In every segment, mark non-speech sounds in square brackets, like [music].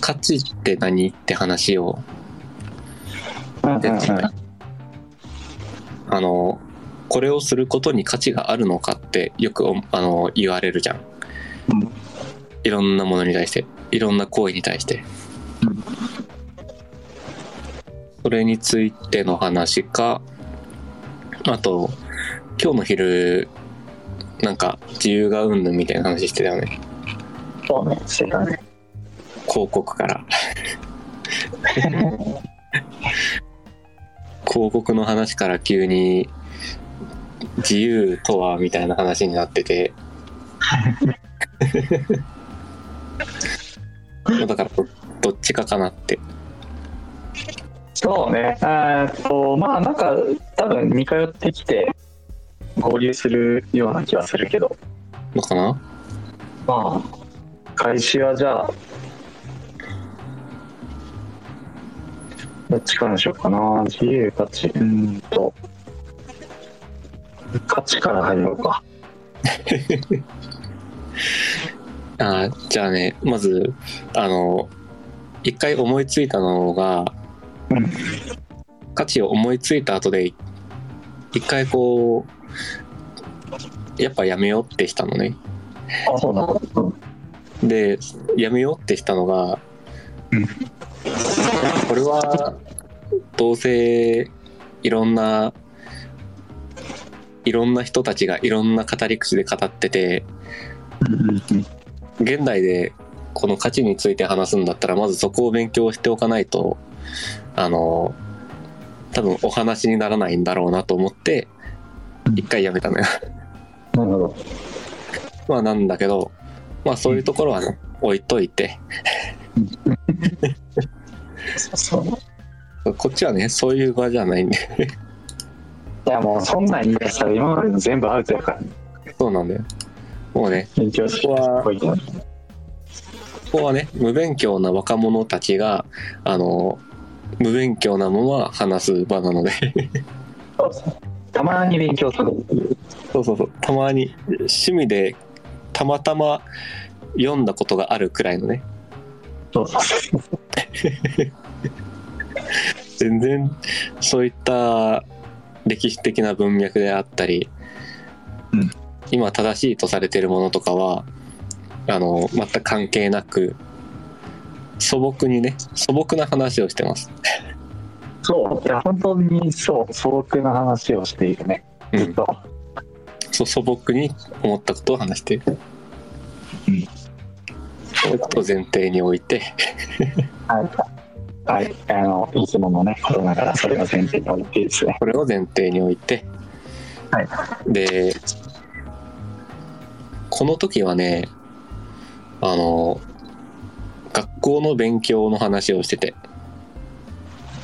価値って何って話をうんうん出てた、うあのこれをすることに価値があるのかってよくおあの言われるじゃんんいろんなものに対していろんな行為に対して、うんそれについての話かあと今日の昼なんか自由がうんぬんみたいな話してたよねそうね、してたね。広告から広告の話から急に自由とはみたいな話になってて [laughs] だからどどっちかかなってそうね。えっと、まあなんか、多分似通ってきて、合流するような気はするけど、のかなまあ、開始はじゃあ、どっちからにしようかな。自由価値、うーんと、価値から入ろうか。あーじゃあねまずあの一回思いついたのがうん価値を思いついた後で一回こうやっぱやめようってしたのねあ、そうなの。うんでやめようってしたのが、うんこれはどうせいろんないろんな人たちがいろんな語り口で語っててうんうんうん現代でこの価値について話すんだったらまずそこを勉強しておかないとあの多分お話にならないんだろうなと思ってうん一回やめたのよ。 [laughs] なるほど。まあなんだけどまあそういうところはね置いといてそうそう。こっちはねそういう場じゃないんで [laughs] いやもうそんなん言い出したら今までの全部アウトやからそうなんだよ。もうね、勉強しここはこいいなここはね、無勉強な若者たちが、あの、無勉強なまま話す場なので、たまに勉強するっていうそうそうそう、たまに趣味でたまたま読んだことがあるくらいのね、そうそうそう全然そういった歴史的な文脈であったり、うん今正しいとされているものとかはあの全く関係なく素朴にね素朴な話をしてます。そういや本当にそう素朴な話をしているねうずんっと、そう素朴に思ったことを話している。うんそういうことを前提において、はいはいあのいつものねことながらそれが前提においてですねこれを前提において、はいで、この時はね、あの、学校の勉強の話をしてて、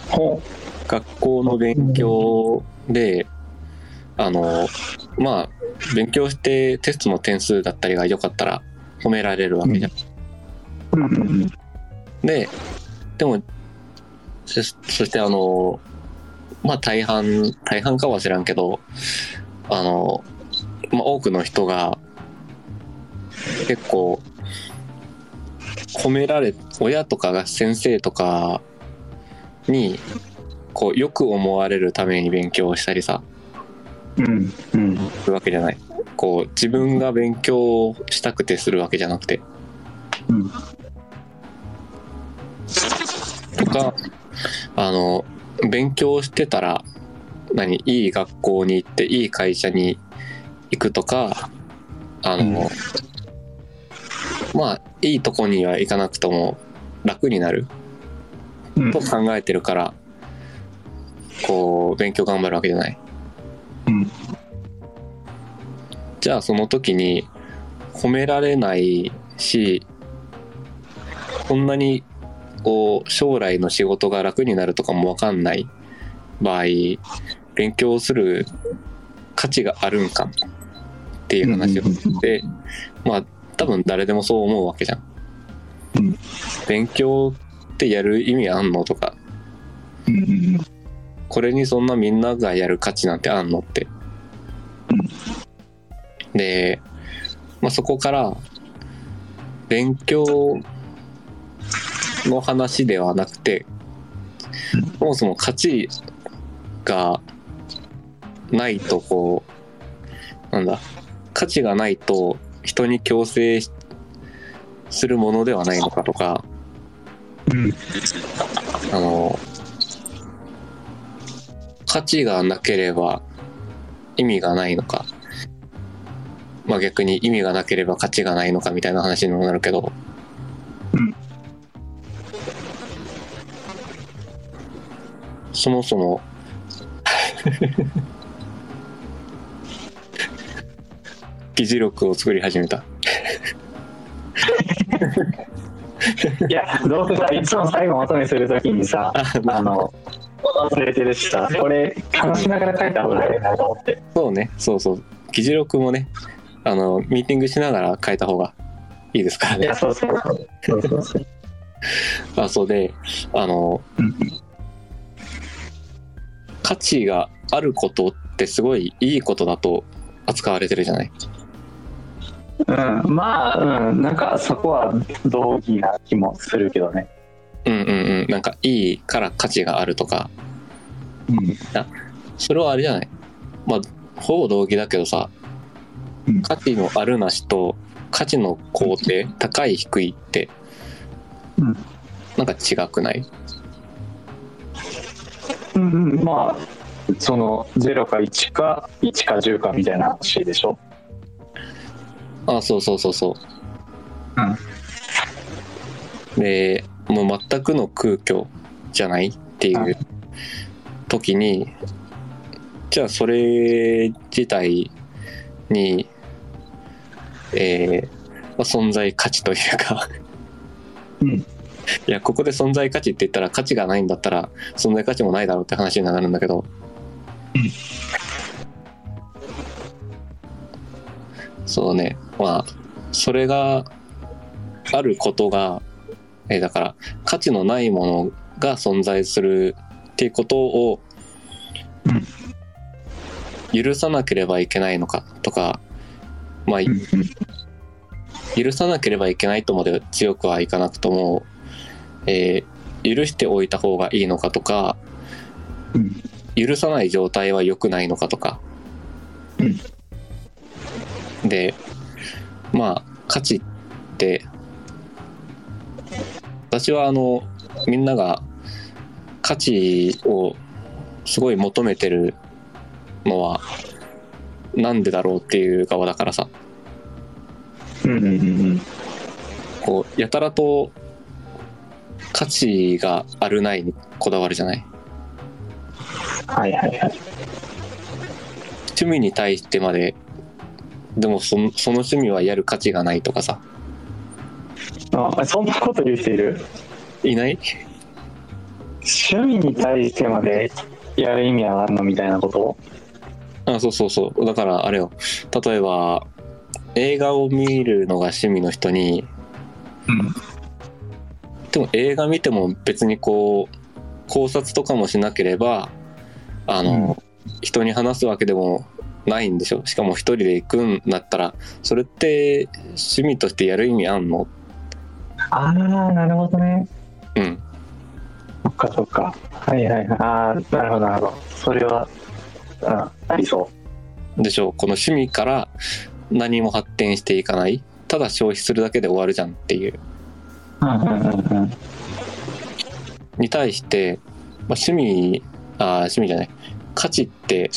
ほ学校の勉強で、あの、まあ、勉強してテストの点数だったりが良かったら褒められるわけじゃんううんうんうんででもそそしてあのまあ大半大半かは知らんけどあの、まあ、多くの人が結構褒められ親とかが先生とかにこうよく思われるために勉強をしたりさうんうんするわけじゃないこう自分が勉強したくてするわけじゃなくてうんとかあの勉強してたら何いい学校に行っていい会社に行くとかあの、まあいいとこには行かなくとも楽になるうんと考えてるから、こう勉強頑張るわけじゃない。うんじゃあその時に褒められないしこんなにこう将来の仕事が楽になるとかも分かんない場合勉強する価値があるんかっていう話をして、まあ多分誰でもそう思うわけじゃん。うん勉強ってやる意味あんのとかうんうんこれにそんなみんながやる価値なんてあんのって。で、まあ、そこから勉強の話ではなくて、そもそも勝ちがないとこう、なんだ、価値がないと人に強制しするものではないのかとか、うんあの、価値がなければ意味がないのか、まあ逆に意味がなければ価値がないのかみたいな話にもなるけど、うんそもそ [laughs] も、議事録を作り始めた。いやどうせさいつも最後まとめするときにさあまあの忘れてるしさこれ話しながら書いた方がいいなと思ってそうね、そうそう。議事録もね、あの、ミーティングしながら変えた方がいいですからいねや。そうそうそうそうそうあ、そうで、あのうん、価値があることってすごいいいことだと扱われてるじゃない。うんまあうんなんかそこは同義な気もするけどねうんうんうん。なんか、いいから価値があるとか、うんそれはあれじゃない。まあ、ほぼ同義だけどさうん、価値のあるなしと価値の肯定、高い低いって、うんなんか違くないうんうん、まあその0か1か1か10かみたいな話でしょあそうそうそうそう。で、もう全くの空虚じゃないっていはうい時に、じゃあそれ自体に、えーまあ存在価値というか、うんいや、ここで存在価値って言ったら価値がないんだったら存在価値もないだろうって話になるんだけど、うんそうね、まあ、それがあることが、えーだから価値のないものが存在するっていうことを許さなければいけないのかとか、まあ、許さなければいけないとまで強くはいかなくとも、えー許しておいた方がいいのかとかうん許さない状態は良くないのかとか、でまあ価値って私はあのみんなが価値をすごい求めてるのはなんでだろうっていう側だからさうんうんうんこうやたらと価値があるないにこだわるじゃないはいはいはい趣味に対してまででもそのその趣味はやる価値がないとかさあそんなこと言う人いるいない趣味に対してまでやる意味はあんのみたいなことあそうそうそうだからあれよ例えば映画を見るのが趣味の人にでも映画見ても別にこう考察とかもしなければあの、人に話すわけでもないんでしょしかも一人で行くんだったらそれって趣味としてやる意味あんのああなるほどねうんそっかそっかはいはいはいああなるほどなるほどそれはうんありそでしょうこの趣味から何も発展していかないただ消費するだけで終わるじゃんっていうううんうんうんうんに対して、まあ、趣味あー趣味じゃない価値って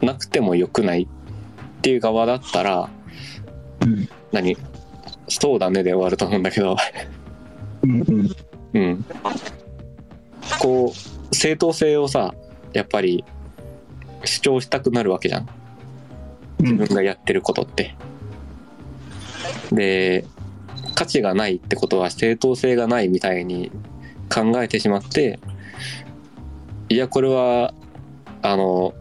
なくてもよくないっていう側だったらうん何そうだねで終わると思うんだけど、うんうんうん、こう正当性をさやっぱり主張したくなるわけじゃんうん自分がやってることって。で価値がないってことは正当性がないみたいに考えてしまっていやこれはあの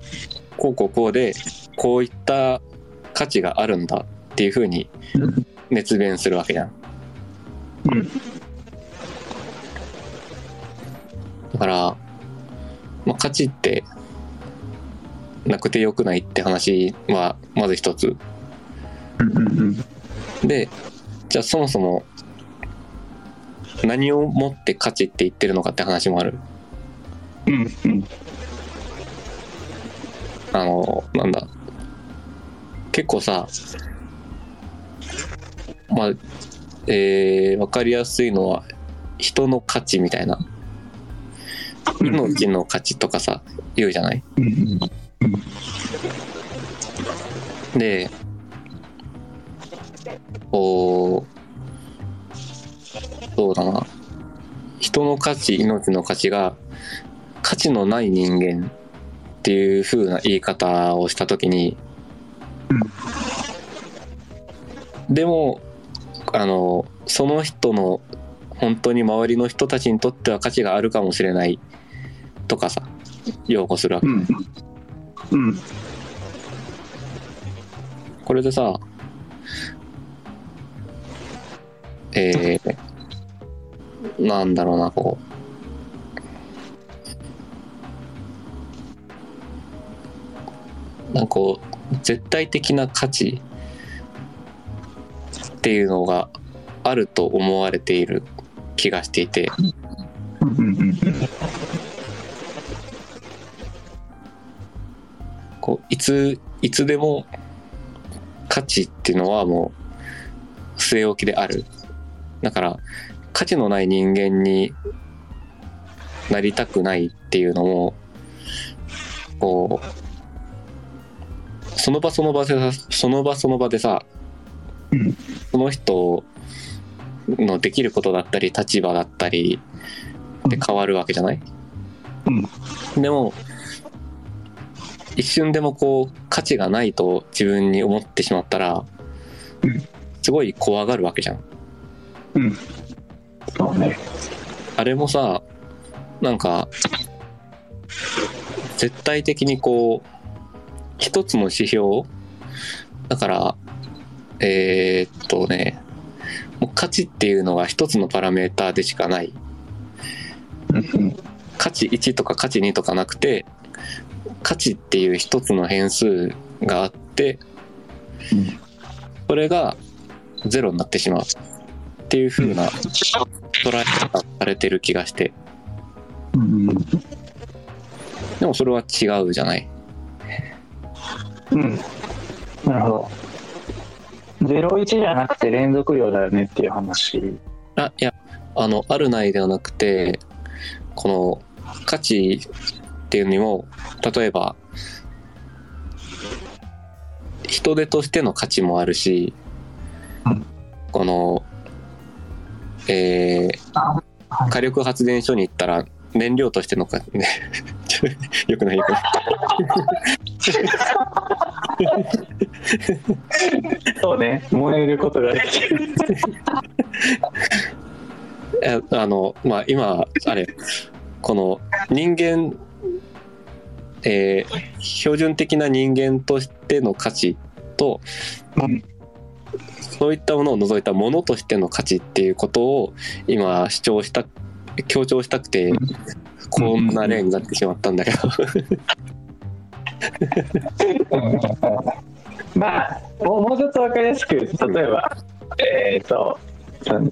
こうこうこうでこういった価値があるんだっていうふうにうん熱弁するわけじゃん。うんだから、まあ、価値ってなくてよくないって話はまず一つ。うんうんうんでじゃあそもそも何をもって価値って言ってるのかって話もある。うんうんあの、なんだ。結構さ、まあ、えー、わかりやすいのは、人の価値みたいな。命の価値とかさ、言うじゃないうんうんで、こう、そうだな。人の価値、命の価値が、価値のない人間っていう風な言い方をしたときに、でも、あの、その人の、本当に周りの人たちにとっては価値があるかもしれないとかさ、擁護するわけうんうんこれでさ、えー、なんだろうな、こう。なんかこう、絶対的な価値っていうのがあると思われている気がしていて、うんうんうんこういついつでも価値っていうのはもう据え置きであるだから価値のない人間になりたくないっていうのもこうその場その場でさその場その場でさ、うんその人のできることだったり立場だったりで変わるわけじゃない、でも一瞬でもこう価値がないと自分に思ってしまったらうんすごい怖がるわけじゃん。うんそうねあれもさなんか絶対的にこう一つの指標だからえーっとねもう価値っていうのが一つのパラメーターでしかないうんうん価値1とか価値2とかなくて価値っていう一つの変数があってうんそれがゼロになってしまうっていう風な捉え方がされてる気がしてうんうんでもそれは違うじゃないうん。なるほど。01じゃなくて連続量だよねっていう話。あいやあのあるないではなくてこの価値っていうのにも例えば人手としての価値もあるしうんこのえーあはい火力発電所に行ったら燃料としてのか、ね、 [laughs] ちょよくないよくないそうね。燃えることができる。えあのまあ今あれこの人間えー標準的な人間としての価値とうんそういったものを除いたものとしての価値っていうことを今主張した強調したくてんこんな例になってしまったんだけどまあ、もうもうちょっとわかりやすく、例えば、えっ、と、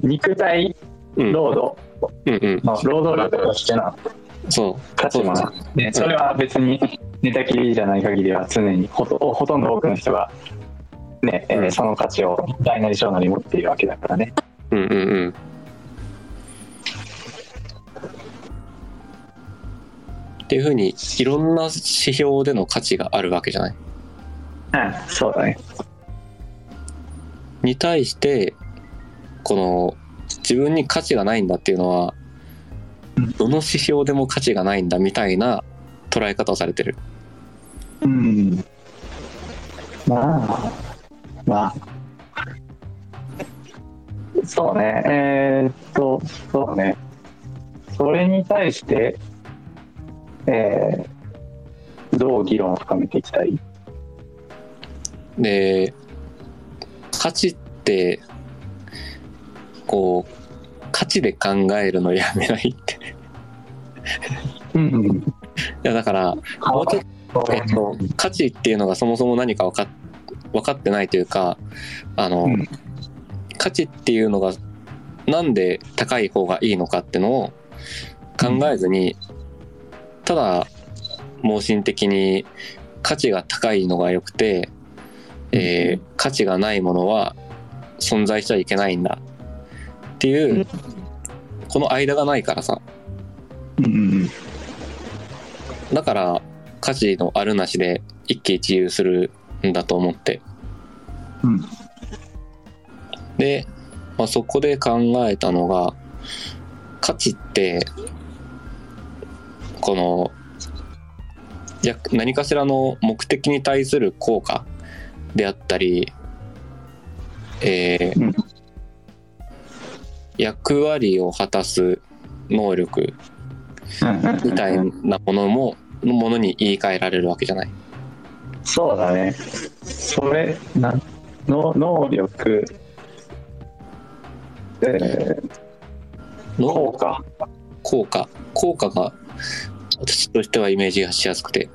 肉体うんうん労働うんの労働力としてのそ価値もそな、ね、それは別に寝たきりじゃない限りは常にほとほとんど多くの人が、ねえーうんその価値を大なり小なり持っているわけだからね。ううんうんうんっていうふうにいろんな指標での価値があるわけじゃないうん、そうだね。に対してこの自分に価値がないんだっていうのはうんどの指標でも価値がないんだみたいな捉え方をされてるうん。まあ、まあ。そうね、えーっと、そうね。それに対して、えー、どう議論を深めていきたいで価値ってこう価値で考えるのやめないっていうん、うん。やだからもうちょっそうと、えっと、価値っていうのがそもそも何か分かっ分かってないというかあの、うん価値っていうのがなんで高い方がいいのかってのを考えずに、ただ盲信的に価値が高いのが良くて、えー価値がないものは存在しちゃいけないんだっていう、うんこの間がないからさうんうんだから価値のあるなしで一喜一憂するんだと思ってうんで、まあ、そこで考えたのが価値ってこのいや何かしらの目的に対する効果であったり、えーうん役割を果たす能力みたいなものものものに言い換えられるわけじゃない。そうだねそれなの能力えー、効の果効果効果が私としてはイメージがしやすくて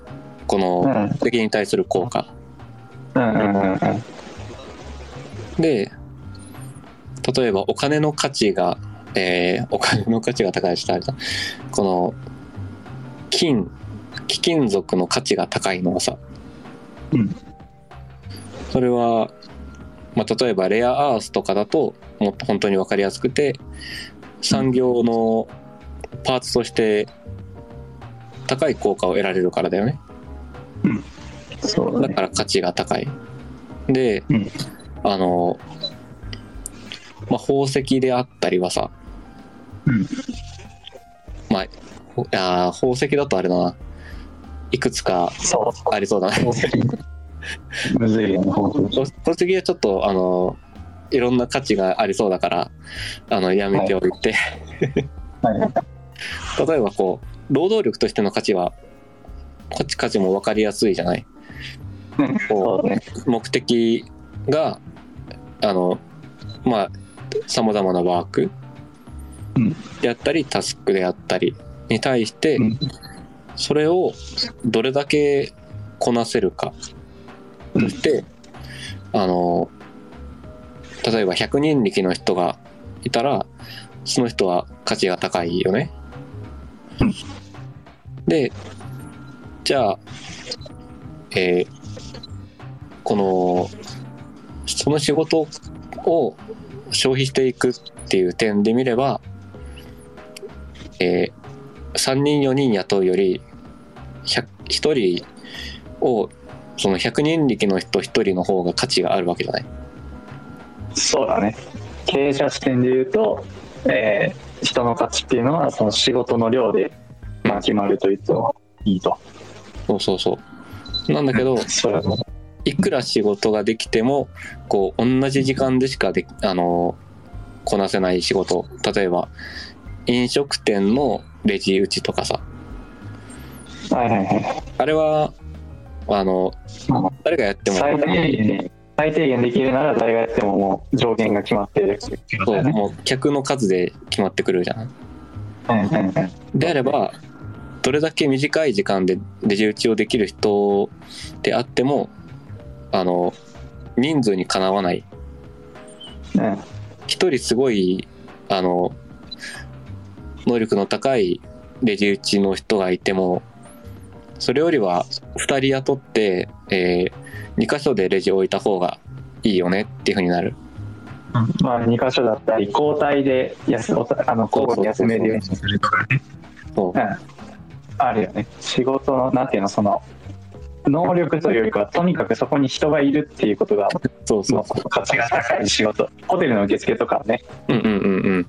こうんうのん目的に対する効果うんうんで例えばお金の価値が、えーお金の価値が高いしただこの金貴金属の価値が高いのはさ、うんそれは、まあ、例えばレアアースとかだともっと本当に分かりやすくて産業のパーツとして高い効果を得られるからだよね。そうだだねから価値が高い。で、うんあの、まあ、宝石であったりはさ、うんまあ、ほあー宝石だとあれだな、いくつかそうありそうだな。 [laughs] 宝石むずいよね宝石宝宝石はちょっと、あの、いろんな価値がありそうだから、あの、やめておいて、はい例えばこう、労働力としての価値は、価値価値も分かりやすいじゃない。うんこうそうね目的があのまあさまざまなワークうんであったり、タスクであったりに対して、うんそれをどれだけこなせるかうそんして、あの例えば100人力の人がいたらその人は価値が高いよね。うんでじゃあ、えーこのその仕事を消費していくっていう点で見れば、えー3人4人雇うより100 1人をその100人力の人1人の方が価値があるわけじゃない。そうだね経営者視点で言うと、えー人の価値っていうのはその仕事の量で、まあ、決まると言ってもいいとそうそうそう。なんだけ [laughs] ど、それもいくら仕事ができても、こう、同じ時間でしかでき、あの、こなせない仕事。例えば、飲食店のレジ打ちとかさ。はいはいはいあれは、あの、誰がやっても、最低限最低限できるなら誰がやってももう上限が決まってるっていうことそう、だよねもう客の数で決まってくるじゃん。うんうんうんであれば、どれだけ短い時間でレジ打ちをできる人であっても、あの、人数にかなわない。うん一人すごい、あの、能力の高いレジ打ちの人がいても、それよりは二人雇って、えー、2箇所でレジ置いた方がいいよねっていうふうになる。まあ、2箇所だったり交代で休おたあの交互に休めるようにするとかねそううん、あるよね仕事のなんていうのその能力というよりかはとにかくそこに人がいるっていうことがそうそうもう価値が高い仕事ホテルの受付とかねうんうんうんうん。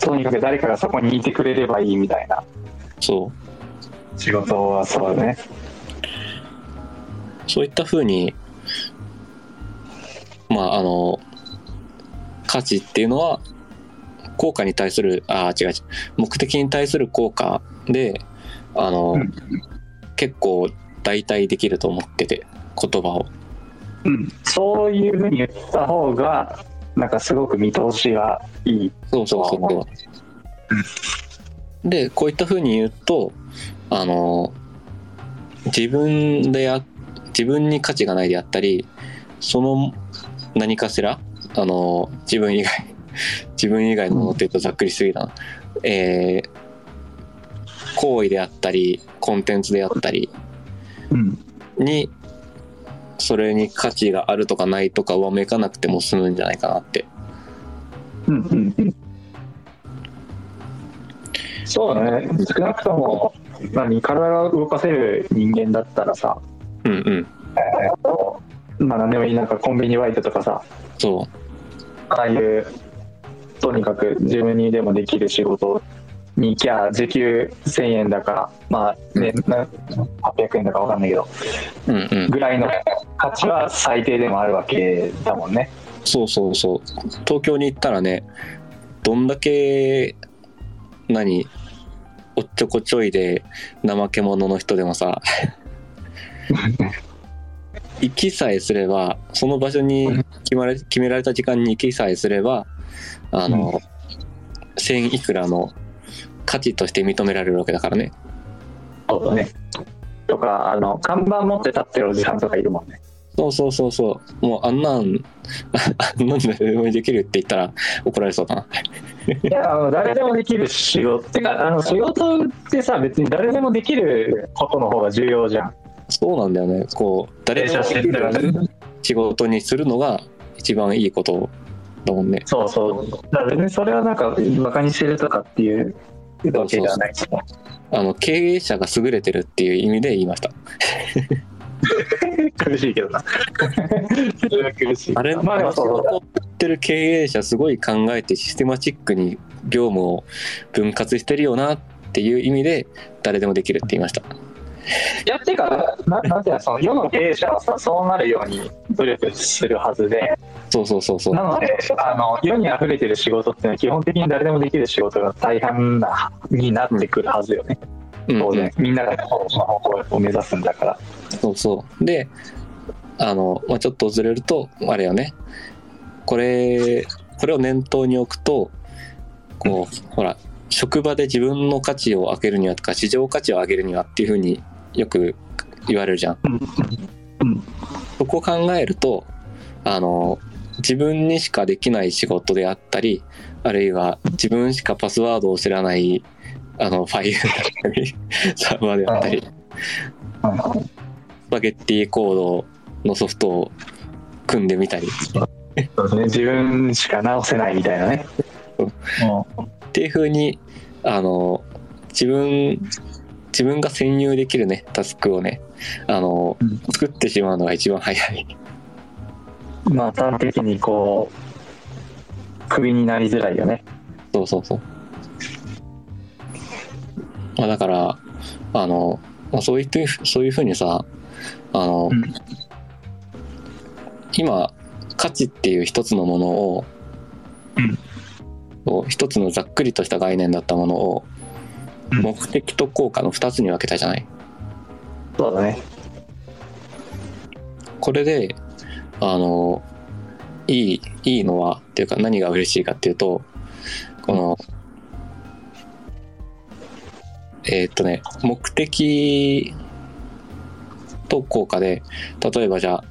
とにかく誰かがそこにいてくれればいいみたいなそう。仕事はそうだねそういったふうに、まあ、あの、価値っていうのは、効果に対する、あー違う違う、目的に対する効果で、あの、うん結構代替できると思ってて、言葉を。うんそういうふうに言った方がなんかすごく見通しがいいそうそうそうそう。で、こういった風に言うと、あの、自分でや、自分に価値がないであったり、その何かしら、あの、自分以外、 [laughs] 自分以外のものって言うとざっくりしすぎだな。えー行為であったり、コンテンツであったりうん。に、それに価値があるとかないとかわめかなくても済むんじゃないかなって。うんうんうん。そうだね。少なくとも、何、体が動かせる人間だったらさ、うんうん。えっと、まあ何でもいい、なんかコンビニバイトとかさ、そああいうとにかく自分にでもできる仕事に行きゃ時給1000円だかまあ、ねな800円だかわかんないけどう。うんうん。ぐらいの価値は最低でもあるわけだもんね。そうそうそう。東京に行ったらね、どんだけ、何、おっちょこちょいで怠け者の人でもさ、行きさえすれば、その場所に決まれ決められた時間に行きさえすれば、あの、1000いくらの価値として認められるわけだからね。そうだねとかあの看板持って立ってるおじさんとかいるもんね。そうそうそうそう。もうあんなん、 [laughs] あんなんででもできるって言ったら怒られそうだな。いやあの誰でもできる仕事てかあの仕事ってさ別に誰でもできることの方が重要じゃん。そうなんだよね。こう、誰でもできる仕事にするのが一番いいことだもんね。そうそう。だから別にそれはなんか馬鹿にしてるとかっていうわけではないしね。あの、経営者が優れてるっていう意味で言いました。苦しいけどな。それは苦しい。あれ、まあでもそうそうやってる経営者すごい考えてシステマチックに業務を分割してるよなっていう意味で誰でもできるって言いました。いやっていうか、ななんていうの、その世の経営者はさそうなるように努力するはずで、そうそうそうそう。なので、あの世に溢れてる仕事っていうのは、基本的に誰でもできる仕事が大半なになってくるはずよね、うん当うん然。みんながその方向を目指すんだから。そうそう。で、あの、まあ、ちょっとずれると、あれよね。これ、これを念頭に置くと、こう、ほら、職場で自分の価値を上げるにはとか、市場価値を上げるにはっていうふうによく言われるじゃん。そこを考えると、あの、自分にしかできない仕事であったり、あるいは自分しかパスワードを知らない、あの、ファイルだったり、サーバーであったり、スパゲッティコードのソフトを組んでみたりっそうですね、自分しか直せないみたいなね。うんもていう風にあの自分自分が占有できるねタスクをねあの、うん作ってしまうのが一番早いうまあ、端的にこう、クビになりづらいよね。そうそうそう、まあ、だからあの、まあ、そういうふうそういう風にさあの、うん今価値っていう一つのものを、うんこう一つのざっくりとした概念だったものをうん目的と効果の2つに分けたじゃない。そうだね。これであのいいいいのはっていうか何が嬉しいかっていうとこのえーっとね目的と効果で例えばじゃあ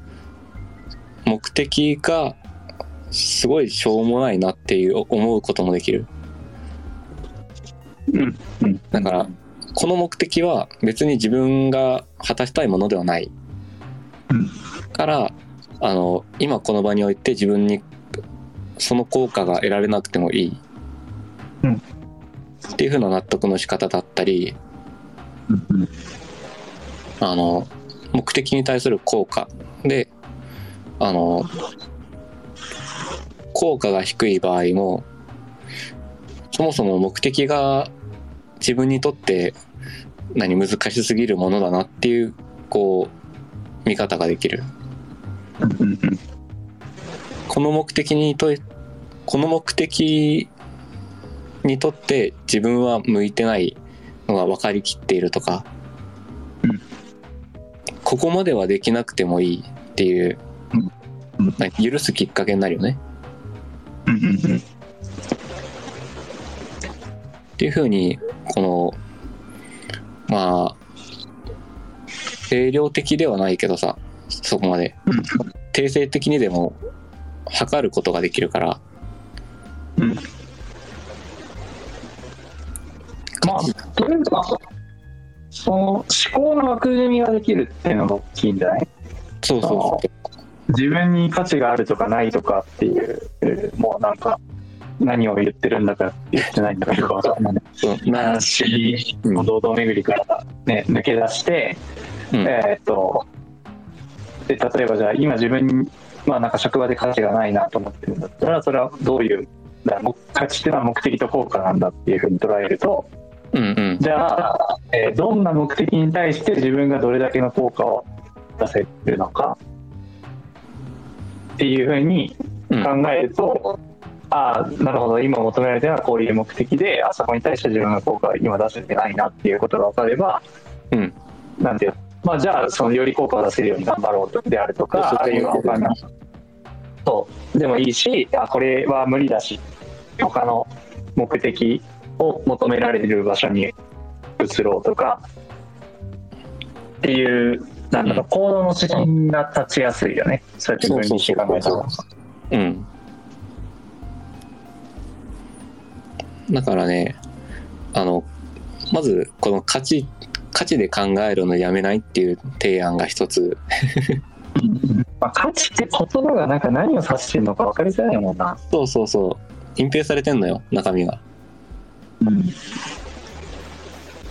目的がすごいしょうもないなっていう思うこともできるうん。うん。だからこの目的は別に自分が果たしたいものではないうんからあの今この場において自分にその効果が得られなくてもいい、うんっていうふうな納得の仕方だったりうん。あの目的に対する効果であの効果が低い場合もそもそも目的が自分にとって何難しすぎるものだなっていうこう見方ができるうん。うん。この目的にといこの目的にとって自分は向いてないのが分かりきっているとか、うんここまではできなくてもいいっていう、うんうんなんか許すきっかけになるよねうんうんうんっていうふうにこのまあ定量的ではないけどさそこまでうん定性的にでも測ることができるからうんまあ、とりあえず、まあその思考の枠組みができるっていうのが大きいんじゃないそうそうそ自分に価値があるとかないとかっていう、えーもうなんか、何を言ってるんだか言ってないんだかよくわかんない。うそう。な話うんの堂々巡りから、ね、抜け出して、うんえーっとで例えばじゃあ今自分に、まあ、なんか職場で価値がないなと思ってるんだったらそれはどういうだから価値っていうのは目的と効果なんだっていうふうに捉えるとうんうん。じゃあ、えーどんな目的に対して自分がどれだけの効果を出せるのかっていうふうにうん考えると、ああなるほど今求められてるのはこういう目的であそこに対して自分が効果を今出せてないなっていうことが分かればうん。なんていうのまあじゃあそのより効果を出せるように頑張ろうとであるとそうそうかあるいは他のそうでもいいしあこれは無理だし他の目的を求められてる場所に移ろうとかっていうなんだろう、う行動の指針が立ちやすいよねそうやって分離して考えたらうん。だからね、あの、まず、この価値、価値で考えるのやめないっていう提案が一つ。まあ、価値って言葉がなんか何を指してるのか分かりづらいもんな、そうそうそう。隠蔽されてんのよ、中身が。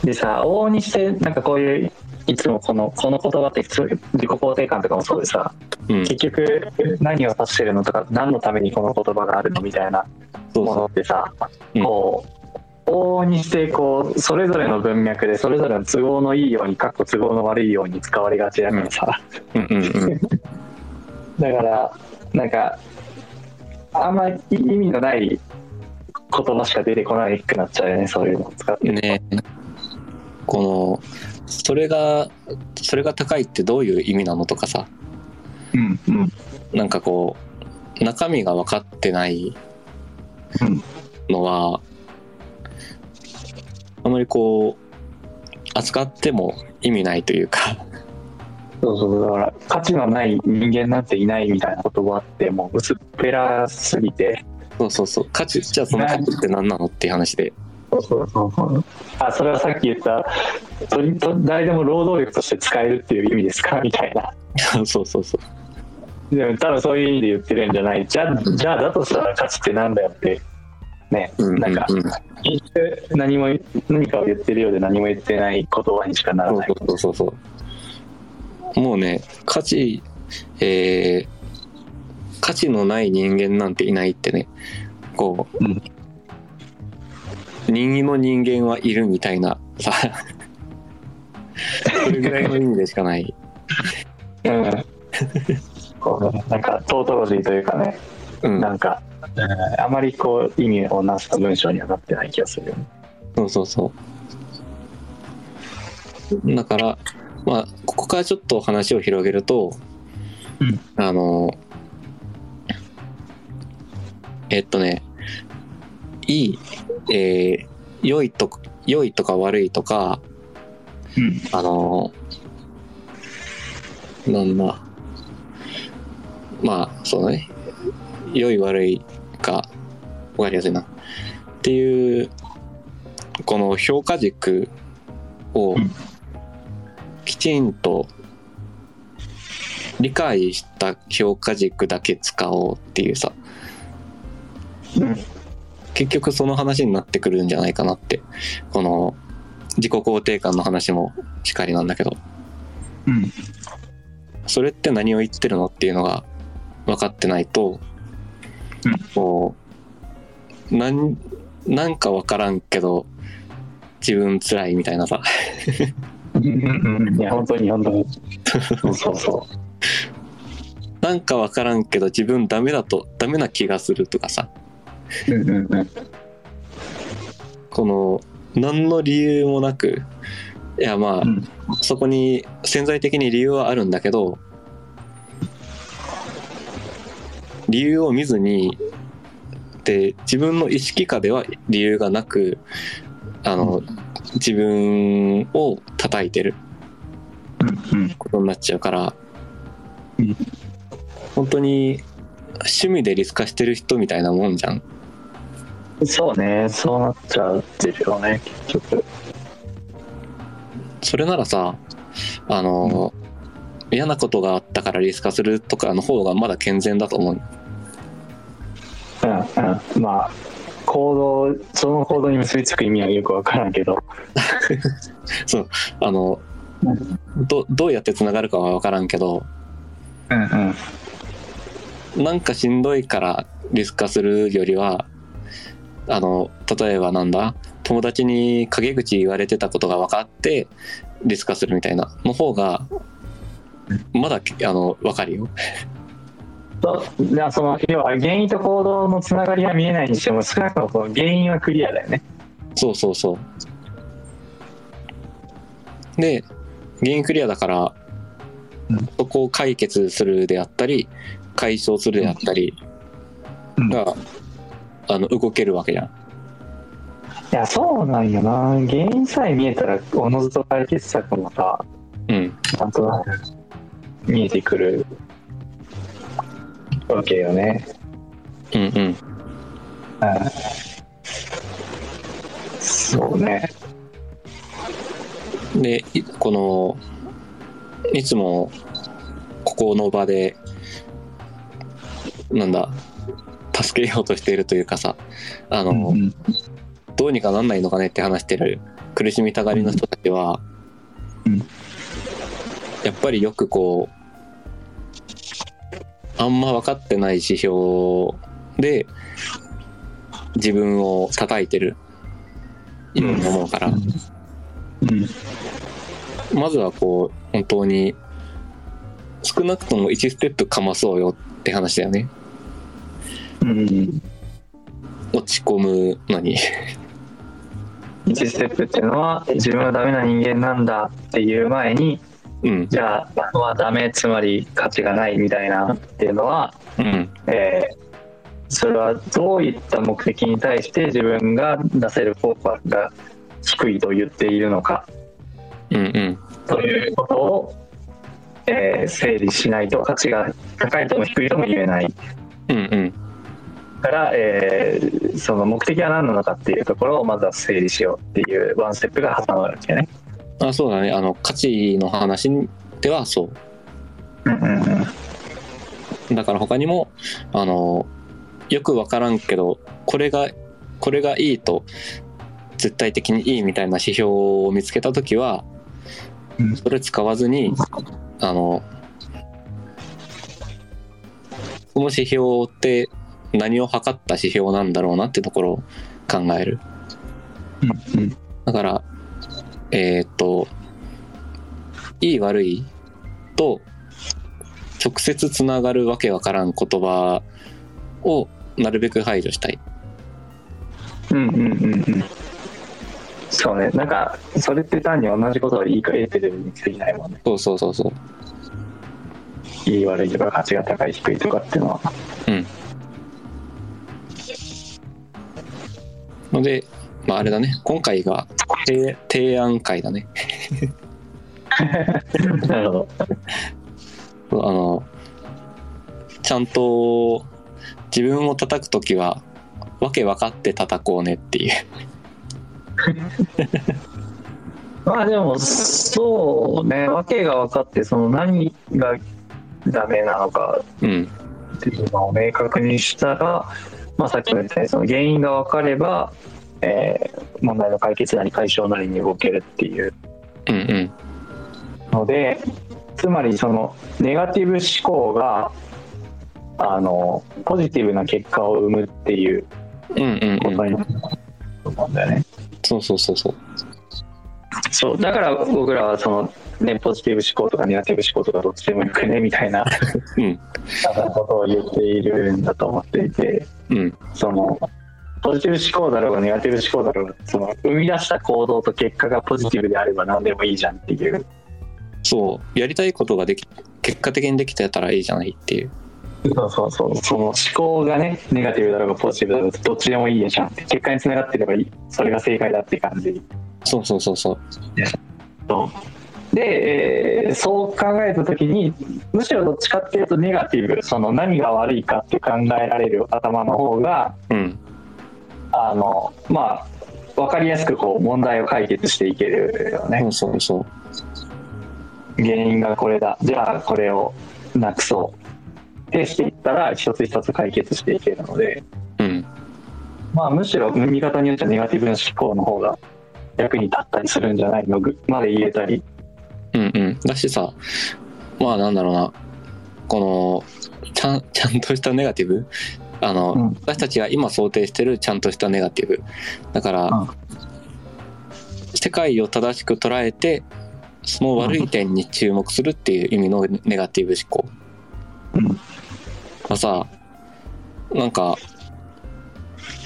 でさ往々にしてなんかこういういつもこのこの言葉ってそういう自己肯定感とかもそうでさうん。結局何を指してるのとか何のためにこの言葉があるのみたいなそうものそってさうんこう往々にしてこうそれぞれの文脈でそれぞれの都合のいいようにかっこ都合の悪いように使われがちだからさ、う。うんうんうん。だからなんかあんまり意味のない言葉しか出てこないくなっちゃうよねそういうのを使ってねこのそれがそれが高いってどういう意味なのとかさうんうんなんかこう中身が分かってないうんのはあまりこう扱っても意味ないというかそうそうだから価値のない人間なんていないみたいな言葉ってもう薄っぺらすぎてそうそうそう価値じゃあその価値って何なのっていう話で [laughs] あそれはさっき言ったとりと誰でも労働力として使えるっていう意味ですかみたいなそうそうそうでも多分そういう意味で言ってるんじゃないじゃあじゃあだとしたら価値ってなんだよってねうんうんうんなんか結局何も何かを言ってるようで何も言ってない言葉にしかならないそうそうそうそう。もうね、価値、えー価値のない人間なんていないってね、こう、うん任意の人間はいるみたいなさ、それぐらいの意味でしかない。 [laughs] うんこうねなんかトートロジーというかね、うん、なんか、うんあまりこう意味をなした文章にはなってない気がするよねそうそうそう。だから、まあ、ここからちょっと話を広げると、うんあの、えっとね、いい、えー良いと、良いとか悪いとか、あの、なんだ、まあ、そうだね、良い悪いか、わかりやすいな。っていう、この評価軸をうんきちんと理解した評価軸だけ使おうっていうさ、うん結局その話になってくるんじゃないかなって、この自己肯定感の話もしかりなんだけど。うんそれって何を言ってるのっていうのが分かってないと、うんこうなんなんか分からんけど自分つらいみたいなさ [laughs] うんうんいや本当に本当にそうそうそなんか分からんけど自分ダメだとダメな気がするとかさううんうんうんこの何の理由もなくいやまあ、うんそこに潜在的に理由はあるんだけど理由を見ずにで自分の意識下では理由がなくあの、自分を叩いてるうんことになっちゃうから、うん本当に趣味でリス化してる人みたいなもんじゃんそうね、そうなっちゃってるよね、結局。それならさ、あの、嫌なことがあったからリス化するとかの方がまだ健全だと思う。うんうん。まあ、行動、その行動に結びつく意味はよくわからんけど。あの、どどうやってつながるかは分からんけど、うんうん。なんかしんどいからリス化するよりは、あの、例えばなんだ、友達に陰口言われてたことが分かって、リス化するみたいな、の方が、まだ、あの、分かるよ。そうじゃあその要は原因と行動のつながりは見えないにしても少なくともその原因はクリアだよね。そうそうそう。で、原因クリアだから、うんそこを解決するであったり、解消するであったりうんが、あの、動けるわけじゃん。いやそうなんよな原因さえ見えたらおのずと解決策もさうん。なんとなく見えてくるわけよね。うんうん。そうね。でいこのいつもここの場でなんだ助けようとしているというかさあの、うんどうにかなんないのかねって話してる苦しみたがりの人たちは、うんやっぱりよくこうあんま分かってない指標で自分を叩いてるように思うから。うんまずはこう、本当に、少なくとも1ステップかまそうよって話だよね。うん落ち込むのに。 [laughs] 1ステップっていうのは自分はダメな人間なんだっていう前にうん。じゃああはダメつまり価値がないみたいなっていうのはうん。えーそれはどういった目的に対して自分が出せるフォーカスが低いと言っているのかうんうん。ということを、えー整理しないと価値が高いとも低いとも言えないうんうん。から、えーその目的は何なのかっていうところをまずは整理しようっていうワンステップが挟まるんですよね。あ、そうだね。あの、価値の話ではそうんうんうんう。だから他にも、あの、よくわからんけど、これが、これがいいと、絶対的にいいみたいな指標を見つけたときはうん、それ使わずに、あの、この指標って何を測った指標なんだろうなってところを考える。うんだから、えーっと、いい悪いと直接つながるわけわからん言葉をなるべく排除したい。うんうんうんうんそうねなんかそれって単に同じことを言い換えてるに過ぎないもんねそうそうそうそう。いい悪いとか価値が高い低いとかっていうのは。ので、まああれだね、今回が提提案会だね。なるほど。あの、ちゃんと自分を叩くときは、わけ分かって叩こうねっていう。まあでも、そうね、訳が分かって、その何がダメなのかうん。っていうのを明確にしたら、まあさっきも言ったように、その原因が分かれば、えー問題の解決なり解消なりに動けるっていううんうん。ので、つまりそのネガティブ思考が、あの、ポジティブな結果を生むっていううんうこんうとん。になると思うんだよね。そうそうそうそう。そうだから僕らはその、ね、ポジティブ思考とかネガティブ思考とかどっちでもよくねみたいなうん。ことを言っているんだと思っていてうん。そのポジティブ思考だろうがネガティブ思考だろうがその生み出した行動と結果がポジティブであれば何でもいいじゃんっていうそう。やりたいことができ、結果的にできてたらいいじゃないっていう。そうそうそうその思考がねネガティブだろうがポジティブだろうがどっちでもいいじゃんって結果につながってればいいそれが正解だって感じそうそうそうそう。で、えーそう考えた時にむしろどっちかっていうとネガティブその何が悪いかって考えられる頭の方がうん。ああのまあ分かりやすくこう問題を解決していけるよね、そうそうそう。原因がこれだじゃあこれをなくそうってしていったら一つ一つ解決していけるので、うん。まあ、むしろ見方によってはネガティブな思考の方が役に立ったりするんじゃないのぐまで言えたりうんうん。だしさ、まあなんだろうな、この、ちゃん、 [laughs] ちゃんとしたネガティブあの、うん私たちが今想定してるちゃんとしたネガティブ。だから、うん世界を正しく捉えて、その悪い点に注目するっていう意味のネガティブ思考。うんまあさ、なんか、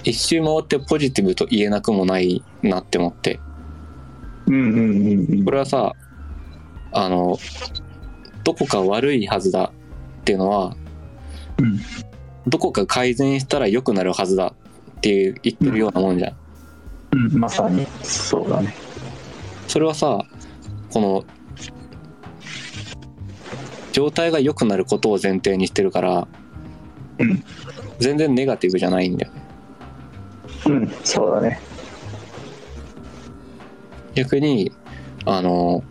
一周回ってポジティブと言えなくもないなって思って。うんうんうんこれはさあのどこか悪いはずだっていうのはうんどこか改善したら良くなるはずだっていう言ってるようなもんじゃん、うんまさにそうだねそれはさこの状態が良くなることを前提にしてるから、うん全然ネガティブじゃないんだようんそうだね逆にあの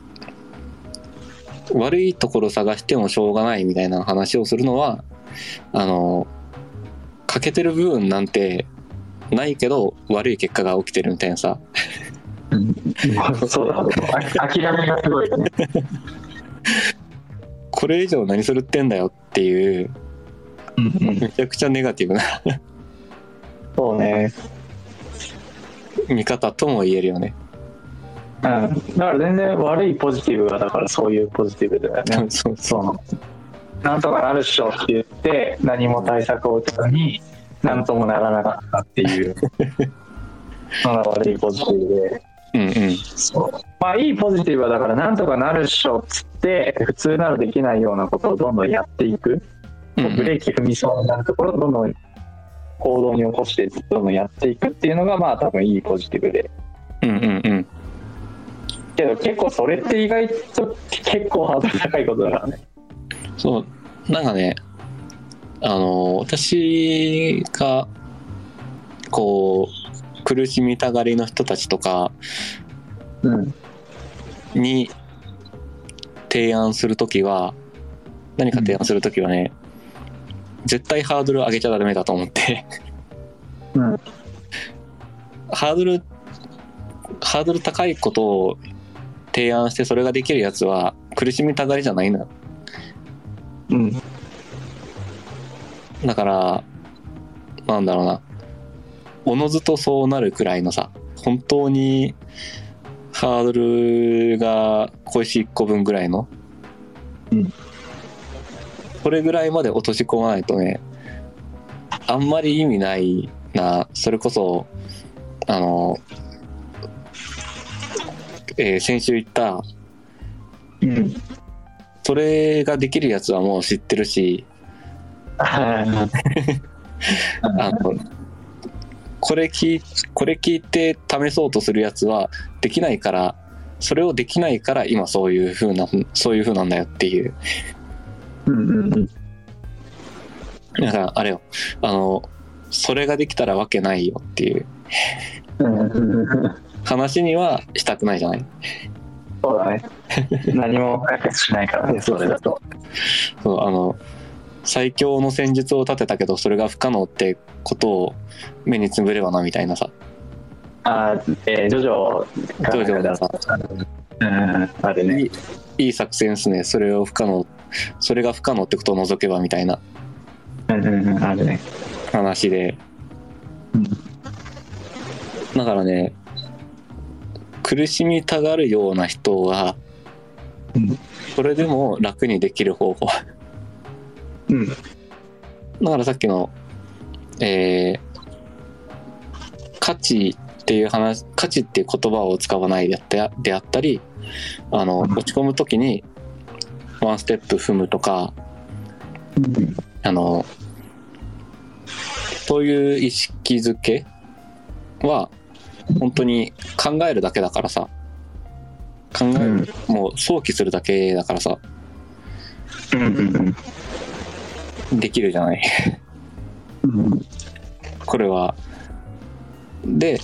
悪いところ探してもしょうがないみたいな話をするのはあの欠けてる部分なんてないけど悪い結果が起きてるみたいなさそうだねあ諦めがすごいよねこれ以上何するってんだよっていううんうんめちゃくちゃネガティブなそうね見方とも言えるよね。うんだから全然悪いポジティブがだからそういうポジティブだよねそうそのなんとかなるっしょって言って何も対策を打つのになんともならなかったって [laughs] いうまだ悪いポジティブでうんうんそうまあいいポジティブはだからなんとかなるっしょっつって普通ならできないようなことをどんどんやっていくうんブレーキ踏みそうになるところをどんどん行動に起こしてどんどんやっていくっていうのがまあ多分いいポジティブでうんうんうんけど結構それって意外と結構ハードル高いことだからねそうなんかねあの私がこう苦しみたがりの人たちとかうんに提案するときは何か提案するときはね、絶対ハードル上げちゃダメだと思って [laughs] うんハードルハードル高いことを提案してそれができるやつは苦しみたがりじゃないのようんだからなんだろうなおのずとそうなるくらいのさ本当にハードルが小石1個分ぐらいの、うんこれぐらいまで落とし込まないとねあんまり意味ないなそれこそあの、えー先週言ったうんそれができるやつはもう知ってるしあのこれ聞いこれ聞いて試そうとするやつはできないからそれをできないから今そういう風なそういう風なんだよっていううんうんうんだからあれよあのそれができたらわけないよっていううんうんうん話にはしたくないじゃないそうだね何も解決しないからねそれだとそうあの最強の戦術を立てたけどそれが不可能ってことを目につぶればなみたいなさあーえージョジョがジョジョがさうんうんうんあれねいいいい作戦ですねそれを不可能それが不可能ってことを除けばみたいなうんうんうんあれね話でうんだからね苦しみたがるような人はうんそれでも楽にできる方法 [laughs] うんだからさっきのえー価値っていう話価値っていう言葉を使わないであったであったりあのうん落ち込む時にワンステップ踏むとかうんあのそういう意識づけは本当に考えるだけだからさ考える、もう想起するだけだからさうんうんできるじゃないうんこれはで、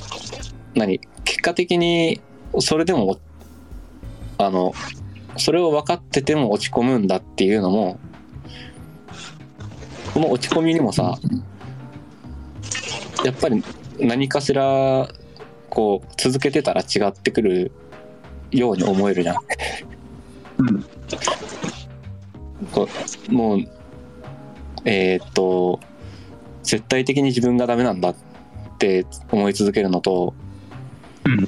何結果的に、それでも、あの、それを分かってても落ち込むんだっていうのも、この落ち込みにもさ、やっぱり何かしら、こう、続けてたら違ってくるように思えるじゃん。うんこうもう、えーっと、絶対的に自分がダメなんだって思い続けるのと、うん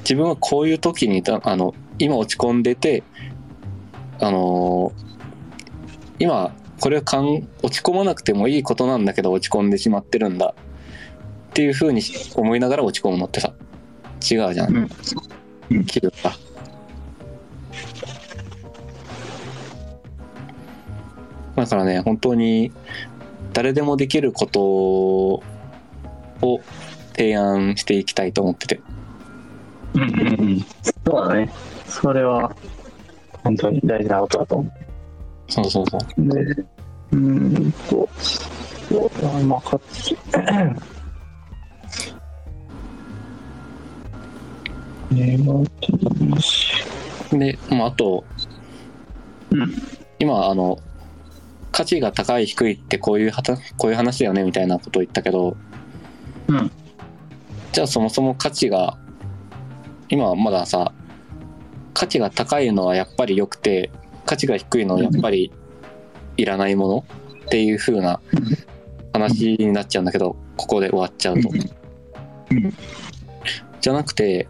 自分はこういう時にたあの今落ち込んでてあのー今これはかん落ち込まなくてもいいことなんだけど落ち込んでしまってるんだっていうふうに思いながら落ち込むのってさ違うじゃん、うんうん気分がだからね本当に誰でもできることを提案していきたいと思っててうんうんうんそうだねそれは本当に大事なことだと思うそうそうそうで、うーんと、そうだな、まあ、か [coughs] つ、ネガティブし。で、まあ、あと、うん今、あの、価値が高い、低いってこういうはた、こういう話だよね、みたいなことを言ったけど、うんじゃあそもそも価値が、今はまださ、価値が高いのはやっぱり良くて、価値が低いのはやっぱりいらないものっていう風なうん話になっちゃうんだけど、ここで終わっちゃうとうん。うんじゃなくて、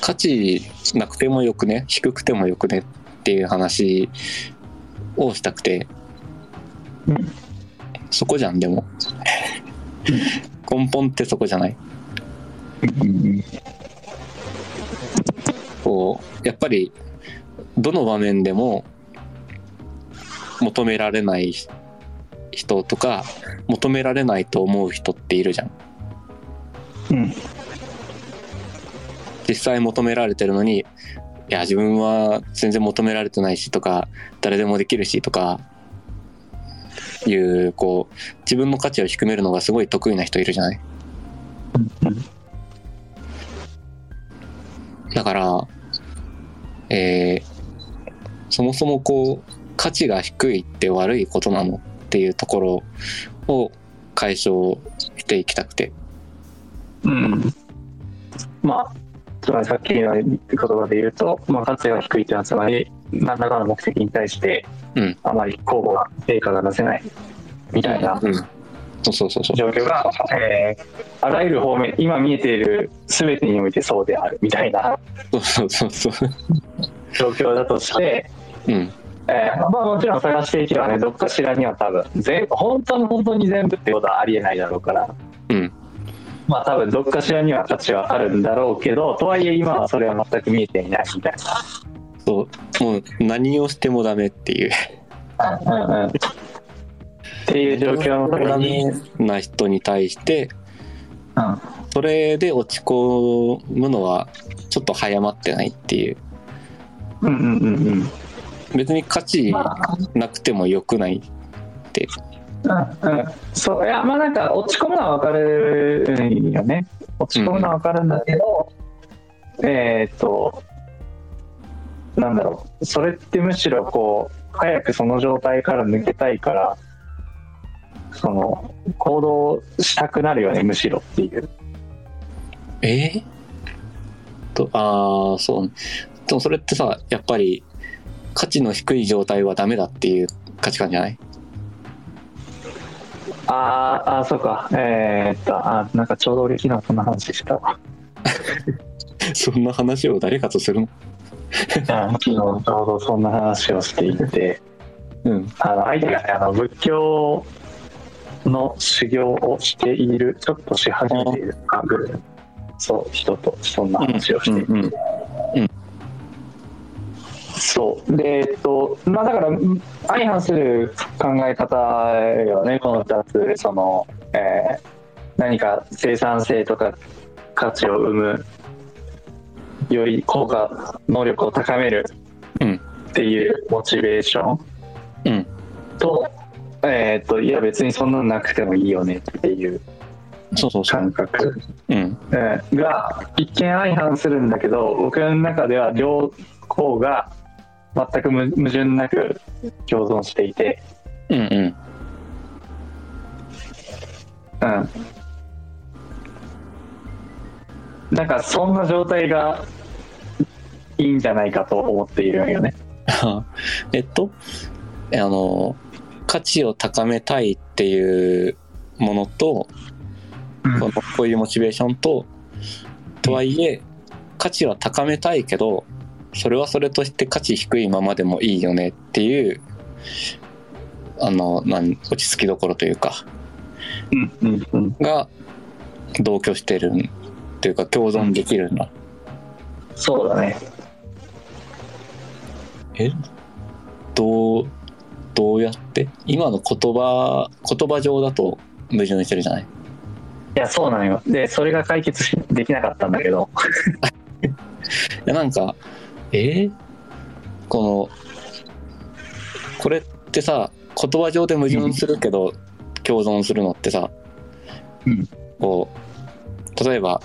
価値なくてもよくね低くてもよくねっていう話をしたくて、うんそこじゃんでも根本ってそこじゃないうんこうやっぱりどの場面でも求められない人とか求められないと思う人っているじゃんうん実際求められてるのにいや自分は全然求められてないしとか誰でもできるしとかいうこう自分の価値を低めるのがすごい得意な人いるじゃないだからえーそもそもこう価値が低いって悪いことなのっていうところを解消していきたくてうんまあつまりさっきの言葉で言うと、まあ、価値が低いというのはつまり何らかの目的に対して、うんあまり候補が成果が出せないみたいなうん、そうそうそうそう状況が、えーあらゆる方面今見えている全てにおいてそうであるみたいなそうそうそう状況だとして、うんえーまあ、もちろん探していけばねどっかしらには多分全本当の本当に全部ってことはありえないだろうから、うんまあ、多分どっかしらには価値はあるんだろうけどとはいえ今はそれは全く見えていないみたいそうもう何をしてもダメっていうな、うんうんっていう状況のダ時に、メな人に対してそれで落ち込むのはちょっと早まってないっていううんうんうんうん別に価値まあなくてもよくないうんうんそういやまあなんか落ち込むのは分かるよね落ち込むのは分かるんだけど、えーっとなんだろうそれってむしろこう早くその状態から抜けたいからその行動したくなるよねむしろっていうえーとああそうでもそれってさやっぱり価値の低い状態はダメだっていう価値観じゃない [laughs] あーあーそうかえーっとあーなんかちょうど俺昨日そんな話してたわそんな話を誰かとするのうん [laughs] 昨日ちょうどそんな話をしていてうんあの相手がねあの仏教の修行をしているちょっとし始めているあるそう人とそんな話をしている、うんうんそうでえっとまあだからうん相反する考え方よねこの2つその、えー何か生産性とか価値を生むより効果能力を高めるうんっていうモチベーション、うんと,、えー、といや別にそんなのなくてもいいよねっていうそうそうそう感。覚、うん。うんが一見相反するんだけど僕の中では両方が全くむ矛盾なく共存していて、うんうん。うん、なんかそんな状態がいいんじゃないかと思っているんよね。 [laughs] えっと、あの、価値を高めたいっていうものと、このこういうモチベーションと、とはいえ、価値は高めたいけど、それはそれとして価値低いままでもいいよねっていう、あの、なん落ち着きどころというか、うんうんうん、が同居してるんというか共存できるんだ。そうだねどう、どうやって今の言葉、言葉上だと矛盾してるじゃないいやそうなんよでそれが解決しできなかったんだけどいやなんかえーこのこれってさ言葉上で矛盾するけど共存するのってさ、うんこう例えば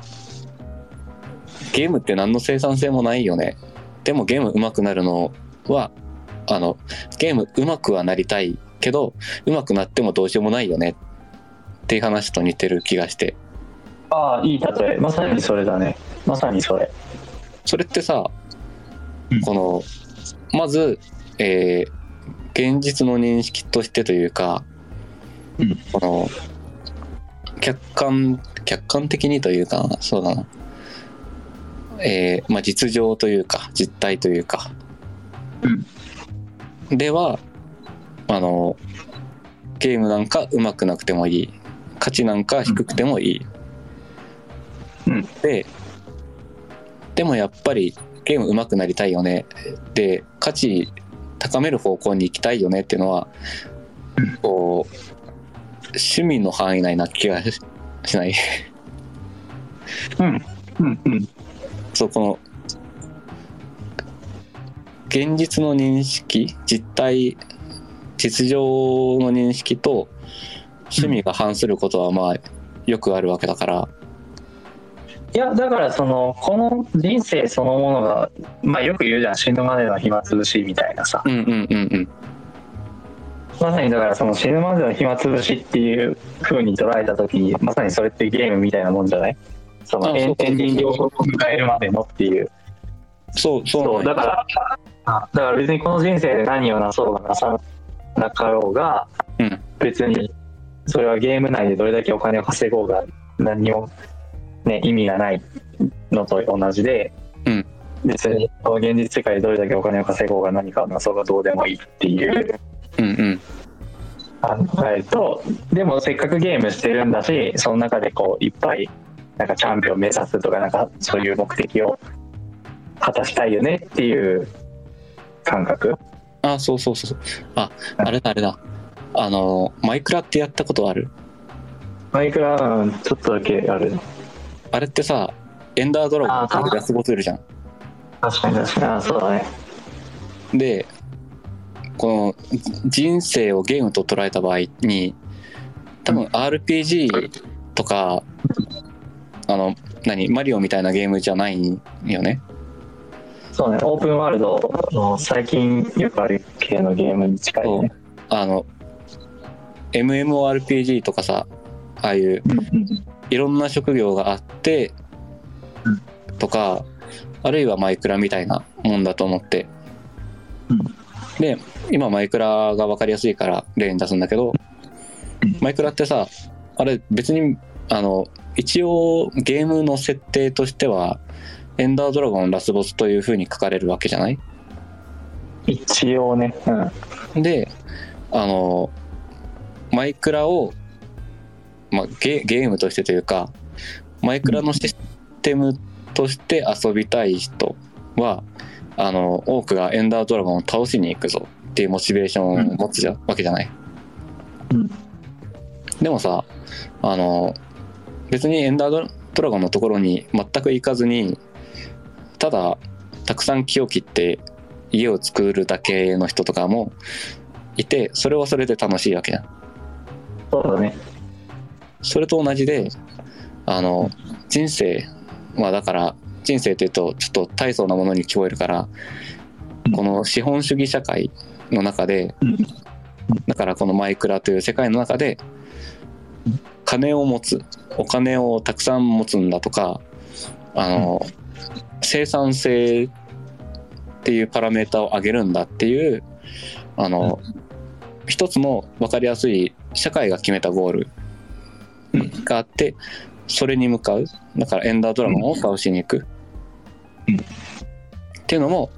ゲームって何の生産性もないよねでもゲーム上手くなるのはあのゲーム上手くはなりたいけど上手くなってもどうしようもないよねっていう話と似てる気がしてああいい例えまさにそれだねまさにそれそれってさ、うんこのまず、えー現実の認識としてというか、うんこの客観客観的にというかそうだな、えーまあ、実情というか実態というか、ではあのゲームなんかうまくなくてもいい価値なんか低くてもいい、うんででもやっぱりゲーム上手くなりたいよねで価値高める方向に行きたいよねっていうのはうんこう趣味の範囲内な気がししない [laughs] うんうんうんそうこの現実の認識実態実情の認識と趣味が反することはまあよくあるわけだから、いやだからそのこの人生そのものがまあよく言うじゃん死ぬまでの暇つぶしみたいなさうんうんうんうんまさにだからその死ぬまでの暇つぶしっていう風に捉えた時にまさにそれってゲームみたいなもんじゃないそあそのうエンエンディングを迎えるまでのっていうそうそうそうなだんやからあだから別にこの人生で何をなそうがなさなかろうが、うん別にそれはゲーム内でどれだけお金を稼ごうが何にも、ね、意味がないのと同じで、うん別にこの現実世界でどれだけお金を稼ごうが何かをなそうがどうでもいいっていううんうん考えとでもせっかくゲームしてるんだしその中でこういっぱいなんかチャンピオン目指すとかなんかそういう目的を果たしたいよねっていう感覚あ、そうそうそうそう。あ、あれだあれだ。あの、マイクラってやったことあるマイクラうんちょっとだけあるあれってさ、エンダードラゴンっていうラスボスいるじゃ確かに確かにあそうだねん。で、このじ人生をゲームと捉えた場合に、多分 RPG とか、あの、何、マリオみたいなゲームじゃないよね。そうねオープンワールドの最近よくある系のゲームに近いそうね。あの、MMORPG とかさ、ああいういろんな職業があってうんとかあるいはマイクラみたいなもんだと思って、うんで今マイクラが分かりやすいから例に出すんだけど、うんマイクラってさあれ別にあの一応ゲームの設定としてはエンダードラゴンラスボスという風に書かれるわけじゃない一応ねうんであのマイクラを、まあ、ゲゲームとしてというかマイクラのシステムとして遊びたい人はあの多くがエンダードラゴンを倒しに行くぞっていうモチベーションを持つじゃ、わけじゃない、うんでもさあの別にエンダードラドラゴンのところに全く行かずにただたくさん木を切って家を作るだけの人とかもいてそれはそれで楽しいわけやんそうだねそれと同じであの人生まあだから人生っていうとちょっと大層なものに聞こえるからうんこの資本主義社会の中でうんだからこのマイクラという世界の中で金を持つお金をたくさん持つんだとかあの生産性っていうパラメータを上げるんだっていうあの一つの分かりやすい社会が決めたゴールうんがあってそれに向かうだからエンダードラゴンを倒しに行く、うんっていうのも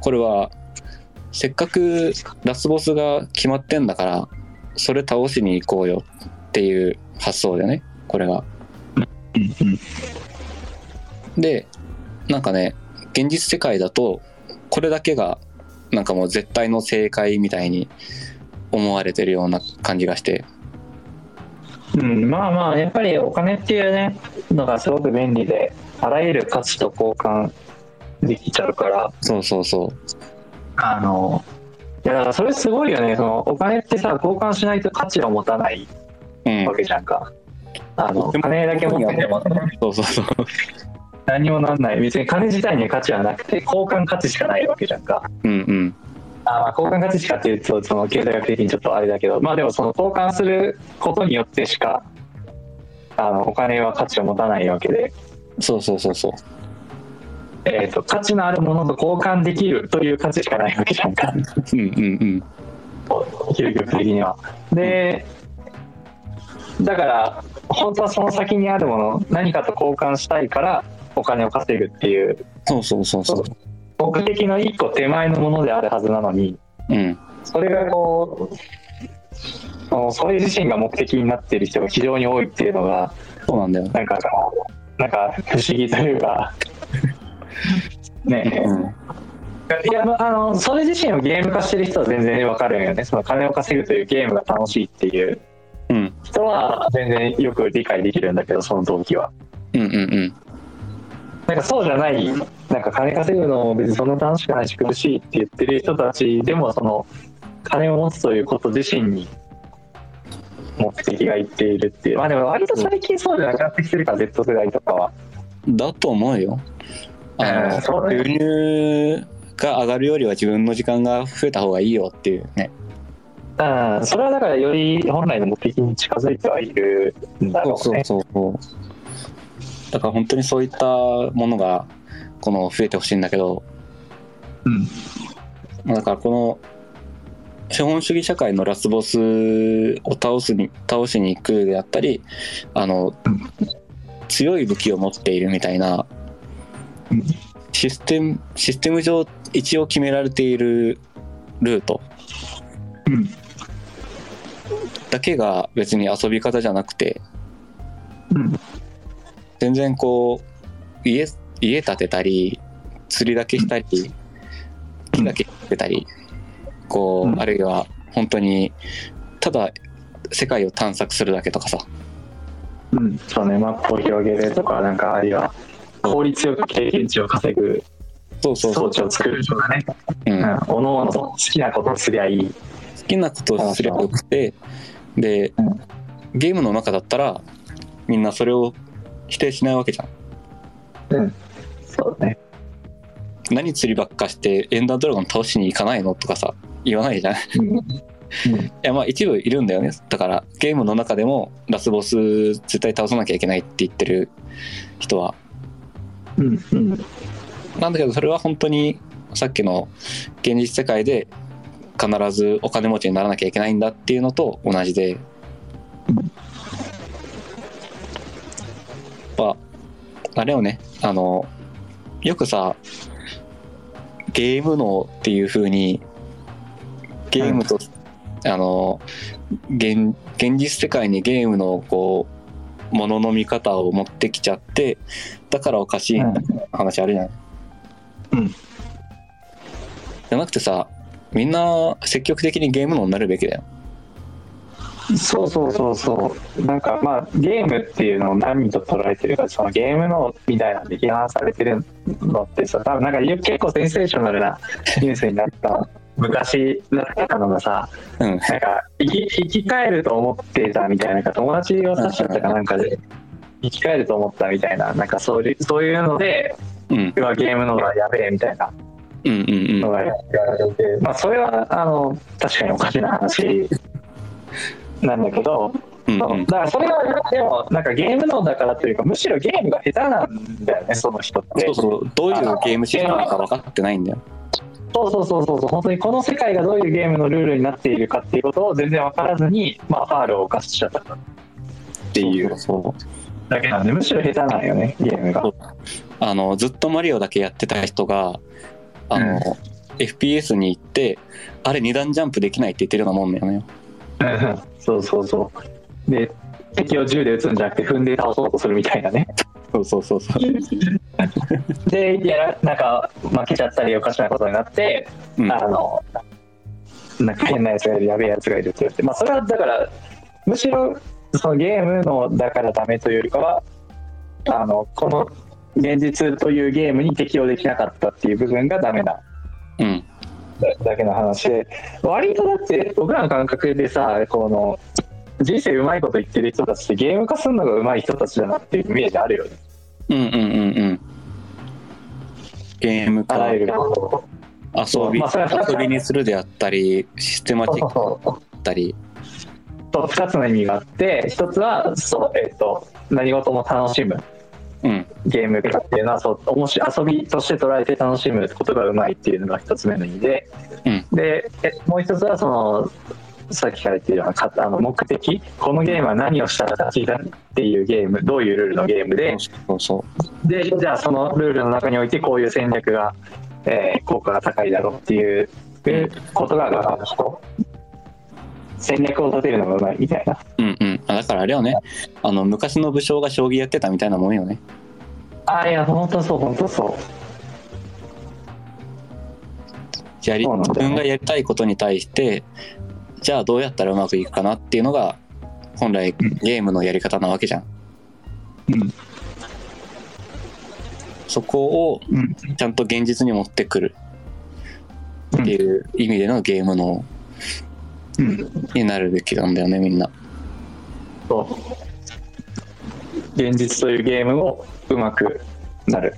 これはせっかくラスボスが決まってんだからそれ倒しに行こうよっていう発想でねこれが。うんうんでなんかね現実世界だとこれだけがなんかもう絶対の正解みたいに思われてるような感じがしてうん、まあまあやっぱりお金っていうねのがすごく便利であらゆる価値と交換できちゃうからそうそうそうあのいやだからそれすごいよねそのお金ってさ交換しないと価値を持たないうんわけじゃんか、あのでも金だけ持っててもそうそうそう何にもなんない別に金自体に価値はなくて交換価値しかないわけじゃんかうんうんあまあ交換価値しかっていうとその経済学的にちょっとあれだけどまあでもその交換することによってしかあのお金は価値を持たないわけでそうそうそうそうえー、と価値のあるものと交換できるという価値しかないわけじゃんかうんうんうん究極的には。でだから本当はその先にあるもの何かと交換したいからお金を稼ぐっていうそうそうそうそう目的の一個手前のものであるはずなのにうんそれがこうそのそれ自身が目的になっている人が非常に多いっていうのがそうなんだよねなんかなんか不思議というかねえ。うんいやまああのそれ自身をゲーム化してる人は全然わかるよねその金を稼ぐというゲームが楽しいっていううん人は全然よく理解できるんだけどその動機はうんうんうんなんかそうじゃないなんか金稼ぐのも別にそんな楽しくないし苦しいって言ってる人たちでもその金を持つということ自身に目的がいっているっていうまあでも割と最近そうじゃなくなってきてるから Z 世代とかはだと思うよ。あのうんそうね収入が上がるよりは自分の時間が増えた方がいいよっていうね。うんそれはだからより本来の目的に近づいてはいるんだそろううそねうそうそう。だから本当にそういったものがこの増えてほしいんだけど、うんだからこの資本主義社会のラスボスを倒すに倒しに行くであったり、あの強い武器を持っているみたいなうんシステムシステム上一応決められているルートうんだけが別に遊び方じゃなくてうん全然こう家家建てたり釣りだけしたり木だけ切ってたりこううんあるいは本当にただ世界を探索するだけとかさうん、そうね、マップを広げるとか、なんか、あるいは効率よく経験値を稼ぐそうそう装そう、置を作るとかね、う、うんん、好おのおの好きなことをすりゃいい。きなことをすればよくてでうんゲームの中だったらみんなそれを否定しないわけじゃんそうね。何釣りばっかしてエンダードラゴン倒しに行かないのとかさ言わないじゃんうんいやまあ一部いるんだよねだからゲームの中でもラスボス絶対倒さなきゃいけないって言ってる人はうんうんなんだけどそれは本当にさっきの現実世界で必ずお金持ちにならなきゃいけないんだっていうのと同じでやっぱあれよねあのよくさゲーム脳っていう風にゲームと、あの現現実世界にゲームのこうものの見方を持ってきちゃってだからおかしいんだ話あるじゃん。うんじゃなくてさ、みんな積極的にゲーム脳になるべきだよ。うん、そうそうそうそうなんかまあゲームっていうのを何と捉えてるかそのゲームのみたいなんで批判されてるのってさ多分なんか結構センセーショナルなニュースになった昔だったのがさ、うん。なんか生き生き返ると思ってたみたいななんか友達を刺しちゃったかなんかで生き返ると思ったみたいななんかそういうそういうのでうん。うわゲームの方がやべえみたいなうんうんのがやられて、まあ、それはあの確かにおかしな話なんだけど、うん。うんそううんだからそれはでもなんかゲーム脳だからというかむしろゲームが下手なんだよねその人ってそうそう。どういうゲームシステムか分かってないんだよ。そうそうそうそうそう本当にこの世界がどういうゲームのルールになっているかっていうことを全然分からずに、まあ、ファールを犯しちゃったっていうそうそう。だけなんでむしろ下手なんよねゲームがそうあのずっとマリオだけやってた人があの、うん FPS に行ってあれ二段ジャンプできないって言ってるようなもんだよね。 [laughs] そうそうそうで敵を銃で撃つんじゃなくて踏んで倒そうとするみたいなねそうそうそうそう。でやらなんか負けちゃったりおかしなことになって、うん、あのなんか変なやつがいるやべえやつがいるって言ってまあそれはだからむしろそのゲームのだからダメというよりかはあのこの現実というゲームに適応できなかったっていう部分がダメなうん、だけの話で割とだって僕らの感覚でさこの人生うまいこと言ってる人たちってゲーム化するのがうまい人たちだなっていうイメージあるよねうんうんうんうん。ゲームあからゆ遊ることび、まあそれは遊びにするであったりシステマそうティそッうクそうだったり。と2つの意味があって1つはそう、えっと何事も楽しむうんゲーム化っていうのはそう面白い遊びとして捉えて楽しむことがうまいっていうのが1つ目の意味で、うんでえもう1つはそのさっきから言ってるようなかあの目的このゲームは何をしたら勝ちだっていうゲームどういうルールのゲームでそうそでじゃあそのルールの中においてこういう戦略が、えー効果が高いだろうっていうことが分かる人戦略を立てるのがうまいみたいなう。うんうん。あだからあれよね。あの昔の武将が将棋やってたみたいなもんよね。あいや本当そう本当そやりそうなんだよ自ね分がやりたいことに対してじゃあどうやったらうまくいくかなっていうのが本来うんゲームのやり方なわけじゃん、ううんそこをうんちゃんと現実に持ってくるっていう意味でのゲームのうんになるべきなんだよねみんなそう現実というゲームをうまくなる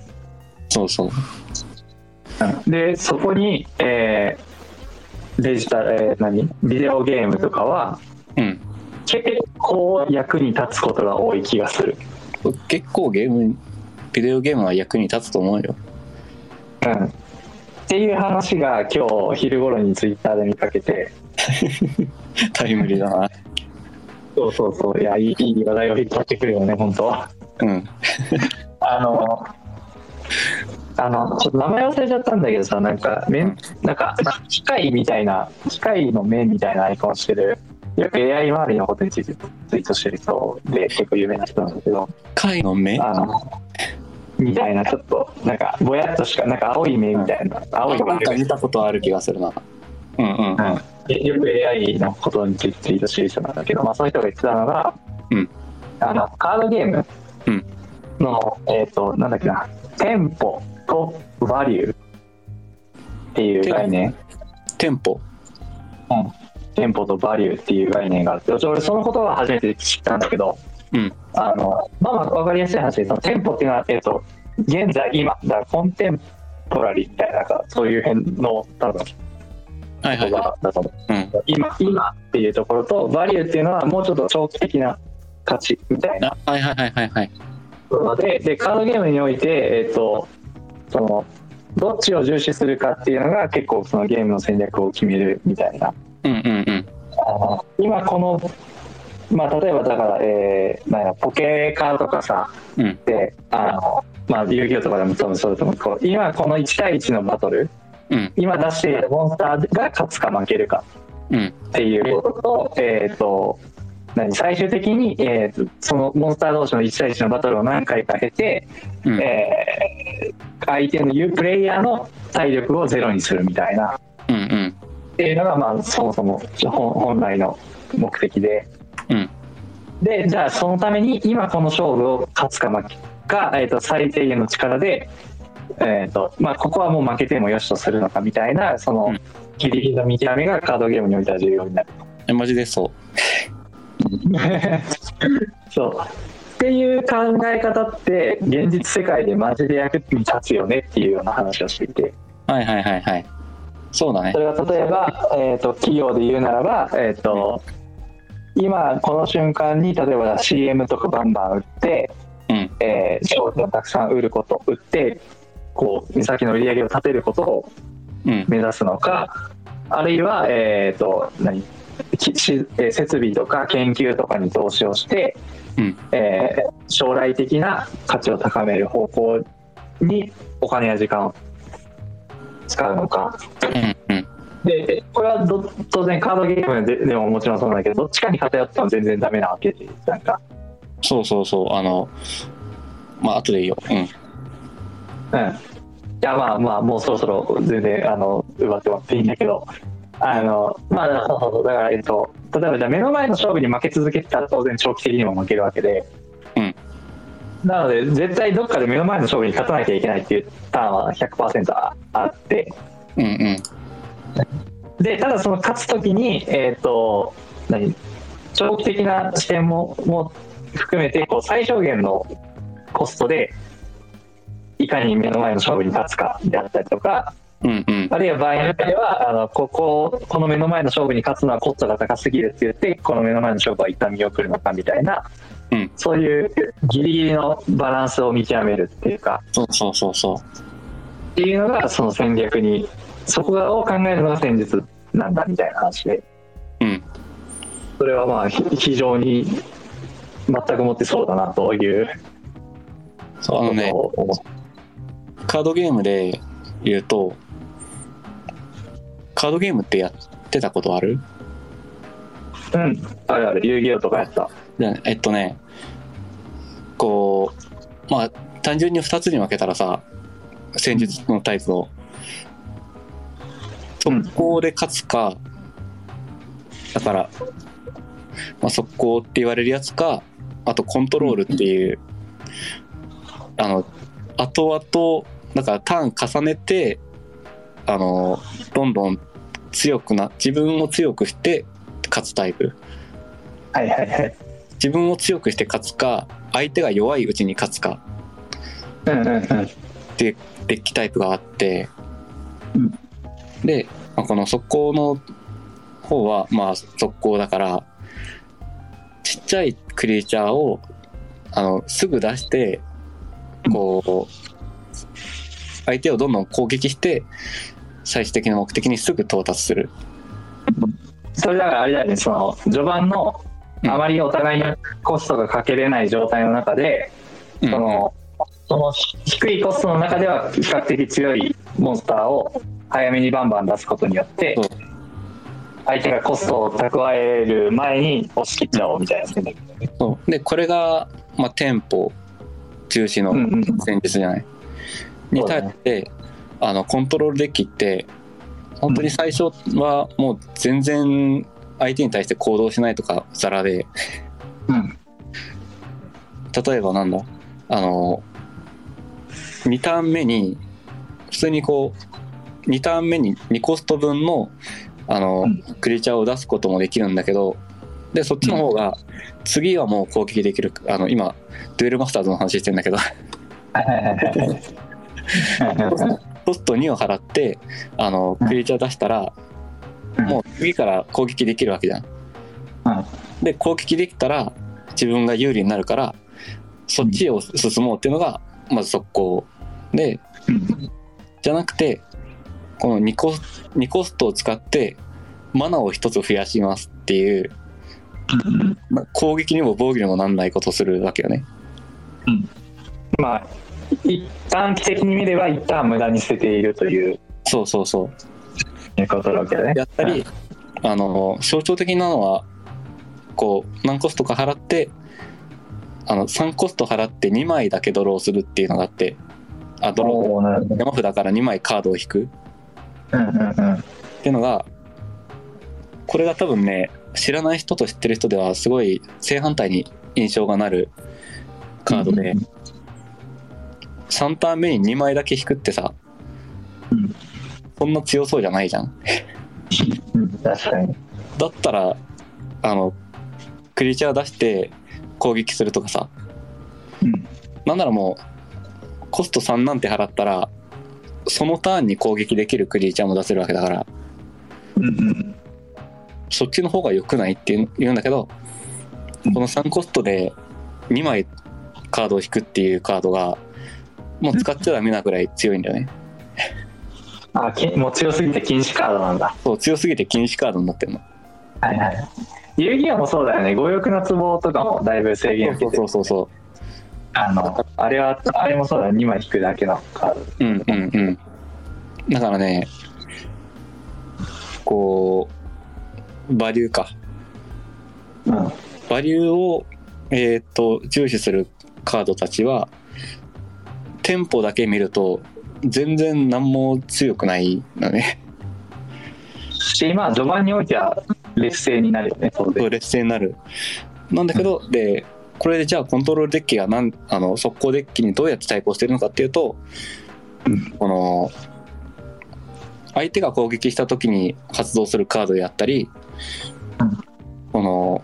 そうそうでそこに、えーデジタル、えー何ビデオゲームとかはうん結構役に立つことが多い気がする結構ゲームビデオゲームは役に立つと思うよ [laughs] うんっていう話が今日昼頃にツイッターで見かけてタイムリーだなそうそうそういやいいいい話題を引っ張ってくるよね本当はうんあのあのちょっと名前忘れちゃったんだけどさなんか面なんか機械みたいな機械の面みたいなアイコンしてるよく AI 周りのことについてツイートしてる人で結構有名な人なんだけど貝の目あのみたいなちょっとなんかぼやっとしかなんか青い目みたいな青いなん目か見たことある気がするなうんうんでよく AI のことについてツイートしてる人なんだけど、まあ、その人が言ってたのが、うんあのカードゲームうんの、えっ、となんだっけなテンポとバリューっていう概念テンポテンポとバリューっていう概念があって俺そのことは初めて知ったんだけど、うんあのまあまあ分かりやすい話でそのテンポっていうのは、えっと現在今だからコンテンポラリーみたいななんかそういう辺の多分はいは言いは葉だと思ういうん今今っていうところとバリューっていうのはもうちょっと長期的な価値みたいなあはいはいはいはいはいところででカードゲームにおいて、えっとそのどっちを重視するかっていうのが結構そのゲームの戦略を決めるみたいなうんうんうんあの今この、まあ、例えばだから、えーなんやポケカとかさうんであの、まあ、遊戯王とかでも多分そうだと思うけどこう今この1対1のバトルうん今出しているモンスターが勝つか負けるかうんっていうことと、えっ、と、何最終的に、えーとそのモンスター同士の1対1のバトルを何回か経て、うんえー相手の言うプレイヤーの体力をゼロにするみたいなうんうんっていうのが、まあ、そもそも本本来の目的で、うんでじゃあそのために今この勝負を勝つか負けか、えー、と最低限の力で、ええーとまあ、ここはもう負けてもよしとするのかみたいなその、うんギリギリの見極めがカードゲームにおいては重要になる。えマジでそう。そうっていう考え方って現実世界でマジで役に立つよねっていうような話をしていてはいはいはいはい。そうだねそ。れが例えば、えー、と企業で言うならば、えー、と今この瞬間に例えば CM とかバンバン売って、うんえー商品をたくさん売ること売ってこう目先の売り上げを立てることをうん。目指すのかあるいは、えー、と何きしえー設備とか研究とかに投資をして、うんえー将来的な価値を高める方向にお金や時間を使うのかうんうん。でこれはど当然カードゲームででももちろんそうなんだけどどっちかに偏っても全然ダメなわけでなんか、そうそうそう。あの、まあ、後でいいよ。うん。うん、いやまあまあもうそろそろ全然あの奪ってもらっていいんだけどあのまあそうそうそうだからえっと例えばじゃあ目の前の勝負に負け続けてたら当然長期的にも負けるわけで、うんなので絶対どっかで目の前の勝負に勝たなきゃいけないっていうターンは100%ああってうんうん。でただその勝つ時にえっ、と何長期的な視点もも含めてこう最小限のコストでいかに目の前の勝負に勝つかであったりとかうんうん。あるいは場合によってはあのこここの目の前の勝負に勝つのはコストが高すぎるって言ってこの目の前の勝負は一旦見送るのかみたいな、うんそういうギリギリのバランスを見極めるっていうかそうそうそうそう。っていうのがその戦略にそこを考えるのが戦術なんだみたいな話でうん。それはまあひ非常に全くもってそうだなというそうあのね、ことを思っカードゲームで言うと、カードゲームってやってたことあるたうんあれあれ遊戯王とかやったじゃあえっとね、こう、まあ、単純に2つに分けたらさ、戦術のタイプを。うん速攻で勝つか、だから、まあ、速攻って言われるやつか、あとコントロールっていう、あの、後々、だからターン重ねて、あの、どんどん強くな、自分を強くして勝つタイプ。はいはいはい自分を強くして勝つか相手が弱いうちに勝つかうんうんうんデッキタイプがあって、うんで、まあこの速攻の方はまあ速攻だからちっちゃいクリーチャーをあのすぐ出してこう相手をどんどん攻撃して最終的な目的にすぐ到達するそれだからあれだよねその序盤のうんあまりお互いにコストがかけれない状態の中で、うんそのその低いコストの中では比較的強いモンスターを早めにバンバン出すことによってそう相手がコストを蓄える前に押し切っちゃおうみたいな戦略そうでこれが、まあ、テンポ重視のうんうん戦術じゃない、に対して、あのコントロールデッキって本当に最初はもう全然相手に対して行動しないとかザラでうん例えばなんだあの2ターン目に普通にこう2ターン目に2コスト分のあのうんクリーチャーを出すこともできるんだけどでそっちの方が次はもう攻撃できるあの今デュエルマスターズの話してんだけどはいはいはいはいコスト2を払ってあのうんクリーチャー出したら、うんもう次から攻撃できるわけじゃん。で攻撃できたら自分が有利になるからそっちを進もうっていうのがまず速攻でうんじゃなくてこの2コス2コストを使ってマナを1つ増やしますっていう、まあ攻撃にも防御にもなんないことをするわけよね。 [laughs] まあ一短期的に見れば一旦無駄に捨てているというそうそうそうことだわけだねやったり、あの象徴的なのはこう何コストか払ってあの3コスト払って2枚だけドローするっていうのがあってあドロおーなるほー山札から2枚カードを引くどうんうんうんっていうのがこれが多分ね知らない人と知ってる人ではすごい正反対に印象がなるカードで、うん3ターン目に2枚だけ引くってさ、うんそんな強そうじゃないじゃんうん、確かに。だったらあのクリーチャー出して攻撃するとかさうん。なんならもうコスト3なんて払ったらそのターンに攻撃できるクリーチャーも出せるわけだからうんうん。そっちの方が良くないって言うんだけどうんこの3コストで2枚カードを引くっていうカードがもう使っちゃダメなくらい強いんだよねあ、きもう強すぎて禁止カードなんだ。そう強すぎて禁止カードになってるのはいはい。遊戯王もそうだよね。強欲な壺とかもだいぶ制限受そけうてそる。うそうそあの、あれは、あれもそうだよ。2枚引くだけのカード。ううんうんうんだからねこうバリューかうん。バリューを、えーっと重視するカードたちはテンポだけ見ると全然何も強くないのねし、まあ、序盤においては劣勢になるよね、そうで。劣勢になるなんだけどでこれでじゃあコントロールデッキがなんあの速攻デッキにどうやって対抗してるのかっていうと、うんこの相手が攻撃した時に発動するカードであったり、うんこの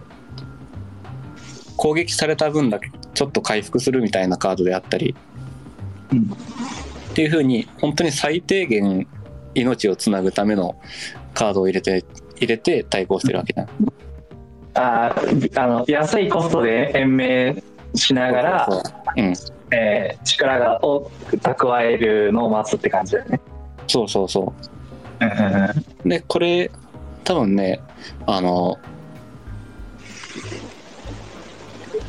攻撃された分だけちょっと回復するみたいなカードであったり、うんっていう風に本当に最低限命をつなぐためのカードを入れて入れて対抗してるわけじゃん。あーあの、安いコストで延命しながら、そううん、えー力がを蓄えるのを待つって感じだよね。そうそうそうんうんうんう。でこれ多分ねあの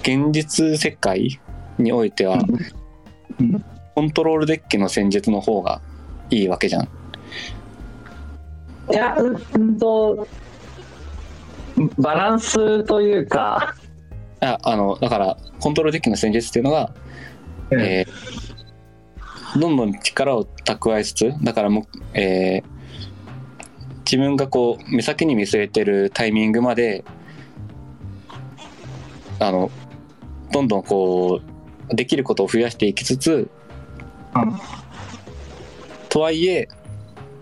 現実世界においてはうんコントロールデッキの戦術の方がいいわけじゃん。いや、ううんと、バランスというか、ああのだからコントロールデッキの戦術っていうのが、えーどんどん力を蓄えつつだからもう、えー自分がこう目先に見据えてるタイミングまであのどんどんこうできることを増やしていきつつうんとはいえ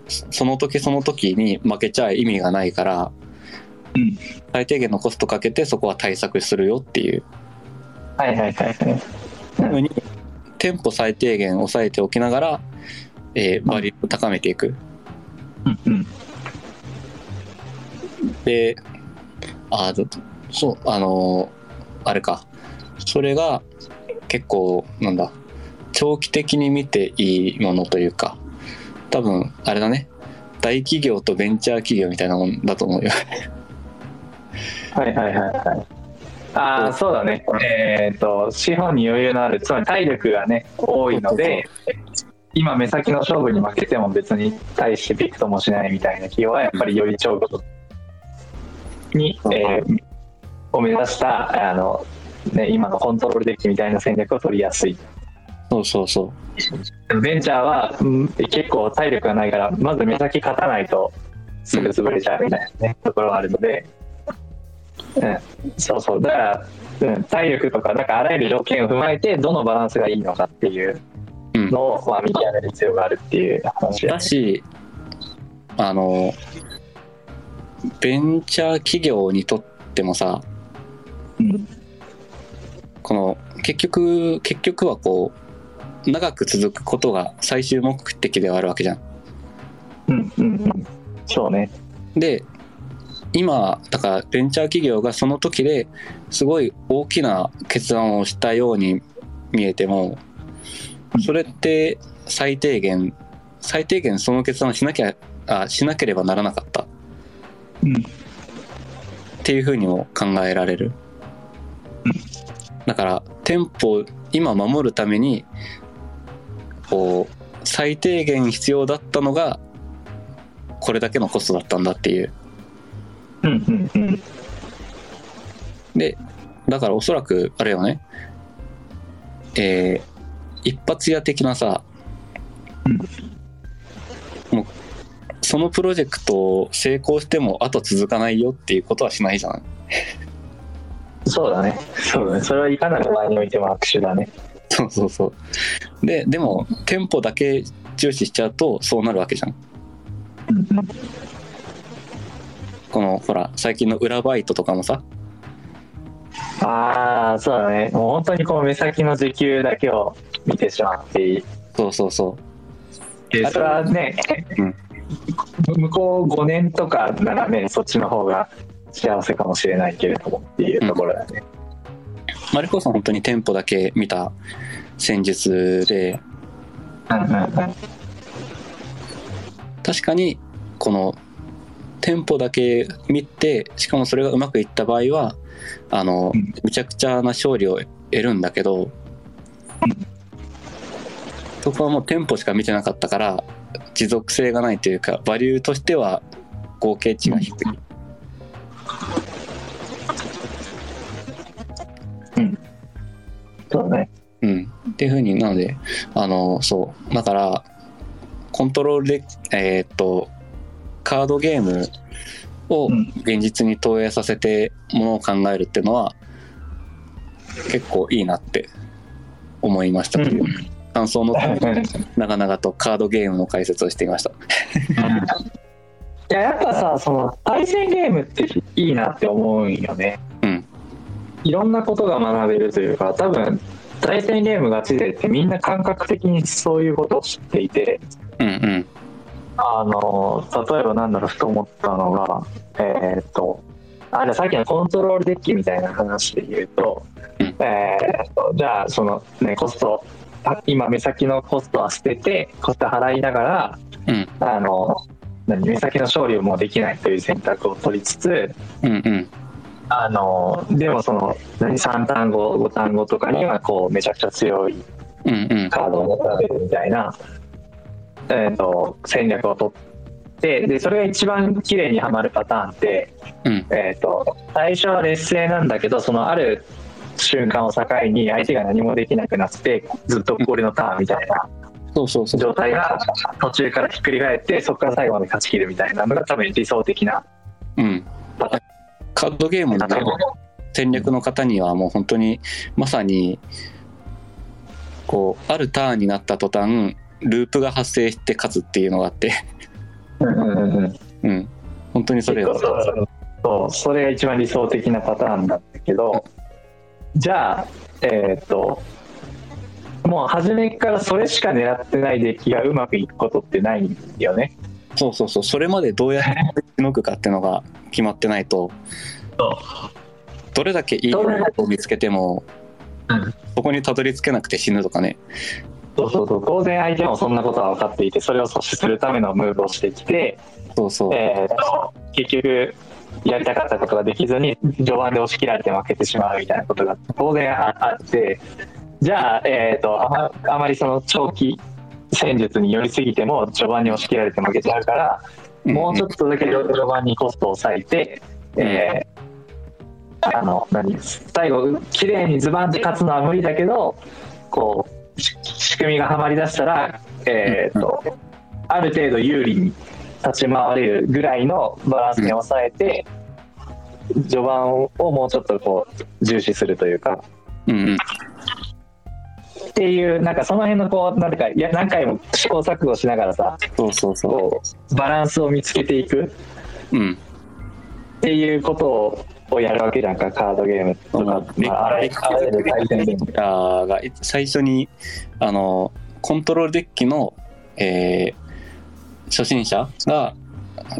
そその時その時に負けちゃ意味がないからうん最低限のコストかけてそこは対策するよっていうはいはいはいはい。のにテンポ最低限抑えておきながら、えーバリューを高めていく。うんうんで、あー、どそう、あのーあれか。それが結構、なんだ、長期的に見ていいものというか、多分、あれだね。大企業とベンチャー企業みたいなもんだと思うよ。 [laughs] はいはいはいはい。ああ、そうだね。えっ、と、資本に余裕のある、つまり体力がね、多いので、今目先の勝負に負けても別に対してビクともしないみたいな企業はやっぱりより長期に、うんえーを目指したあの、ね、今のコントロールデッキみたいな戦略を取りやすいそうそうそベンチャーは、うん結構体力がないからまず目先勝たないとすぐ潰れちゃうみたいな、ねところがあるので、うん、そうそうだから、うん、体力とかなんかあらゆる条件を踏まえてどのバランスがいいのかっていうう。うん。のを、まあ、見極める必要があるっていう話だだし、あの、ベンチャー企業にとってもさ、うんこの結局結局はこう長く続くことが最終目的ではあるわけじゃん。うんうんうんそうねで今だからベンチャー企業がその時ですごい大きな決断をしたように見えてもそれって最低限最低限その決断をしなきゃあしなければならなかったっうんていうふうにも考えられる。だから店舗今守るためにこう最低限必要だったのがこれだけのコストだったんだっていううんうんうんでだからおそらくあれよねえー一発屋的なさ、もうそのプロジェクトを成功してもあと続かないよっていうことはしないじゃないそうだねそうだねそれはいかなる場合においても握手だね [laughs] そうそうそう。で、でも、テンポだけ重視しちゃうと、そうなるわけじゃん。この、ほら、最近の裏バイトとかもさ、ああ、そうだね。もう本当にこう目先の時給だけを見てしまっていい。そうそうそでそれはね、うん向こう5年とか7年そっちの方が幸せかもしれないけれどもっていうところだね。う。まあ、あれこそ本当にテンポだけ見た戦術で、うんうんうん確かに、この、テンポだけ見て、しかもそれがうまくいった場合は、あのうん、むちゃくちゃな勝利を得るんだけど、そこはもうテンポしか見てなかったから、持続性がないというか、バリューとしては合計値が低い。そうだね。うん、っていうふうになのであのそうだからコントロールでえーっとカードゲームをうん現実に投影させてものを考えるっていうのは結構いいなって思いましたというう感想のうんうん長々とカードゲームの解説をしていました。いややっぱさその対戦ゲームっていいなって思うんよね、うんいろんなことが学べるというか多分対戦ゲームがちでってみんな感覚的にそういうことを知っていてうんうんあの例えばなんだろうふと思ったのがえーっとあじゃあさっきのコントロールデッキみたいな話で言うと、うんえーっとじゃあその、ね、コストあ今目先のコストは捨ててコスト払いながらうんあの何目先の勝利をもうできないという選択を取りつつうんうんあのでもその何3単語5単語とかにはこうめちゃくちゃ強いうんうんカードを持たれるみたいな、えー、と戦略を取ってでそれが一番綺麗にはまるパターンって、うんえー、と最初は劣勢なんだけどそのある瞬間を境に相手が何もできなくなってずっと俺のターンみたいなそうそうそう状態が途中からひっくり返ってそこから最後まで勝ち切るみたいなのが多分理想的なうんカードゲームのね戦略の方にはもう本当にまさにこうあるターンになった途端ループが発生して勝つっていうのがあって、 [laughs] うんうんうんうんうん、本当にそれ結構をそうそうそれが一番理想的なパターンなんだけどじゃあえっ、ともう初めからそれしか狙ってないデッキがうまくいくことってないんだよねそうそうそうそれまでどうやってしのぐかっていうのが決まってないとそうどれだけいいことを見つけてもうんそこにたどり着けなくて死ぬとかねそうそうそう当然相手もそんなことは分かっていてそれを阻止するためのムーブをしてきてそうそうえーと結局やりたかったことができずに序盤で押し切られて負けてしまうみたいなことが当然ああってじゃあ,、えー、とあまあまりその長期戦術に寄りすぎても序盤に押し切られて負けちゃうからもうちょっとだけ序盤にコストを抑えて、えーあの何最後綺麗にズバンって勝つのは無理だけどこうし仕組みがはまりだしたら、えーとある程度有利に立ち回れるぐらいのバランスに抑えて、序盤をもうちょっとこう重視するというかうんうんっていうなんかその辺のこうなんかいや何回も試行錯誤しながらさそうそうそこうバランスを見つけていくううんっていうことをやるわけじゃんかカードゲームとか、まあ、あらゆるあらゆる対戦ゲームあーがい最初にあのコントロールデッキの、えー初心者が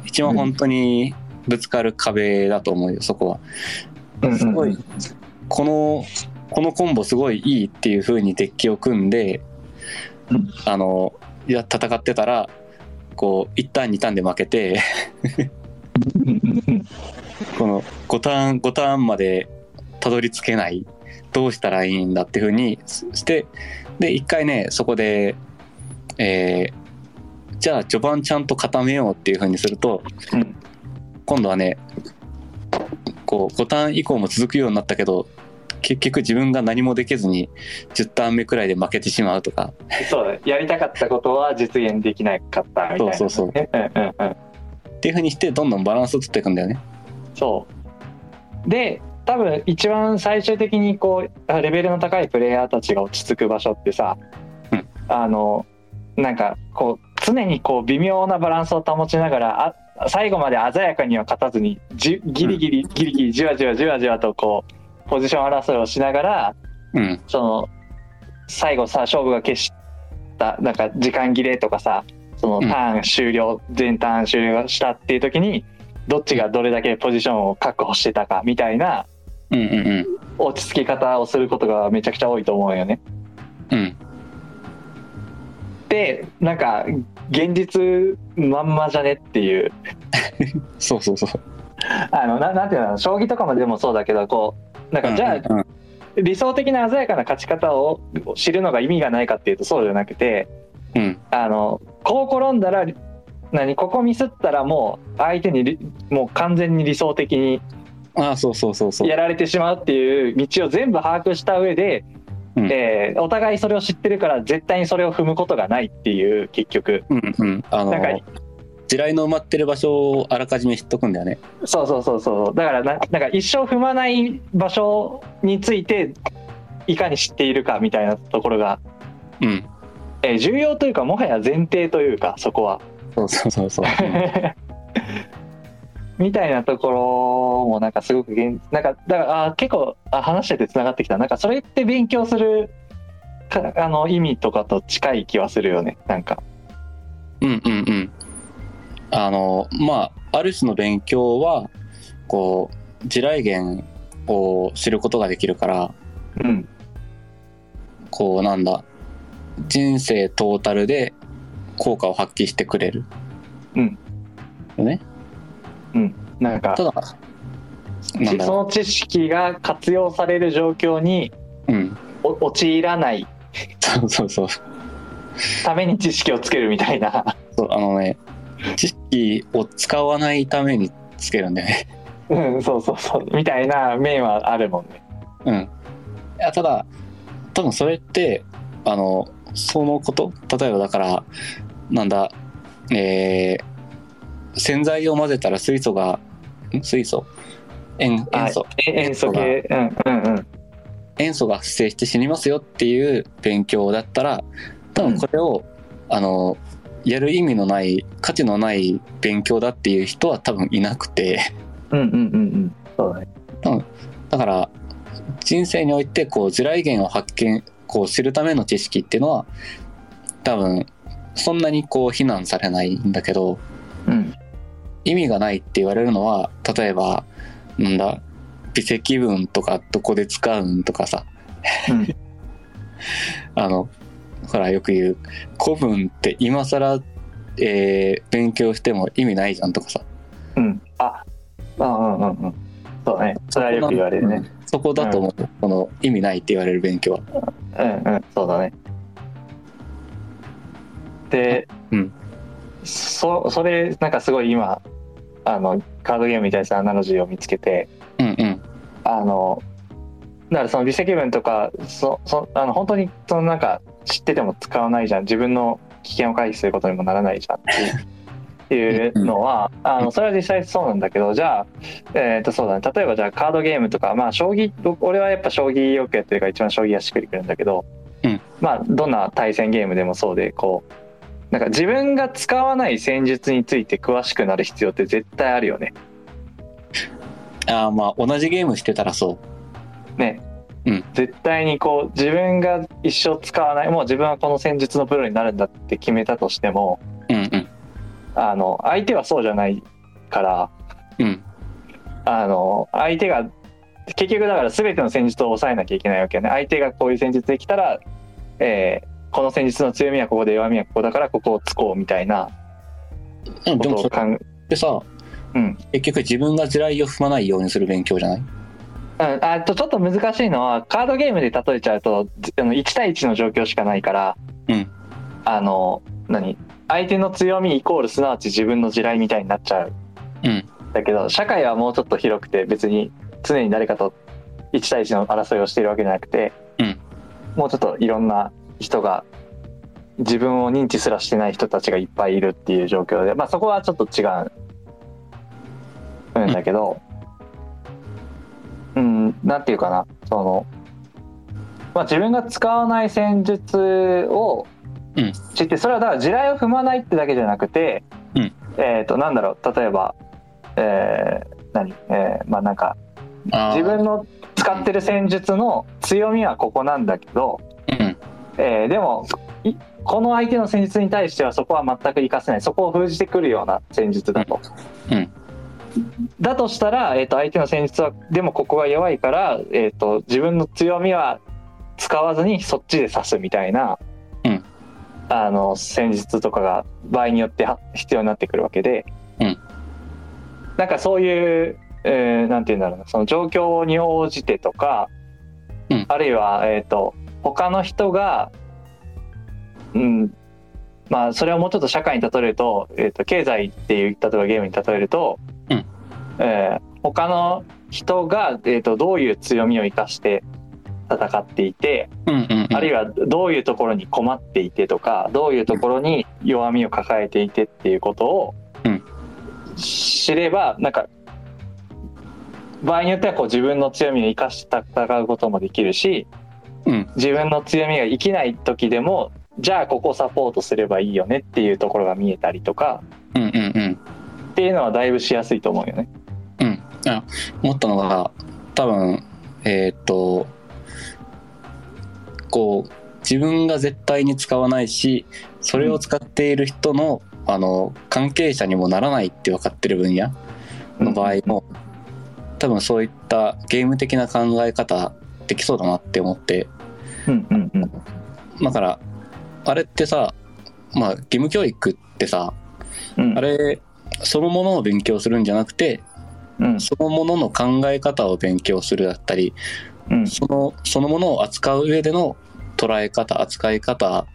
一番本当にぶつかる壁だと思うよそこは。うんすごうんいこのこのコンボすごいいいっていう風にデッキを組んでうんあのいや戦ってたらこう1ターン2ターンで負けてうんうんこの5ターン5ターンまでたどり着けないどうしたらいいんだっていうふうにしてで一回ねそこで、えーじゃあ序盤ちゃんと固めようっていうふうにすると、うん今度はねこう5ターン以降も続くようになったけど結局自分が何もできずに10ターン目くらいで負けてしまうとか [laughs] そうだやりたかったことは実現できなかったみたいな、そうそうそうねうんうんうんっていうふうにしてどんどんバランスを取っていくんだよね。そうで多分一番最終的にこうレベルの高いプレイヤーたちが落ち着く場所ってさ、うんあのなんかこう常にこう微妙なバランスを保ちながらあ最後まで鮮やかには勝たずにじギリギリギリギリじわじわじわじわとこうポジション争いをしながらうん。その最後さ勝負が決したなんか時間切れとかさそうのんターン終了、全ターン終了したっていう時にどっちがどれだけポジションを確保してたかみたいなうんうんうん。落ち着き方をすることがめちゃくちゃ多いと思うよね。うん。でなんか現実まんまじゃねっていうそうそうそう。あのななんていうの将棋とかもでもそうだけどこうなんかじゃあ、うん理想的な鮮やかな勝ち方を知るのが意味がないかっていうとそうじゃなくて、うん。あのこう転んだら何ここミスったらもう相手にりもう完全に理想的にああ、そうそうそうそう。やられてしまうっていう道を全部把握した上で、うんえーお互いそれを知ってるから絶対にそれを踏むことがないっていう結局うんうん。あのなんか、地雷の埋まってる場所をあらかじめ知っとくんだよね。そうそうそうそうだからななんか一生踏まない場所についていかに知っているかみたいなところが、うん。えー重要というかもはや前提というかそこは。そうそうそう [laughs] そう。うんみたいなところもなんかすごく現なんかだからあー結構あ話しててつながってきたなんかそれって勉強するかあの意味とかと近い気はするよねなんかうんうんうん。あのまあある種の勉強はこう地雷原を知ることができるからうんこうなんだ人生トータルで効果を発揮してくれる。うん。ね。なんかただなちんだそろの知識が活用される状況にう。うん。お陥らないそうそうそう。ために知識をつけるみたいな [laughs] そうあのね知識を使わないためにつけるんだよね。うんそうそうそうみたいな面はあるもんねうん。いやただ多分それってあのそのこと例えばだからなんだえー洗剤を混ぜたら水素がん水素塩あ塩素え塩素系うんうんうん塩素が発生して死にますよっていう勉強だったら多分これを、あのやる意味のない価値のない勉強だっていう人は多分いなくてうんうんうんうんそうだねだから人生においてこう地雷原を発見こう知るための知識っていうのは多分そんなにこう非難されないんだけどうん意味がないって言われるのは例えばなんだ微積分とかどこで使うんとかさうんあのほらよく言う古文って今更、えー勉強しても意味ないじゃんとかさうん。あ、うんうんうんうん。そうね。それはよく言われるね。そこだと思う、この意味ないって言われる勉強は。うんうん。そうだね。で、うん。そ、それ、なんかすごい今、あの、カードゲームに対するアナロジーを見つけて、うんうんあの、だからその微積分とか、そ、そ、あの、本当に、そのなんか、知ってても使わないじゃん。自分の危険を回避することにもならないじゃんっていう。っ [laughs] ていうのは、あの、それは実際そうなんだけど、じゃあ、えっ、と、そうだね。例えばじゃあカードゲームとか、まあ、将棋、僕俺はやっぱ将棋よくやってるから一番将棋がしっくりくるんだけど、うんまあ、どんな対戦ゲームでもそうで、こう、なんか自分が使わない戦術について詳しくなる必要って絶対あるよね。あーまあ同じゲームしてたらそうね、うん絶対にこう自分が一生使わないもう自分はこの戦術のプロになるんだって決めたとしてもうんうんあの相手はそうじゃないからうんあの相手が結局だから全ての戦術を抑えなきゃいけないわけよね相手がこういう戦術できたら、えーこの戦術の強みはここで弱みはここだからここを突こうみたいなうんこでともそをれ考えってさ、うん結局自分が地雷を踏まないようにする勉強じゃないうん、あとちょっと難しいのはカードゲームで例えちゃうとずあの1対1の状況しかないから、うんあの何相手の強みイコールすなわち自分の地雷みたいになっちゃう、うんだけど社会はもうちょっと広くて別に常に誰かと1対1の争いをしているわけじゃなくて、うんもうちょっといろんな人が自分を認知すらしてない人たちがいっぱいいるっていう状況で、まあ、そこはちょっと違ううんだけど、うん、なんていうかなその、まあ、自分が使わない戦術をうん知って、それはだから地雷を踏まないってだけじゃなくて、うんえっ、となんだろう例えば、えー何えーまあなんかあー自分の使ってる戦術の強みはここなんだけど、うんえーでもいこの相手の戦術に対してはそこは全く活かせないそこを封じてくるような戦術だと。うんうんだとしたら、えー、と相手の戦術はでもここが弱いから、えー、と自分の強みは使わずにそっちで刺すみたいな、うんあの戦術とかが場合によっては必要になってくるわけで、うんなんかそういう、えーなんて言うんだろうなその状況に応じてとか、うんあるいは、えー、と他の人が、うんまあ、それをもうちょっと社会に例えると,、えー、と経済っていう例えばゲームに例えると、うんえー他の人が、えー、とどういう強みを生かして戦っていて、うんうんあるいはどういうところに困っていてとかどういうところに弱みを抱えていてっていうことをうん知れば、なんか場合によってはこう自分の強みを生かして戦うこともできるし、うん自分の強みが生きない時でもじゃあここサポートすればいいよねっていうところが見えたりとかうんうんうんっていうのはだいぶしやすいと思うよね。うん、あ思ったのが多分えーっとこう自分が絶対に使わないしそれを使っている人の,、あの関係者にもならないって分かってる分野の場合も、多分そういったゲーム的な考え方できそうだなって思ってうんうんうんだからあれってさ、まあ、義務教育ってさうんあれそのものを勉強するんじゃなくてうんそのものの考え方を勉強するだったりうんそのそのものを扱う上での捉え方扱い方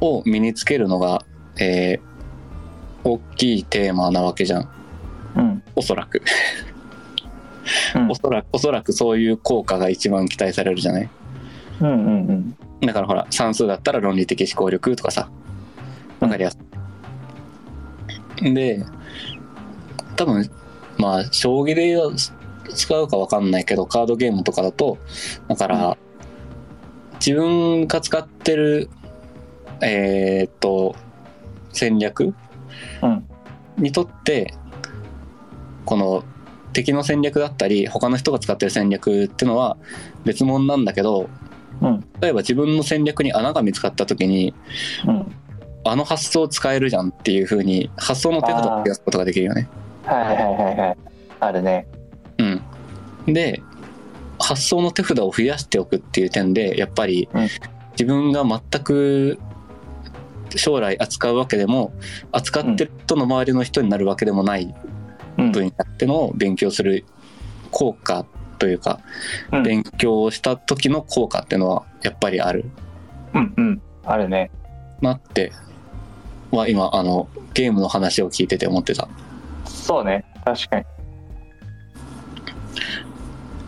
を身につけるのが、えー大きいテーマなわけじゃんうんおそらく、うんおそらくおそらくそういう効果が一番期待されるじゃないうんうんうんだからほら算数だったら論理的思考力とかさわかりやすいで多分まあ将棋で使うかわかんないけどカードゲームとかだとだから、自分が使ってるえーっと戦略、うんにとってこの敵の戦略だったり他の人が使ってる戦略ってのは別物なんだけど、うん例えば自分の戦略に穴が見つかった時にうんあの発想を使えるじゃんっていう風に発想の手札を増やすことができるよね。はいはいはいはいあるね。うん、で発想の手札を増やしておくっていう点でやっぱりうん自分が全く将来扱うわけでも扱ってる人の周りの人になるわけでもないうん分野ってのを勉強する効果というか、うん勉強をした時の効果っていうのはやっぱりあるうんうんあるね。なっては今あのゲームの話を聞いてて思ってたそうね確かに。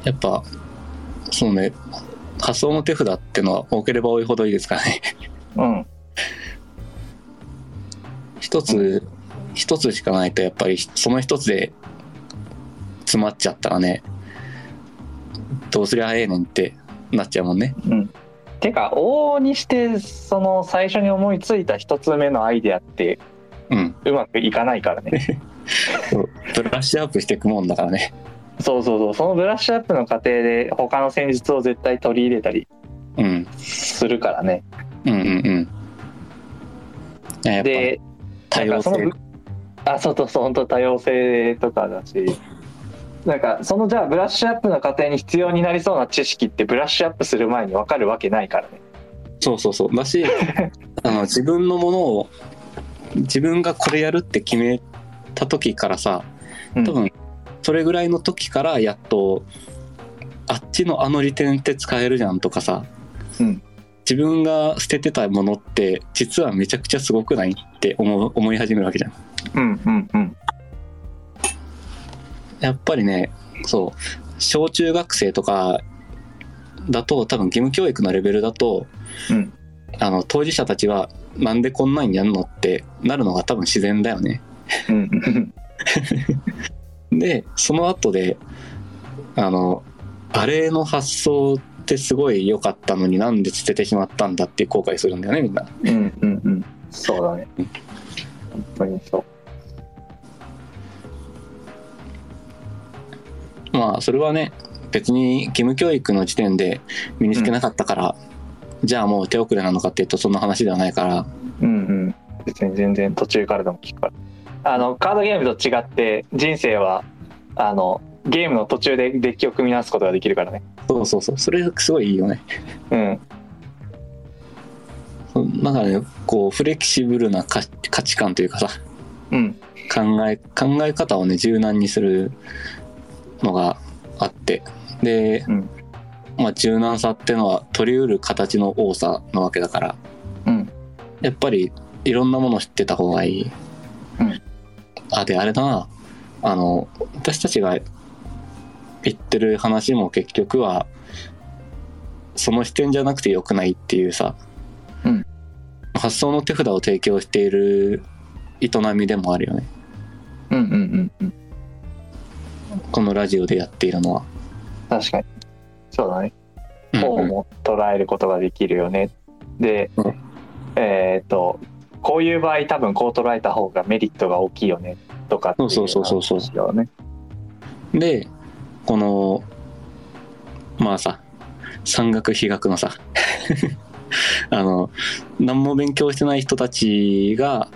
やっぱそうね発想の手札っていうのは多ければ多いほどいいですからね [laughs] うん一つ一つしかないとやっぱりその一つで詰まっちゃったらねどうすりゃ早いねんってなっちゃうもんねうん、てか往々にしてその最初に思いついた一つ目のアイデアってうんうまくいかないからねブラッシュアップしていくもんだからねそうそうそうそのブラッシュアップの過程で他の戦術を絶対取り入れたりうんするからねうんうんうんいややっぱで多な様んかその性ぶあそうそうそう本当多様性とかだしなんかそのじゃあブラッシュアップの過程に必要になりそうな知識ってブラッシュアップする前に分かるわけないからねそうそうそうだ [laughs] しあの自分のものを自分がこれやるって決めた時からさうん多分それぐらいの時からやっとあっちのあの利点って使えるじゃんとかさ、うん自分が捨ててたものって実はめちゃくちゃすごくないって思う思い始めるわけじゃんうんうんうんやっぱりねそう小中学生とかだと多分義務教育のレベルだと、うんあの当事者たちはなんでこんなんやんのってなるのが多分自然だよね。うんうんでその後であのあれの発想ってすごい良かったのになんで捨ててしまったんだって後悔するんだよねみんな。うんうんうんそうだね本当にそうまあそれはね別に義務教育の時点で身につけなかったから、じゃあもう手遅れなのかっていうとそんな話ではないからうんうん別に全然途中からでも聞くからあのカードゲームと違って人生はあのゲームの途中でデッキを組み直すことができるからねそうそうそうそれすごいいいよね。うんだからねこうフレキシブルな価価値観というかさうん考え考え方をね柔軟にするのがあってで、うんまあ、柔軟さってのは取り得る形の多さなわけだからうんやっぱりいろんなもの知ってた方がいい。うんあであれだなあの私たちが言ってる話も結局はその視点じゃなくてよくないっていうさ、うん発想の手札を提供している営みでもあるよねうんうんうんうんこのラジオでやっているのは。確かにそうだねうんこううんも捉えることができるよね。で、うんえっ、と、こういう場合多分こう捉えた方がメリットが大きいよねとかっていうそうそうそうそう話だよね。でこのまあさ山岳飛学のさ [laughs] あの何も勉強してない人たちが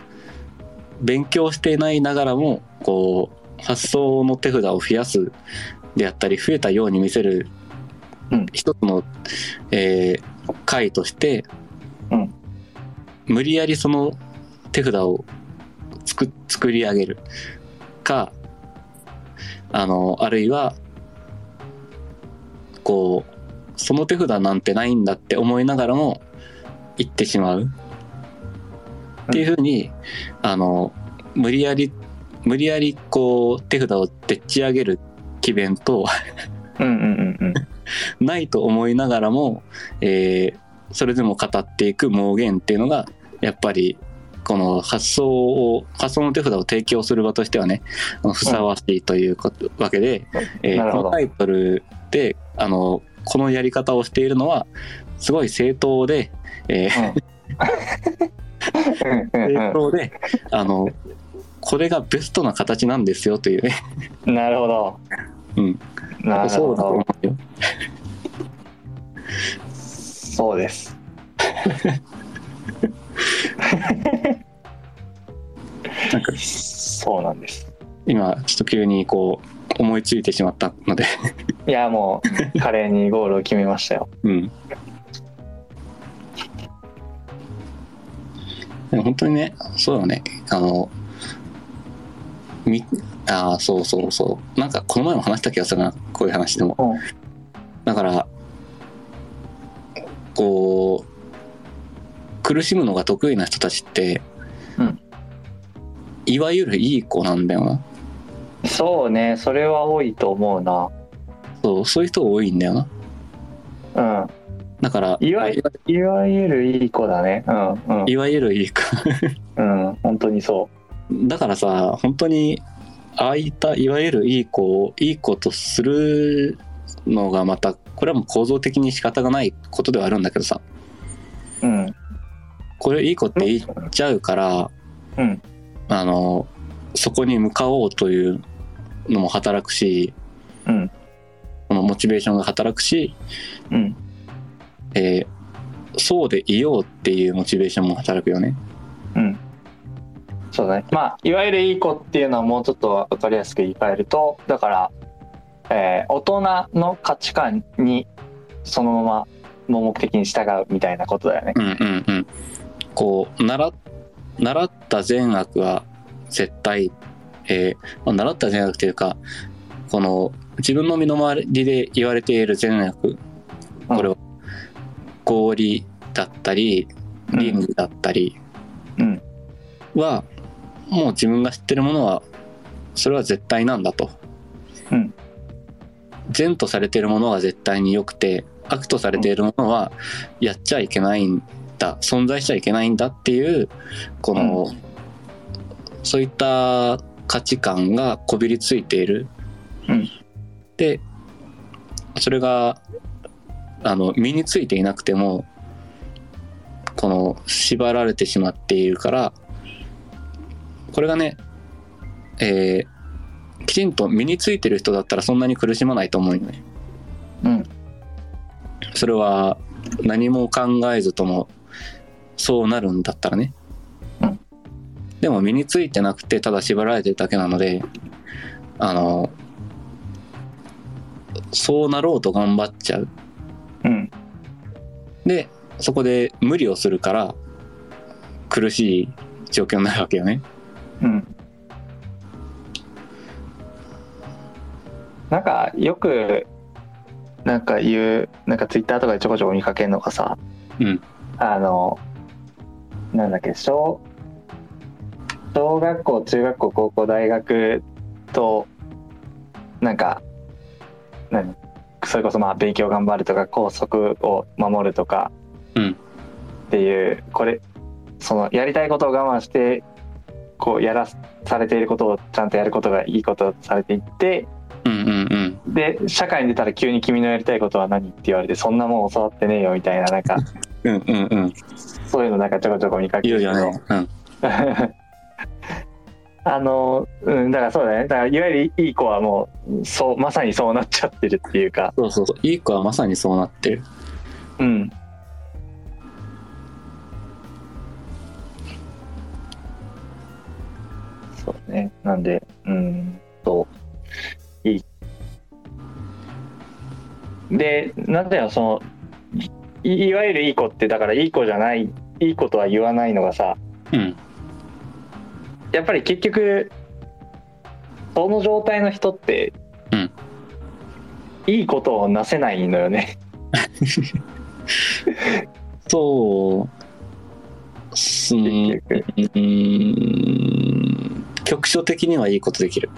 勉強していないながらもこう発想の手札を増やすであったり増えたように見せるうん一つの、えー回として、うん無理やりその手札を作作り上げるかあのあるいはこうその手札なんてないんだって思いながらも言ってしまうっていうふうに、あの無理やり無理やりこう手札をでっち上げる機弁とうんうんうんうん。ないと思いながらも、えーそれでも語っていく盲言っていうのがやっぱりこの発想を発想の手札を提供する場としてはねあのふさわしいということ、わけで、えーなるほこのどタイトルであのこのやり方をしているのはすごい正当で、えー [laughs] うんうん正当であのこれがベストな形なんですよというねうんなるほど。うん。なるそほうだと思ど。うよ。そうです。なんかそうなんです。今ちょっと急にこう思いついてしまったので、いやもう華麗にゴールを決めましたよ。うん、でも本当にねそうだねあのみあーそうそうそうなんかこの前も話した気がするなこういう話でもうんだからこう苦しむのが得意な人たちって、うんいわゆるいい子なんだよなそうね、それは多いと思うな。そう、そういう人が多いんだよな。うん。だから、いわゆる、いわゆるいい子だね。うんうん。いわゆるいいか。うん、本当にそだからさ、本当に、ああいったいわゆるいい子をいい子とするのがまた、これはもう構造的に仕方がないことではあるんだけどさ、う。うん。これいい子って言っちゃうから、うんあの、そこに向かおうというのも働くし、うんこのモチベーションが働くし、うん。えーそうでいようっていうモチベーションも働くよね。うん。そうだね。まあ、いわゆるいい子っていうのはもうちょっとわかりやすく言い換えると、だから、えー大人の価値観にそのまま盲目的に従うみたいなことだよね。うんうんうん、こう習習った善悪は絶対、えーまあ習った善悪というかこの自分の身の回りで言われている善悪うんこれは氷だったりリングだったりうんは、もう自分が知ってるものはそれは絶対なんだと。うん善とされているものは絶対に良くて悪とされているものはやっちゃいけないんだ存在しちゃいけないんだっていうこの、そういった価値観がこびりついている。うんでそれがあの身についていなくてもこの縛られてしまっているからこれがね、えーきちんと身についてる人だったらそんなに苦しまないと思うよね。うんそれは何も考えずともそうなるんだったらね。うんでも身についてなくてただ縛られてるだけなのであのそうなろうと頑張っちゃう。うんでそこで無理をするから苦しい状況になるわけよね。うんなんかよくなんか言うなんかツイッターとかでちょこちょこ見かけるのがさ、うんあのなんだっけ小小学校中学校高校大学となんか何それこそまあ勉強頑張るとか校則を守るとかうんっていう、これそのやりたいことを我慢してこうやらされていることをちゃんとやることがいいこととされていってうんうんで社会に出たら急に「君のやりたいことは何?」って言われて「そんなもん教わってねえよ」みたいななんかうん。うんうんうん。そういうのなんかちょこちょこ見かけ言るうけよどね。うん。 [laughs] あの、うん、だからそうだねだからいわゆるいい子はもうそうまさにそうなっちゃってるっていうかそうそうそう。いい子はまさにそうなってる。うんそうねなんでうんといいでなんだよそのいいわゆるいい子ってだからいい子じゃないいい子とは言わないのがさうん。やっぱり結局その状態の人って、うんいいことをなせないのよねそう。すん結局うん。局所的にはいいことできる。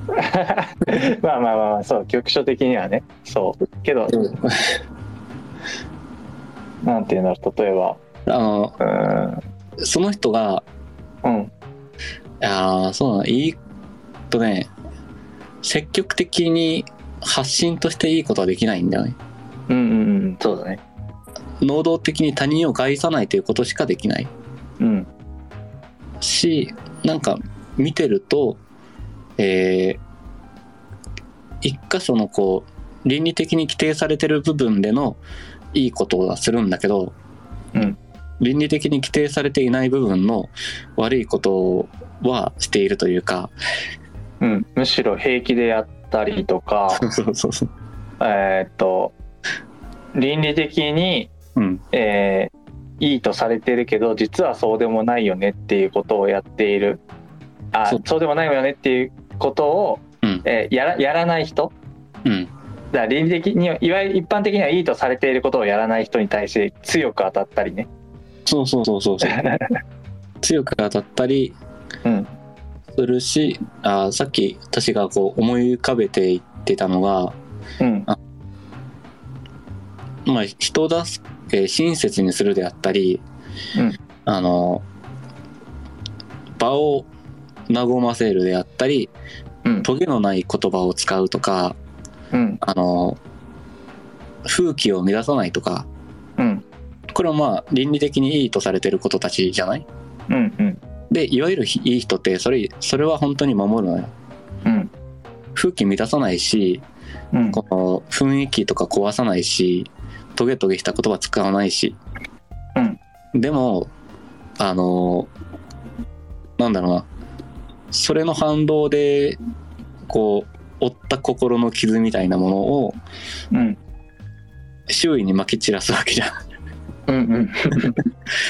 [laughs] まあまあまあまあそう局所的にはねそうけどなんていうんだろう例えばあの、うーその人が、んうんああ、そうなの、いい、とね、積極的に発信としていいことはできないんだよね。うんうんうんそうだね能動的に他人を害さないということしかできないうんしなんか見てるとえー一箇所のこう倫理的に規定されてる部分でのいいことはするんだけど、うん倫理的に規定されていない部分の悪いことはしているというかうんむしろ平気でやったりとかそうそうそうえーっと倫理的にうんえーいいとされてるけど実はそうでもないよねっていうことをやっているあそそううでもないよねっていうことを、うんえーやらやらない人うんだから倫理的にはいわゆる一般的にはいいとされていることをやらない人に対して強く当たったりねそうそうそうそうそう強く当たったりうんするし、あーさっき私がこう思い浮かべて言ってたのが、うんまあ、人助け親切にするであったり、うんあの場を和ませるであったりうんトゲのない言葉を使うとかうんあの風紀を乱さないとかうんこれはまあ倫理的にいいとされてることたちじゃないうんうんでいわゆるいい人ってそれそれは本当に守るのようん風紀乱さないしうんこの雰囲気とか壊さないしトゲトゲした言葉使わないし、でもあのなんだろうなそれの反動でこう負った心の傷みたいなものをうん周囲にまき散らすわけじゃうん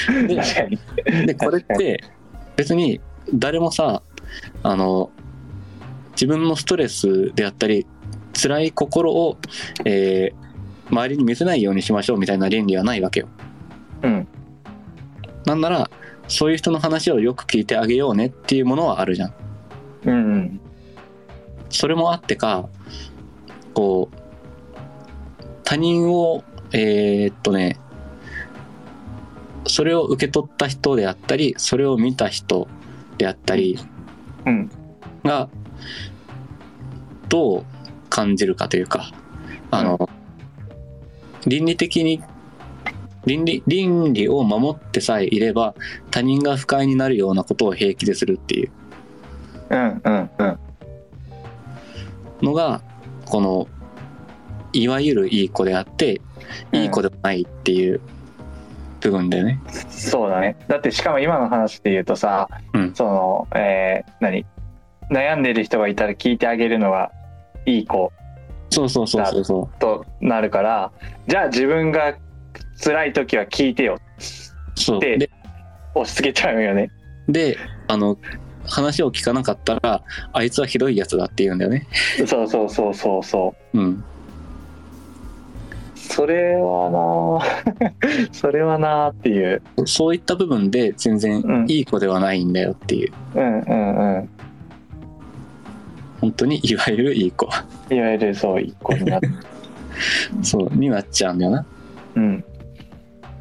うんで確かにん。でこれって別に誰もさあの自分のストレスであったり辛い心を、えー周りに見せないようにしましょうみたいな倫理はないわけよ。うんなんならそういう人の話をよく聞いてあげようねっていうものはあるじゃん。うんうんそれもあってかこう他人をえーっとねそれを受け取った人であったりそれを見た人であったりうんがどう感じるかというかあの、倫理的に倫理倫理を守ってさえいれば他人が不快になるようなことを平気でするっていううんうんうんのがこのいわゆるいい子であっていい子でもないっていう部分だよね。そうだねだってしかも今の話で言うとさ、うんそのえー何悩んでる人がいたら聞いてあげるのがいい子そうそうそうそうそとなるからじゃあ自分が辛い時は聞いてよう。そうでで押し付けちゃうよねであの話を聞かなかったらあいつはひどいやつだって言うんだよね。そうそうそうそうそうん、うそれはなあ [laughs] それはなあっていうそういった部分で全う然んいい子ではないんだよっていう、うんうんうん本当にいわゆるいい子いわゆるそう一個にな [laughs] ってそうになっちゃうんだよな。うん、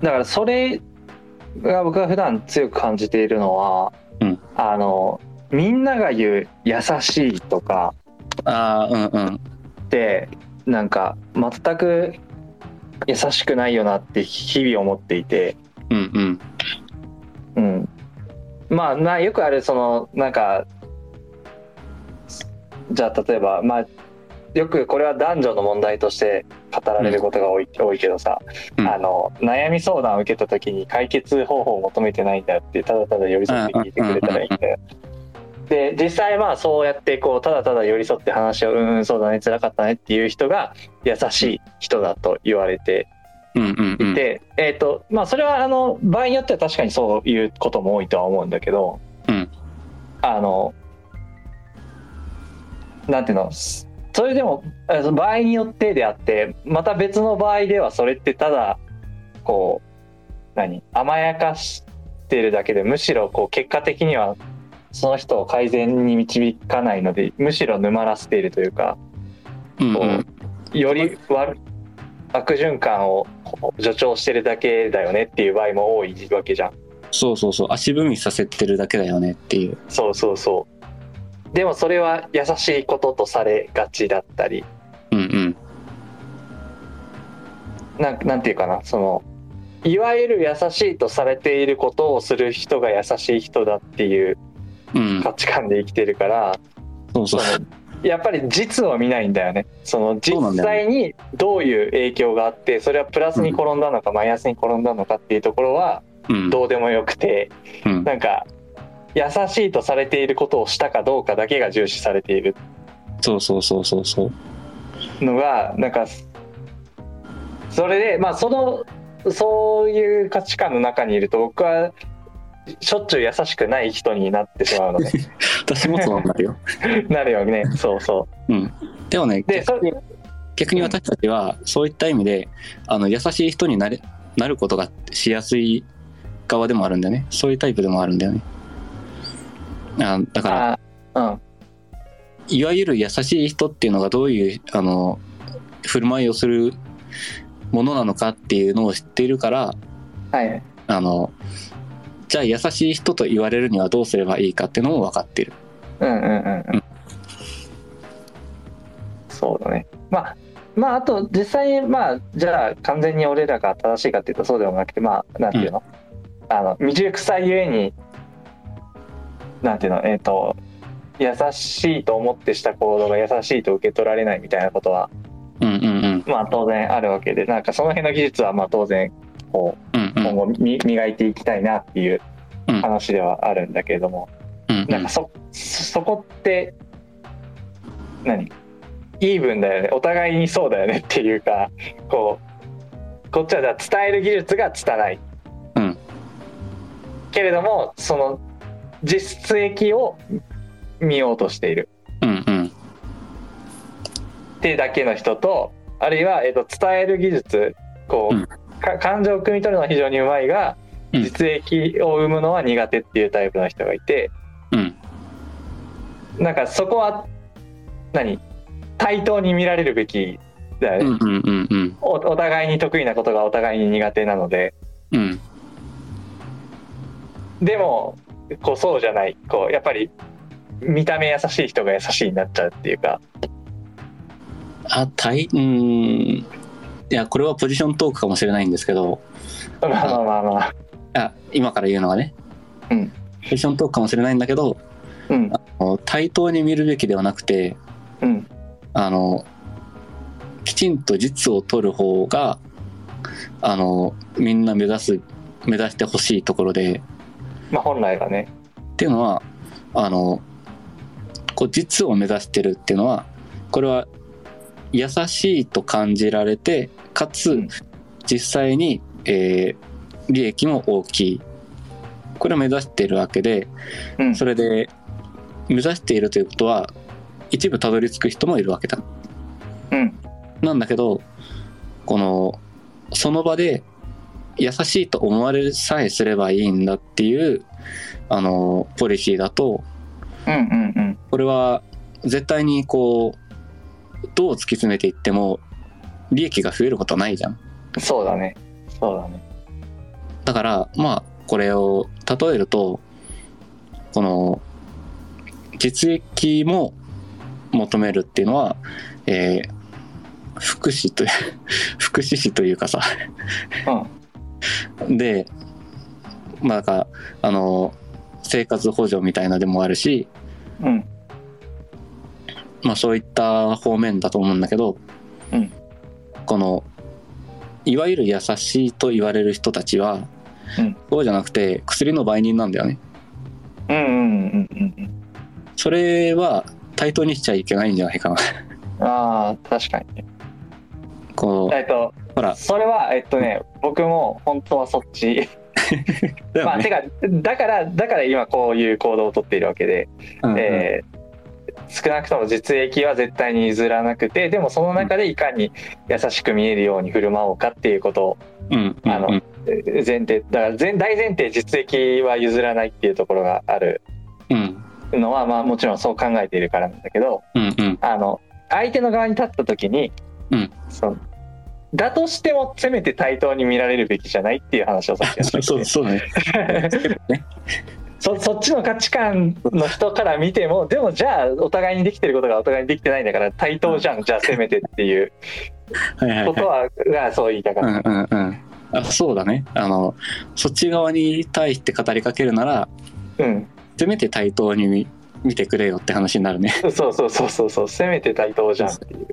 だからそれが僕が普段強く感じているのは、うんあのみんなが言う「優しい」とかああうんうんってなんか全く優しくないよなって日々思っていて、うんうんうん、まあなよくあるそのなんかじゃあ例えばまあよくこれは男女の問題として語られることが多い,、多いけどさ、うんあの悩み相談を受けた時に解決方法を求めてないんだってただただ寄り添って聞いてくれたらいいんだよ。で実際まあそうやってこうただただ寄り添って話を「うんうんそうだね辛かったね」っていう人が優しい人だと言われてうんうんうん。で、えっ、と、まあ、それは、あの、場合によっては確かにそういうことも多いとは思うんだけど、うんあの、なんていうの、それでも、あの場合によってであって、また別の場合では、それってただ、こう、何、甘やかしてるだけで、むしろ、こう、結果的には、その人を改善に導かないので、むしろ沼らせているというか、うんうこんうより悪悪循環をこう助長してるだけだよねっていう場合も多いわけじゃんそうそうそう足踏みさせてるだけだよねっていうそうそうそうでもそれは優しいこととされがちだったりうんうんなんなんていうかなそのいわゆる優しいとされていることをする人が優しい人だっていううん価値観で生きてるから、そうそうそのやっぱり実を見ないんだよねそのそうなん実だ際にどういう影響があってそれはプラスに転んだのかマイナスに転んだのかっていうところはうんどうでもよくてうんなんか優しいとされていることをしたかどうかだけが重視されているそうそうそうそうそうのがなんかそれでまあそのそういう価値観の中にいると僕はしょっちゅう優しくない人になってしまう [laughs] ので私もそうなる [laughs] よなるよねそうそでもねうでそ逆に私たちはそういった意味であの優しい人になれなることがしやすい側でもあるんだよねそういうタイプでもあるんだよねあだからあうんいわゆる優しい人っていうのがどういうあの振る舞いをするものなのかっていうのを知っているからはいあのじゃあ優しい人と言われるにはどうすればいいかっていうのも分かってる。うんうんうんううんそうだねまあまああと実際にまあじゃあ完全に俺らが正しいかっていうとそうでもなくてまあなんていうの,、あの未熟さゆえになんていうのえっ、と優しいと思ってした行動が優しいと受け取られないみたいなことはうんうんうんまあ当然あるわけでなんかその辺の技術はまあ当然こううんう今ん後み磨いていきたいなっていううん話ではあるんだけれども、うんうなんんかそそこって何イーブンだよねお互いにそうだよねっていうかこうこっちはだから伝える技術が拙い、うんけれどもその実益を見ようとしているうんうんってだけの人とあるいは、えっと伝える技術こう、うんか感情を汲み取るのは非常にうまいがうん実益を生むのは苦手っていうタイプの人がいて、うんなんかそこは何対等に見られるべきだよね、うんうんうんうんおお互いに得意なことがお互いに苦手なのでうんでもこうそうじゃないこうやっぱり見た目優しい人が優しいになっちゃうっていうかあ、対、うーん。いや、これはポジショントークかもしれないんですけど、まあまあまあまあ。あ、今から言うのはね。うんポジショントークかもしれないんだけど、うん。あの対等に見るべきではなくて、うん。あの、きちんと実を取る方が、あの、みんな目指す、目指してほしいところで、まあ本来はね。っていうのはあのこう実を目指してるっていうのはこれは優しいと感じられてかうつん実際に、えー利益も大きいこれを目指しているわけでうん。それで目指しているということは一部たどり着く人もいるわけだうん。なんだけどこのその場で優しいと思われさえすればいいんだっていうあのポリシーだとうんうんうん。これは絶対にこうどう突き詰めていっても利益が増えることはないじゃんそうだね。そうだね。だからまあこれを例えるとこの実益も求めるっていうのは、えー福祉という [laughs] 福祉士というかさでまあだからあの生活補助みたいなでもあるし、うん。うん。まあ、そういった方面だと思うんだけど、うんこのいわゆる優しいと言われる人たちは、うんそうじゃなくて薬の売人なんだよねうんうんうんうんうん。それは対等にしちゃいけないんじゃないかなああ、確かに。こうえっと、ほらそれは、えっとね、僕も本当はそっち。だ [laughs] よまあ、ねてか、だから、だから今こういう行動をとっているわけで、うんうんえー少なくとも実益は絶対に譲らなくて、でもその中でいかに優しく見えるように振る舞おうかっていうことをうんうんあのうんえー前提、だから前大前提実益は譲らないっていうところがあるうんのは、まあもちろんそう考えているからなんだけど、うんうんあの相手の側に立った時に、うんそのだとしてもせめて対等に見られるべきじゃないっていう話をさっきやっ [laughs] そてうそうそうねそそっちの価値観の人から見てもでもじゃあお互いにできてることがお互いにできてないんだから対等じゃんじゃあせめてっていうはいはいこはいとはがそう言いたうかっんうんうんあそうだねあのそっち側に対して語りかけるならたうんせめて対等に見見てくれよって話になるねそうそうそうそうそうせめて対等じゃんっていう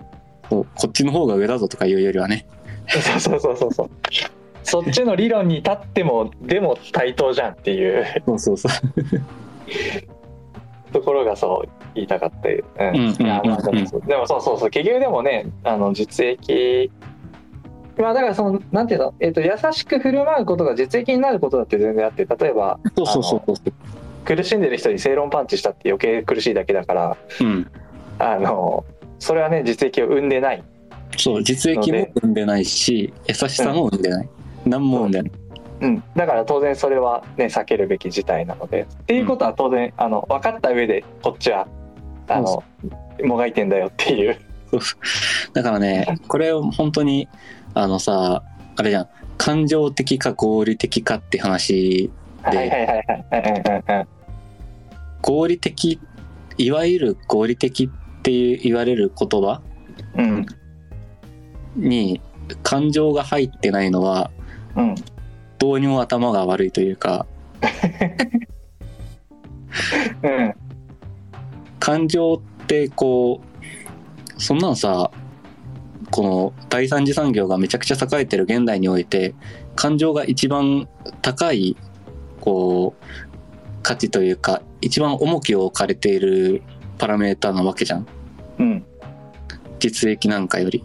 そうこっちの方が上だぞとか言うよりはねそうそうそうそうそうそっちの理論に立ってもでも対等じゃんっていうそ [laughs] うそうそうところがそう言いたかったようんうんうんうんいやまあでもそうでもそうそうそう結局でもねあの実益まあだからそのなんていうの、えっと優しく振る舞うことが実益になることだって全然あって例えばそうそうそうそ苦しんでる人に正論パンチしたって余計苦しいだけだからう。うん。あのそれはね実益を生んでないそう、実益も生んでないし、優しさも生んでない。何も生んでない。うん、だから当然それはね避けるべき事態なのでっていうことは当然、あの分かった上でこっちはあのもがいてんだよっていうだからね、これを本当に、あのさ、あれじゃん、感情的か合理的かって話、はいはいはいはいはいうんうんうん合理的、いわゆる合理的っていう言われる言葉うんに感情が入ってないのは、うん、どうにも頭が悪いというか、うん、感情ってこうそんなんさこの第三次産業がめちゃくちゃ栄えてる現代において感情が一番高いこう価値というか一番重きを置かれているパラメーターなわけじゃんうん、実益なんかより。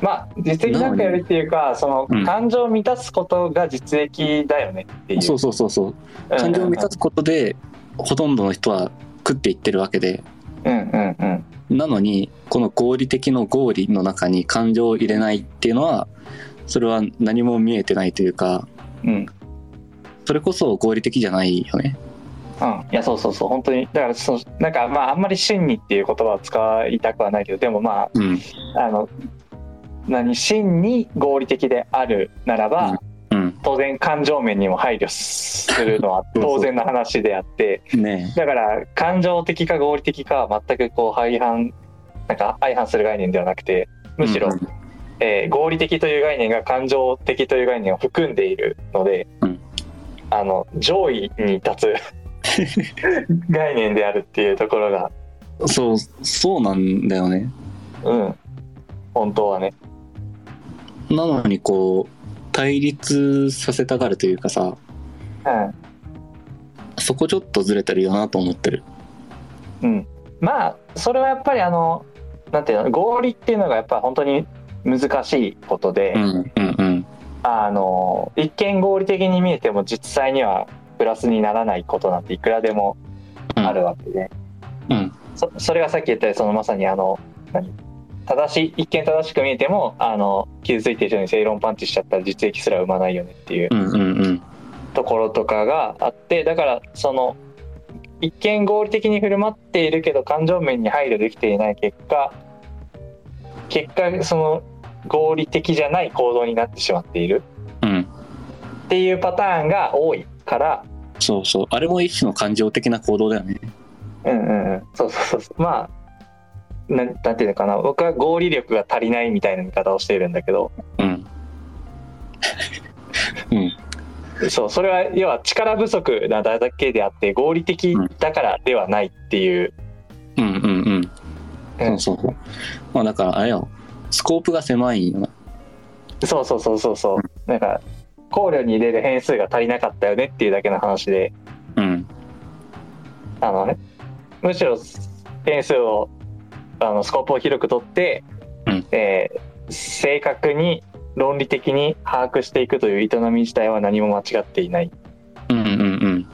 まあ実益なんかよりっていうか、そのうん感情を満たすことが実益だよねっていう。そうそうそうそう感情を満たすことでほとんどの人は食っていってるわけでうんうんうんなのにこの合理的の合理の中に感情を入れないっていうのはそれは何も見えてないというかうんうん。それこそ合理的じゃないよね。うん、いやそうそうそう本当にだからそのなんかまああんまり真にっていう言葉を使いたくはないけどでもまうん。ああの何真に合理的であるならば、うん。当然感情面にも配慮するのは当然の話であってねだから感情的か合理的かは全くこう廃反なんか相反する概念ではなくてむしろ、うんえー合理的という概念が感情的という概念を含んでいるので、うんあの上位に [laughs] 立つ概念であるっていうところが、そうそうなんだよねうん、本当はね、なのにこう対立させたがるというかさうそこちょっとずれてるよなと思ってるんうん、まあそれはやっぱりあのなんていうの合理っていうのがやっぱ本当に難しいことで、うんうんうんあの一見合理的に見えても実際にはプラスにならないことなんていくらでもあるわけで、うんそそれがさっき言ったようにそのまさにあの何正しい一見正しく見えてもあの傷ついてる人に正論パンチしちゃったら実益すら生まないよねっていううんうんうんところとかがあってだからその一見合理的に振る舞っているけど感情面に配慮できていない結果結果その合理的じゃない行動になってしまっているうんっていうパターンが多いから、そうそうあれも一種の感情的な行動だよねうんうんうん、そうそうそうそうまあなんなんていうのかな僕は合理力が足りないみたいな見方をしているんだけどうんそうそれは要は力不足なだけであって合理的だからではないっていう、うんうんうんうそうそんうそうまあだからあれよスコープが狭いよなそうそうそうそうそうなんか考慮に入れる変数が足りなかったよねっていうだけの話でうんあの、ね、むしろ点数をあのスコープを広く取って、うんえー正確に論理的に把握していくという営み自体は何も間違っていない。うんうんうん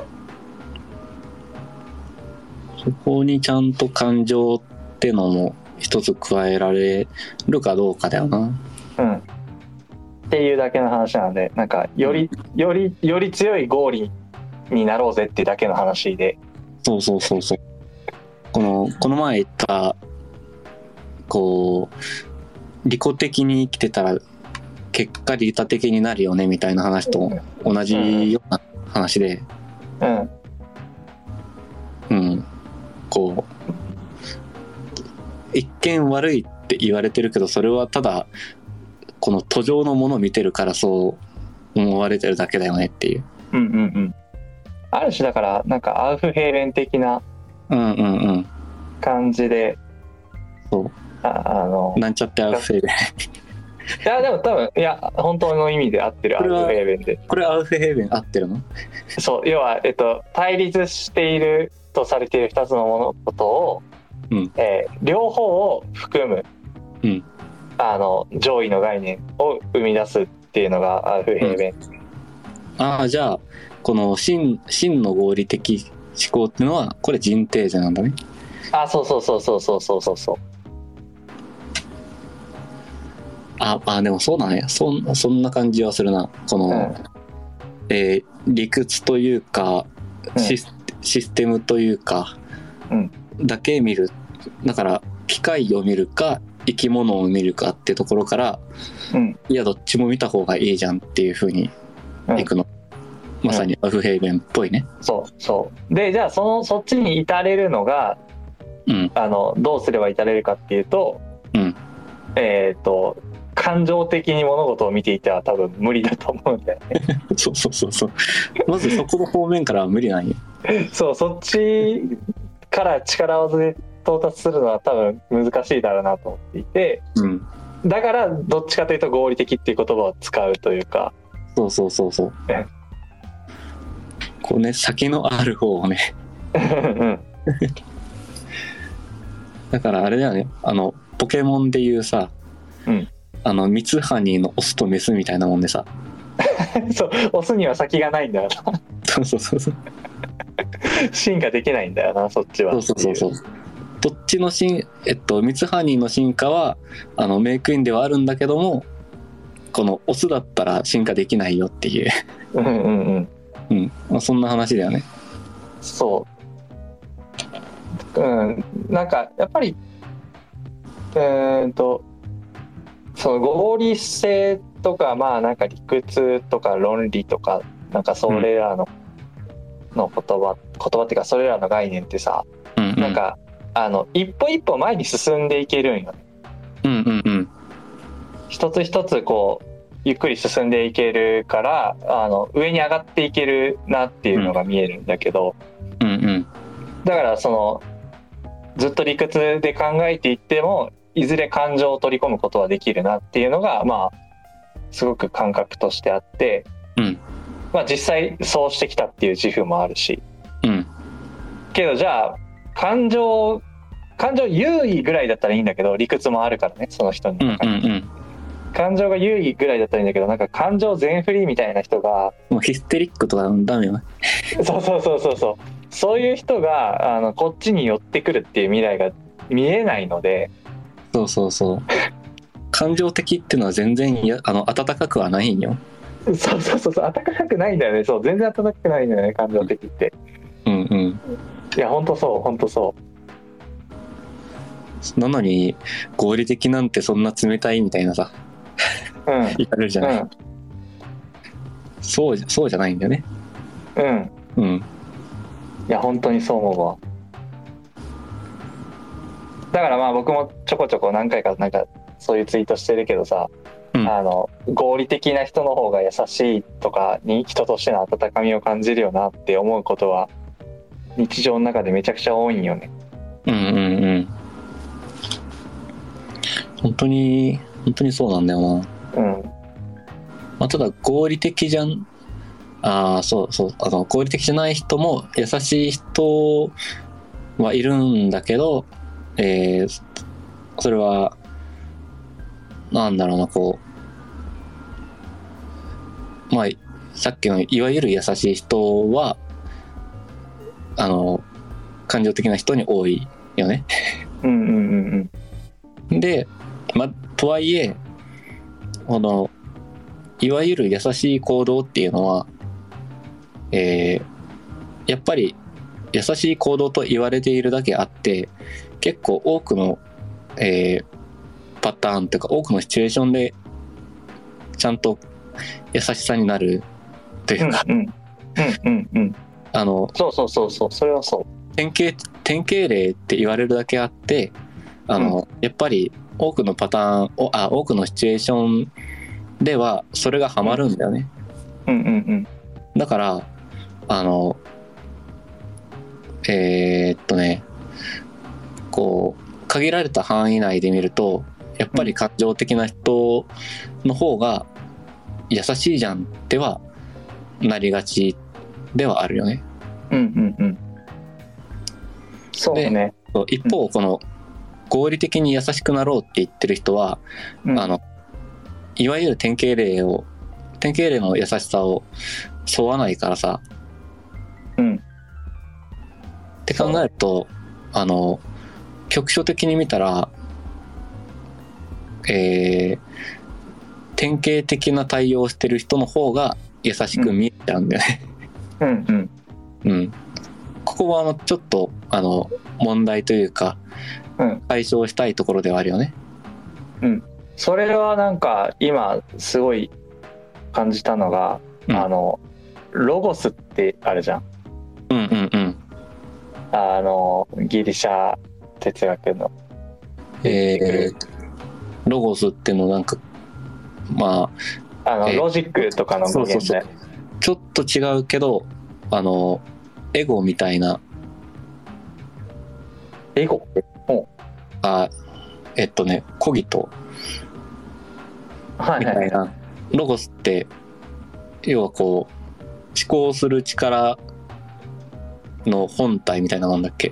そこにちゃんと感情ってのも一つ加えられるかどうかだよなうん、っていうだけの話なのでなんかよりよりより強い合理になろうぜっていうだけの話で。そうそうそうそう。この、この前言った、こう、利己的に生きてたら、結果利他的になるよね、みたいな話と同じような話で、ううんん。こう、一見悪いって言われてるけど、それはただ、この途上のものを見てるからそう思われてるだけだよねっていう。うんうんうん、ある種だからなんかアウフヘーベン的なうんうんうん。感じでそうああのなんちゃってアウフヘーベン。いやでも多分いや本当の意味で合ってるアこウれフはヘーベンで [laughs] これアウフヘーベン合ってるのそう要は、えっと、対立しているとされている2つの物事を、うんえー両方を含む、うんあの上位の概念を生み出すっていうのがアーフヘーベン、ああじゃあこの真真の合理的思考っていうのはこれ人定税なんだねあそうそうそうそうそうそうそうそうああでもそうだねそんそんな感じはするなこの、うんえー理屈というかうんシス,、システムというか、うんだけ見るだから機械を見るか生き物を見るかってところから、うんいやどっちも見た方がいいじゃんっていうふうにいくの、まさにアウフヘーベンっぽいねそうそうでじゃあそのそっちに至れるのがうんあのどうすれば至れるかっていうと、うんえっ、と感情的に物事を見ていては多分無理だと思うんだよねそうそうそうそうまずそこの方面からは無理なんよそうそっちから力技で到達するのは多分難しいだろうなと思っていてうんだからどっちかというと合理的っていう言葉を使うというか [laughs] そうそうそうそうえ。こうね、先のある方をね。うんだからあれだよね、あの、ポケモンでいうさ、うんあの、ミツハニーのオスとメスみたいなもんでさ。そうオスには先がないんだよなそうそうそうそう。進化できないんだよなそっちはそうそうそうそう。どっちの進、えっと、ミツハニーの進化は、あの、メイクインではあるんだけども、このオスだったら進化できないよっていう、 [laughs] うんうんうんうん、まあ、そんな話だよね。そう。うん、なんかやっぱりうーんとその合理性とかまあなんか理屈とか論理とかなんかそれらの,、の言葉言葉っていうかそれらの概念ってさ、うん、うん。なんかあの一歩一歩前に進んでいけるんよねうんうんうん。一つ一つこうゆっくり進んでいけるからあの上に上がっていけるなっていうのが見えるんだけど、うんうん。だからそのずっと理屈で考えていってもいずれ感情を取り込むことはできるなっていうのがまあすごく感覚としてあって、うんまあ、実際そうしてきたっていう自負もあるしうん。けどじゃあ感情感情優位ぐらいだったらいいんだけど理屈もあるからねその人のうん中うんに、うん。感情が優位ぐらいだったらいいんだけどなんか感情全フリーみたいな人がもうヒステリックとかダメよ。そうそうそうそうそうそういう人があのこっちに寄ってくるっていう未来が見えないのでそうそう [laughs] そう。感情的っていうのは全然やあの温かくはないんよ。そうそうそうそう暖かくないんだよねそう全然暖かくないんだよね感情的ってうんうん。いや本当そう本当そうなのに合理的なんてそんな冷たいみたいなさうん言われるじゃない、うそうじゃそうじゃないんだよねんうんうんいや本当にそう思うわだからまあ僕もちょこちょこ何回かなんかそういうツイートしてるけどさ、うんあの合理的な人の方が優しいとかに人としての温かみを感じるよなって思うことは日常の中でめちゃくちゃ多いんよねうんうんうん本当に本当にそうなんだよな、うんまあ、ただ合理的じゃんああそうそうあの合理的じゃない人も優しい人はいるんだけどえーそれはなんだろうなこうまあさっきのいわゆる優しい人はあの感情的な人に多いよねうんうんうんで、ま、とはいえこのいわゆる優しい行動っていうのは、えーやっぱり優しい行動と言われているだけあって結構多くの、えーパターンというか多くのシチュエーションでちゃんと優しさになるといううんか、うんうんうんうんうんあのそうそうそうそうそれはそ典型典型例って言われるだけあってあの、やっぱり多くのパターンをあ多くのシチュエーションではそれがハマるんだよね、ううんうんだからあのえーっとねこう限られた範囲内で見るとやっぱり感情的な人の方が優しいじゃんってはなりがちではあるよね。うんうんうんうんそうねそう一方この合理的に優しくなろうって言ってる人は、うんあのいわゆる典型例を典型例の優しさを沿わないからさ、うんって考えるとあの局所的に見たらえー典型的な対応をしてる人の方が優しく見えちゃうんだよね。うんうんうん、ここはあのちょっとあの問題というか、うん解消したいところではあるよね。それはなんか今すごい感じたのが、うんあのロゴスってあるじゃんうんうんうん。あのギリシャ哲学のえーロゴスっていうのなんかまあのえロジックとかの語源そうそうであちょっと違うけどあのエゴみたいなエゴあえっとねコギトはいみはたいいなロゴスって要はこう思考する力の本体みたいなもんだっけ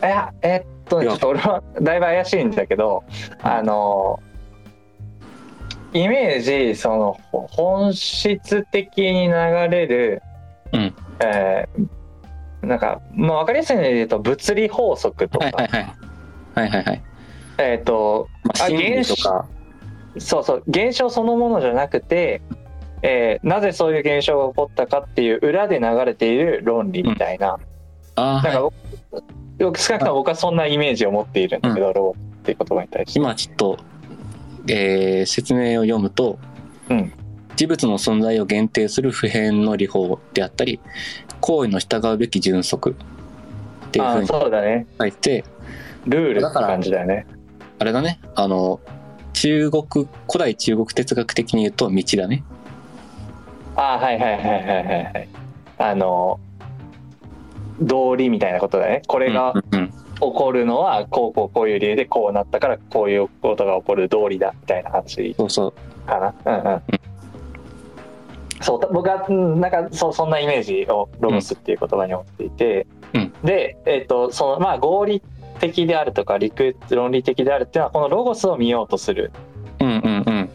いやえっとねいちやょっと俺はだいぶ怪しいんだけどあのイメージそのほ本質的に流れる、うんえーなんかもう分かりやすいので言うと物理法則とか、はいはいはいはいはいはい、えっ、とまあ、あ心理とかそうそう現象そのものじゃなくて、えーなぜそういう現象が起こったかっていう裏で流れている論理みたいな,、あーなんか僕僕少なくとも僕はそんなイメージを持っているんだけど、ロボっていう言葉に対して。今ちょっと、えー説明を読むと、うん事物の存在を限定する普遍の理法であったり行為の従うべき準則っていうふうあにそうだね書いてルールっだてから感じだよねあれだねあの中国古代中国哲学的に言うと道だねあはいはいはいはいはいはいあの道理みたいなことだねこれがうんうん起こるのはこうこうこういう理由でこうなったからこういうことが起こる道理だみたいな話そうそうかなうんうんそうた僕はうんなんかそうそんなイメージをロゴスっていう言葉に持っていて、うんで、えっとそのまあ、合理的であるとか理屈論理的であるっていうのはこのロゴスを見ようとするうんうんうん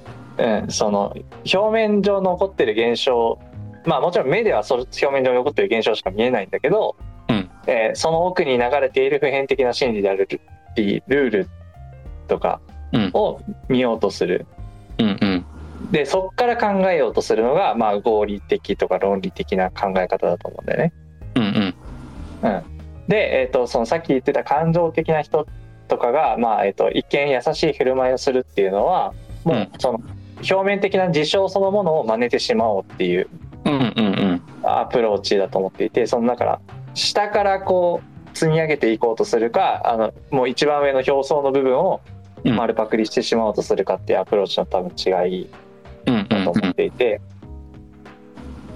うん、その表面上の起こってる現象まあもちろん目ではそ表面上に起こってる現象しか見えないんだけど、うんえーその奥に流れている普遍的な真理であるルルールとかうんを見ようとする、うんうんでそっから考えようとするのが、まあ、合理的とか論理的な考え方だと思うんだよね。うんうんで、えっとそのさっき言ってた感情的な人とかが、まあえっと一見優しい振る舞いをするっていうのはもうんうその表面的な事象そのものを真似てしまおうっていううんうんうんアプローチだと思っていてそのだから下からこう積み上げていこうとするかあのもう一番上の表層の部分をうん丸パクリしてしまおうとするかっていうアプローチの多分違いうんうんだと思っていて、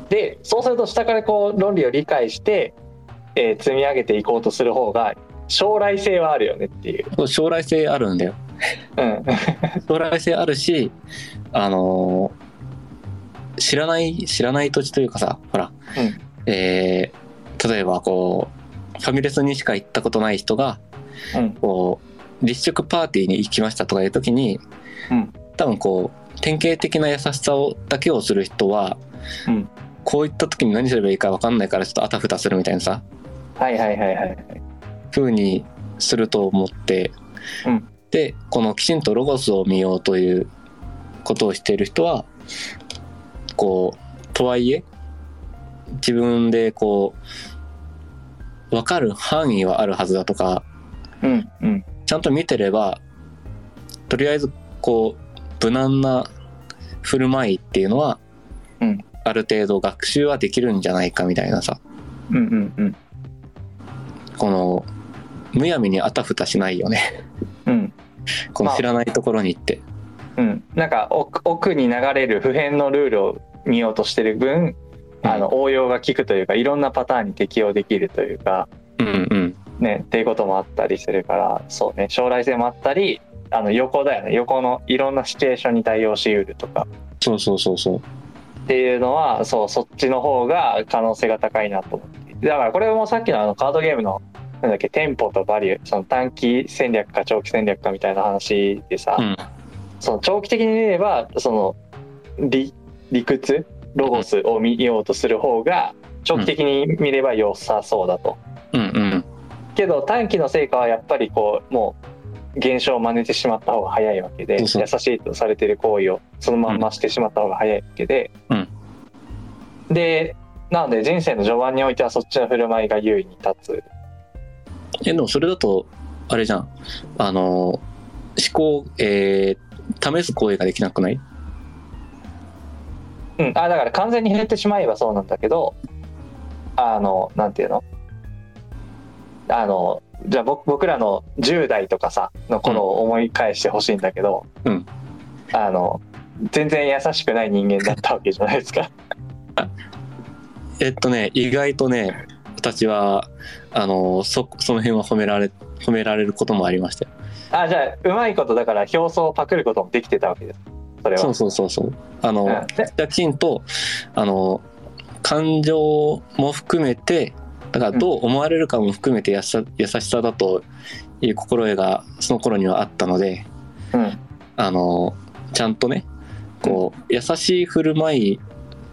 でそうすると下からこう論理を理解して、えー積み上げていこうとする方が将来性はあるよねっていう、そう将来性あるんだようん、将来性あるしあのー知らない知らない土地というかさほら、えー例えばこうファミレスにしか行ったことない人が、うんこう立食パーティーに行きましたとかいう時に、うん多分こう典型的な優しさをだけをする人は、うんこういった時に何すればいいか分かんないからちょっとあたふたするみたいなさはいはいはいはい風にすると思って、うんでこのきちんとロゴスを見ようということをしている人はこうとはいえ自分でこう分かる範囲はあるはずだとかうんうんちゃんと見てればとりあえずこう無難な振る舞いっていうのは、うんある程度学習はできるんじゃないかみたいなさうんうんうんこのむやみにあたふたしないよねうんこのまあ知らないところに行って、うんなんか奥奥に流れる普遍のルールを見ようとしてる分あの応用が効くというかいろんなパターンに適用できるというか、うんうんね、っていうこともあったりするからそうね将来性もあったりあの横だよね横のいろんなシチュエーションに対応しうるとかそうそうそうそうっていうのはそうそっちの方が可能性が高いなと思ってだからこれもさっきのあのカードゲームのなんだっけテンポとバリューその短期戦略か長期戦略かみたいな話でさ、うんその長期的に見ればその理理屈ロゴスを見ようとする方が長期的に見れば良さそうだと、うんうんけど短期の成果はやっぱりこうもう現象を真似てしまった方が早いわけでそうそう優しいとされてる行為をそのまんましてしまった方が早いわけで、うんでなので人生の序盤においてはそっちの振る舞いが優位に立つえでもそれだとあれじゃんあの思考えー試す行為ができなくないうんあだから完全に減ってしまえばそうなんだけどあのなんていうのあのじゃあ僕僕らの10代とかさの頃を思い返してほしいんだけど、うんあの全然優しくない人間だったわけじゃないですか。 [laughs] えっとね意外とね私はあのそその辺は褒められ褒められることもありましたよあじゃあうまいことだから表層をパクることもできてたわけですそれはそうそうそうそうあの、うんで写真とあの感情も含めてだからどう思われるかも含めてやさ優しさだという心得がその頃にはあったので、うんあのちゃんとねこう優しい振る舞い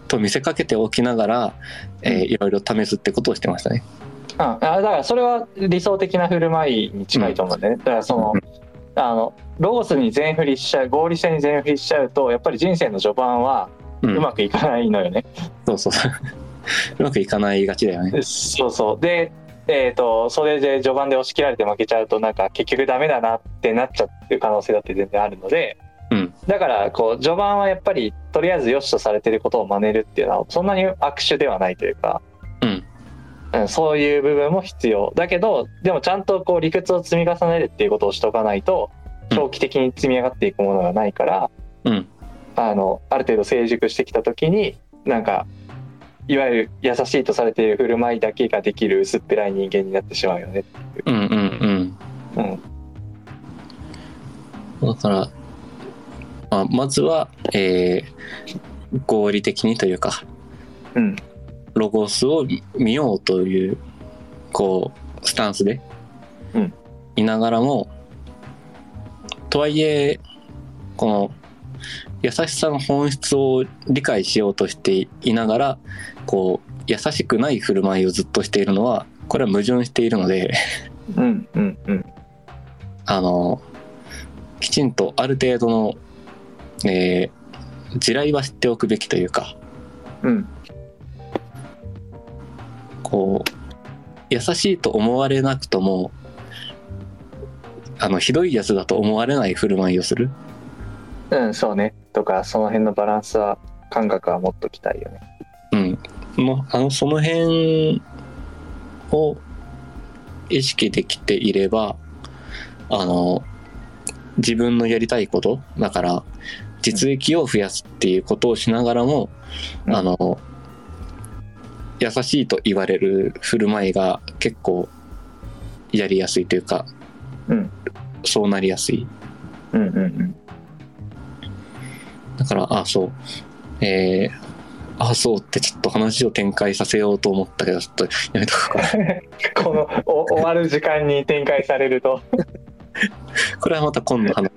と見せかけておきながら、えーいろいろ試すってことをしてましたね。うん、あだからそれは理想的な振る舞いに近いと思うんだよね、だからその,、うあのロゴスに全振りしちゃう合理性に全振りしちゃうとやっぱり人生の序盤はううんまくいかないのよね、そうそうそう [laughs] うまくいかないがちだよね。そうそうでえー、とそれで序盤で押し切られて負けちゃうとなんか結局ダメだなってなっちゃう可能性だって全然あるので、うんだからこう序盤はやっぱりとりあえず良しとされてることを真似るっていうのはそんなに悪手ではないというか、うんうん、そういう部分も必要だけどでもちゃんとこう理屈を積み重ねるっていうことをしておかないとうん長期的に積み上がっていくものがないから、うんあのある程度成熟してきた時になんかいわゆる優しいとされている振る舞いだけができる薄っぺらい人間になってしまうよね。うんうんうんうん。だから、まあ、まずは、えー合理的にというか、うんロゴスを見ようという、こう、スタンスで、うんいながらも、とはいえ、この、優しさの本質を理解しようとしていながら、こう、優しくない振る舞いをずっとしているのは、これは矛盾しているので、うんうんうんあの、きちんとある程度の、えー地雷は知っておくべきというか、うんこう、優しいと思われなくとも、あの、ひどいやつだと思われない振る舞いをする。うんそうねとかその辺のバランスは感覚は持っときたいよね。うん。もう、あの、その辺を意識できていれば、あの、自分のやりたいこと、だから、実益を増やすっていうことをしながらも、うんあの、優しいと言われる振る舞いが結構やりやすいというか、うんそうなりやすい。うんうんうんだから、あ、そう。えー、あ、そうってちょっと話を展開させようと思ったけど、ちょっとやめとくか。このお終わる時間に展開されると、これはまた今度話。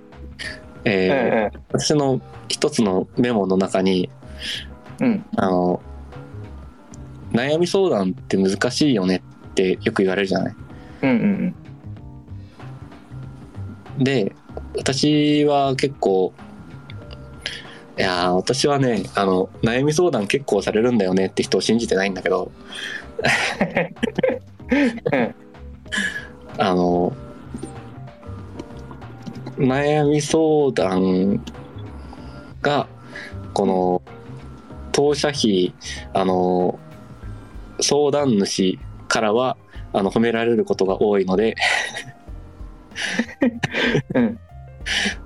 えー私の一つのメモの中に、うんうんあの、悩み相談って難しいよねってよく言われるじゃない。うんうんうんで、私は結構、いやー私はね、あの、悩み相談結構されるんだよねって人を信じてないんだけど、うんあの、悩み相談が、この、当社費、あの、相談主からは、あの、褒められることが多いので、うんうん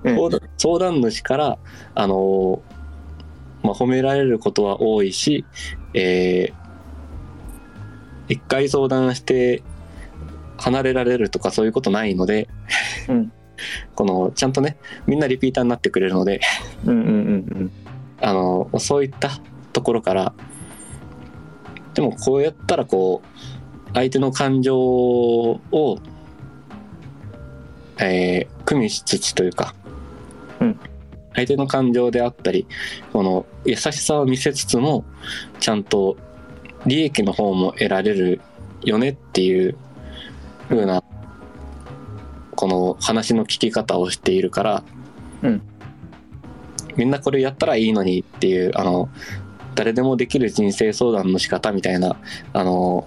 相談相談主から、あの、まあ、褒められることは多いし、えー一回相談して離れられるとかそういうことないので、うん [laughs] このちゃんとねみんなリピーターになってくれるのでうんうんうんあのそういったところからでもこうやったらこう相手の感情を、えー、組みしつつというか、うん相手の感情であったりこの優しさを見せつつもちゃんと利益の方も得られるよねっていう風なこの話の聞き方をしているから、うんみんなこれやったらいいのにっていうあの誰でもできる人生相談の仕方みたいなあの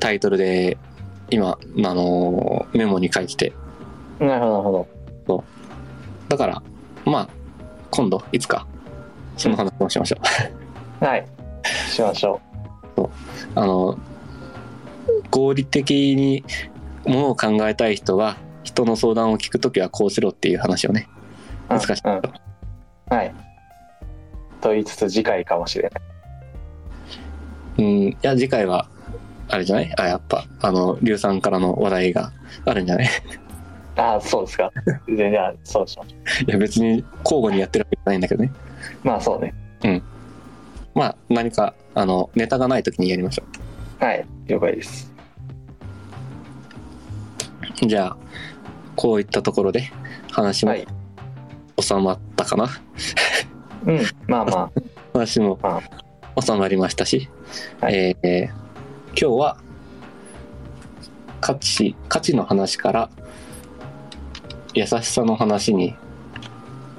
タイトルで今あのメモに書いててうんなるほどなるほどだからまあ今度いつかその話もしましょう。 [laughs] はいしましょあの合理的にものを考えたい人は人の相談を聞くときはこうしろっていう話をねううん難しいうんはいと言いつつ次回かもしれないうんいや次回はあれじゃないあやっぱあの龍さんからの話題があるんじゃないああそうで [laughs] すかじゃあそうしましいょや別に交互にやってるわけじゃないんだけどねうまあそうねまあ何かあのネタがないときにやりましょはい了解ですうじゃあこういったところで話もはい収まったかな、うんまあま話もあ収まりましたし、はいえー今日は価値価値の話から優しさの話に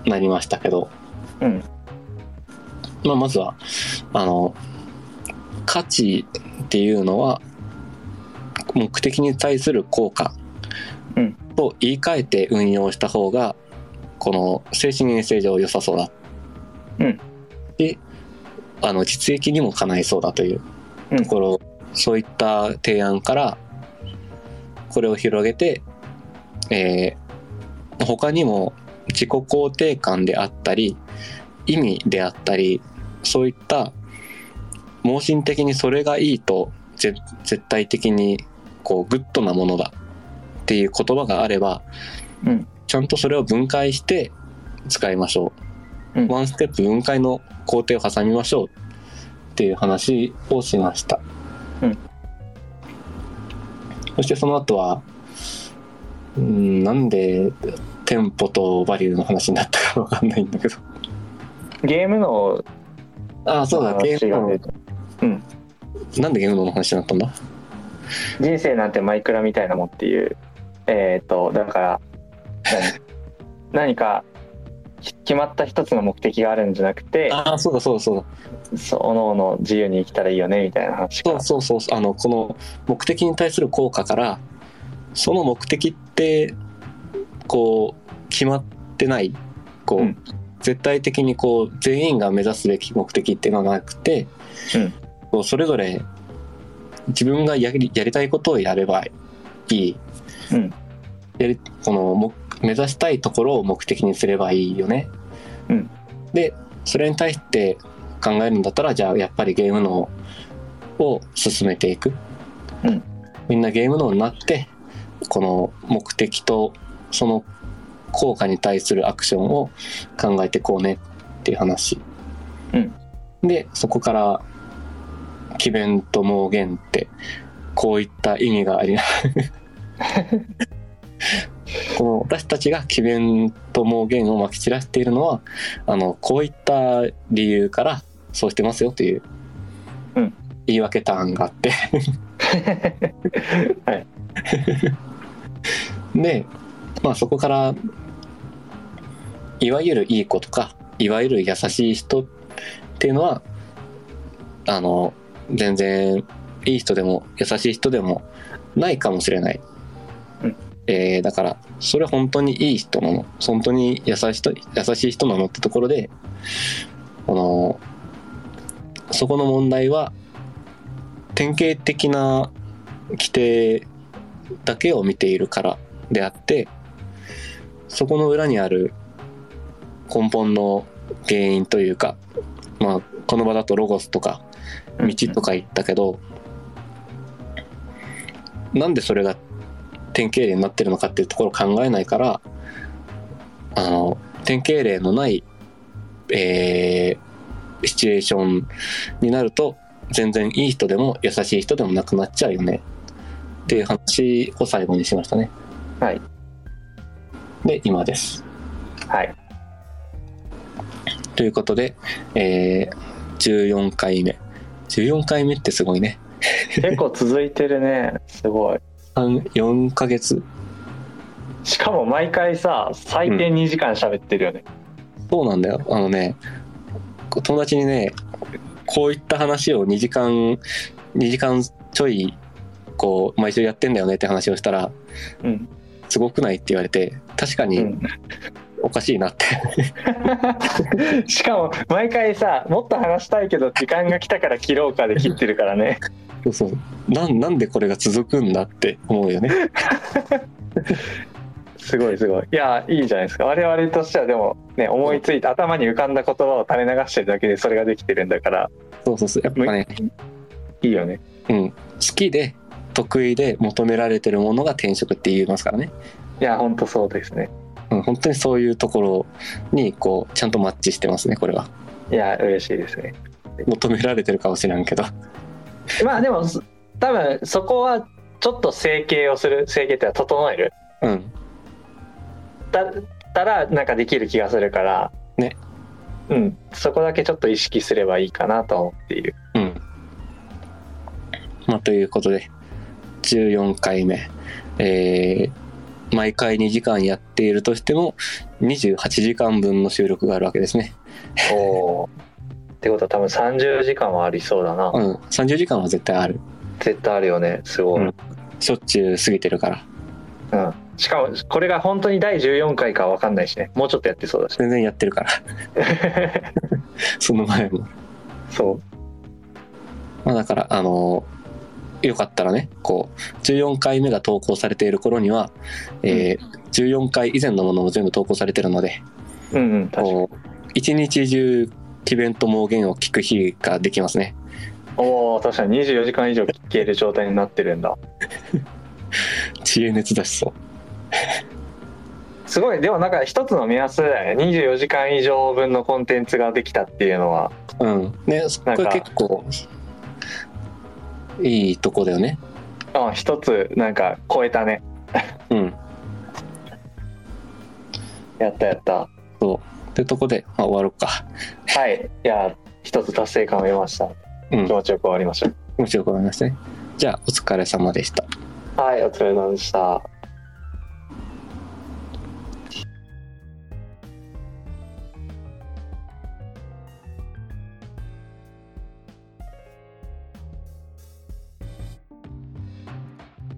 なりましたけど、うんまあ、まずはあの価値っていうのは目的に対する効果うんと言い換えて運用した方がこの精神衛生上良さそうだあの実益にも叶いそうだというところそういった提案からこれを広げて、えー他にも自己肯定感であったり意味であったりそういった盲信的にそれがいいとぜ絶対的にこうグッドなものだっていう言葉があれば、うんちゃんとそれを分解して使いましょう、うんワンステップ分解の工程を挟みましょうっていう話をしました、うんそしてその後はうんなんでテンポとバリューの話になったかわかんないんだけどゲームのああそうだゲ話ーがム出のてなんでゲームの話になったんだ人生なんてマイクラみたいなもんっていうえっ、とだから何 [laughs] 何かき決まった一つの目的があるんじゃなくてああそうだそうだそうだそうおのおの自由に生きたらいいよねみたいな話そがうそうそうそうあのこの目的に対する効果からその目的ってこう決まってないこう、うん絶対的にこう全員が目指すべき目的っていうのはなくて、うんこうそれぞれ自分がやりやりたいことをやればいい、うん [laughs] やりこのも目指したいところを目的にすればいいよね。うんでそれに対して考えるんだったらじゃあやっぱりゲーム脳を進めていく、うんみんなゲーム脳になってこの目的とその効果に対するアクションを考えてこうねっていう話、うんでそこから奇弁と盲言ってこういった意味がありなこの私たちが奇弁と盲言をまき散らしているのはあのこういった理由からそうしてますよといううん言い訳ターンがあってはいで、まあ、そこからいわゆるいい子とかいわゆる優しい人っていうのはあの全然いい人でも優しい人でもないかもしれない、うんえーだからそれ本当にいい人なの本当に優しい人優しい人なのってところでこのそこの問題は典型的な規定だけを見ているからであってそこの裏にある根本の原因というか、まあ、この場だとロゴスとか道とか言ったけど、なんでそれが典型例になってるのかっていうところを考えないからあの典型例のない、えーシチュエーションになると全然いい人でも優しい人でもなくなっちゃうよねっていう話を最後にしましたね。はい。で今です。はいということで、えー14回目14回目ってすごいね結構続いてるねすごい4ヶ月しかも毎回さ最低2時間喋ってるよね、そうなんだよあのね友達にねこういった話を2時間2時間ちょいこう毎週やってんだよねって話をしたらうんすごくないって言われて確かうにんおかしいなって、 [laughs] しかも毎回さもっと話したいけど時間が来たから切ろうかで切ってるからねそうそうなんなんでこれが続くんだって思うよねすごいすごいいやいいじゃないですか我々としてはでもね思いついて頭に浮かんだ言葉を垂れ流してるだけでそれができてるんだからそうそうそうやっぱねいいよねうん好きで得意で求められてるものが転職って言いますからねいやほんとそうですねうん、本当にそういうところにこうちゃんとマッチしてますねこれはいや嬉しいですね求められてるかもしれんけどまあでもす多分そこはちょっと整形をする整形っていうのは整えるうんだったらなんかできる気がするからねうんそこだけちょっと意識すればいいかなと思っているうんまあということで14回目えー毎回2時間やっているとしても28時間分の収録があるわけですねおおってことは多分30時間はありそうだな、うん30時間は絶対ある絶対あるよねすごうい、うんんしょっちゅう過ぎてるからしかもこれが本当に第14回かわかんないしねもうちょっとやってそうだ [laughs] し全然やってるからその前もそうまあ、だからあのよかったらねこう14回目が投稿されている頃には、えー14回以前のものも全部投稿されてるのでうんうん確かにこう一日中奇弁と盲言を聞く日ができますねおお確かに24時間以上聞ける状態になってるんだ知恵熱出しそうすごいでもなんか一つの目安だよね24時間以上分のコンテンツができたっていうのはうん。ね、こなんかれ結構、いいとこだよね。あ一つなんか超えたねうん。やったやったってとこで、まあ、終わろうか。はいいや一つ達成感を得ましたうん気。持ちよく終わりましょ面白く思いましたね。じゃあ、お疲れ様でした。うはいお疲れ様でした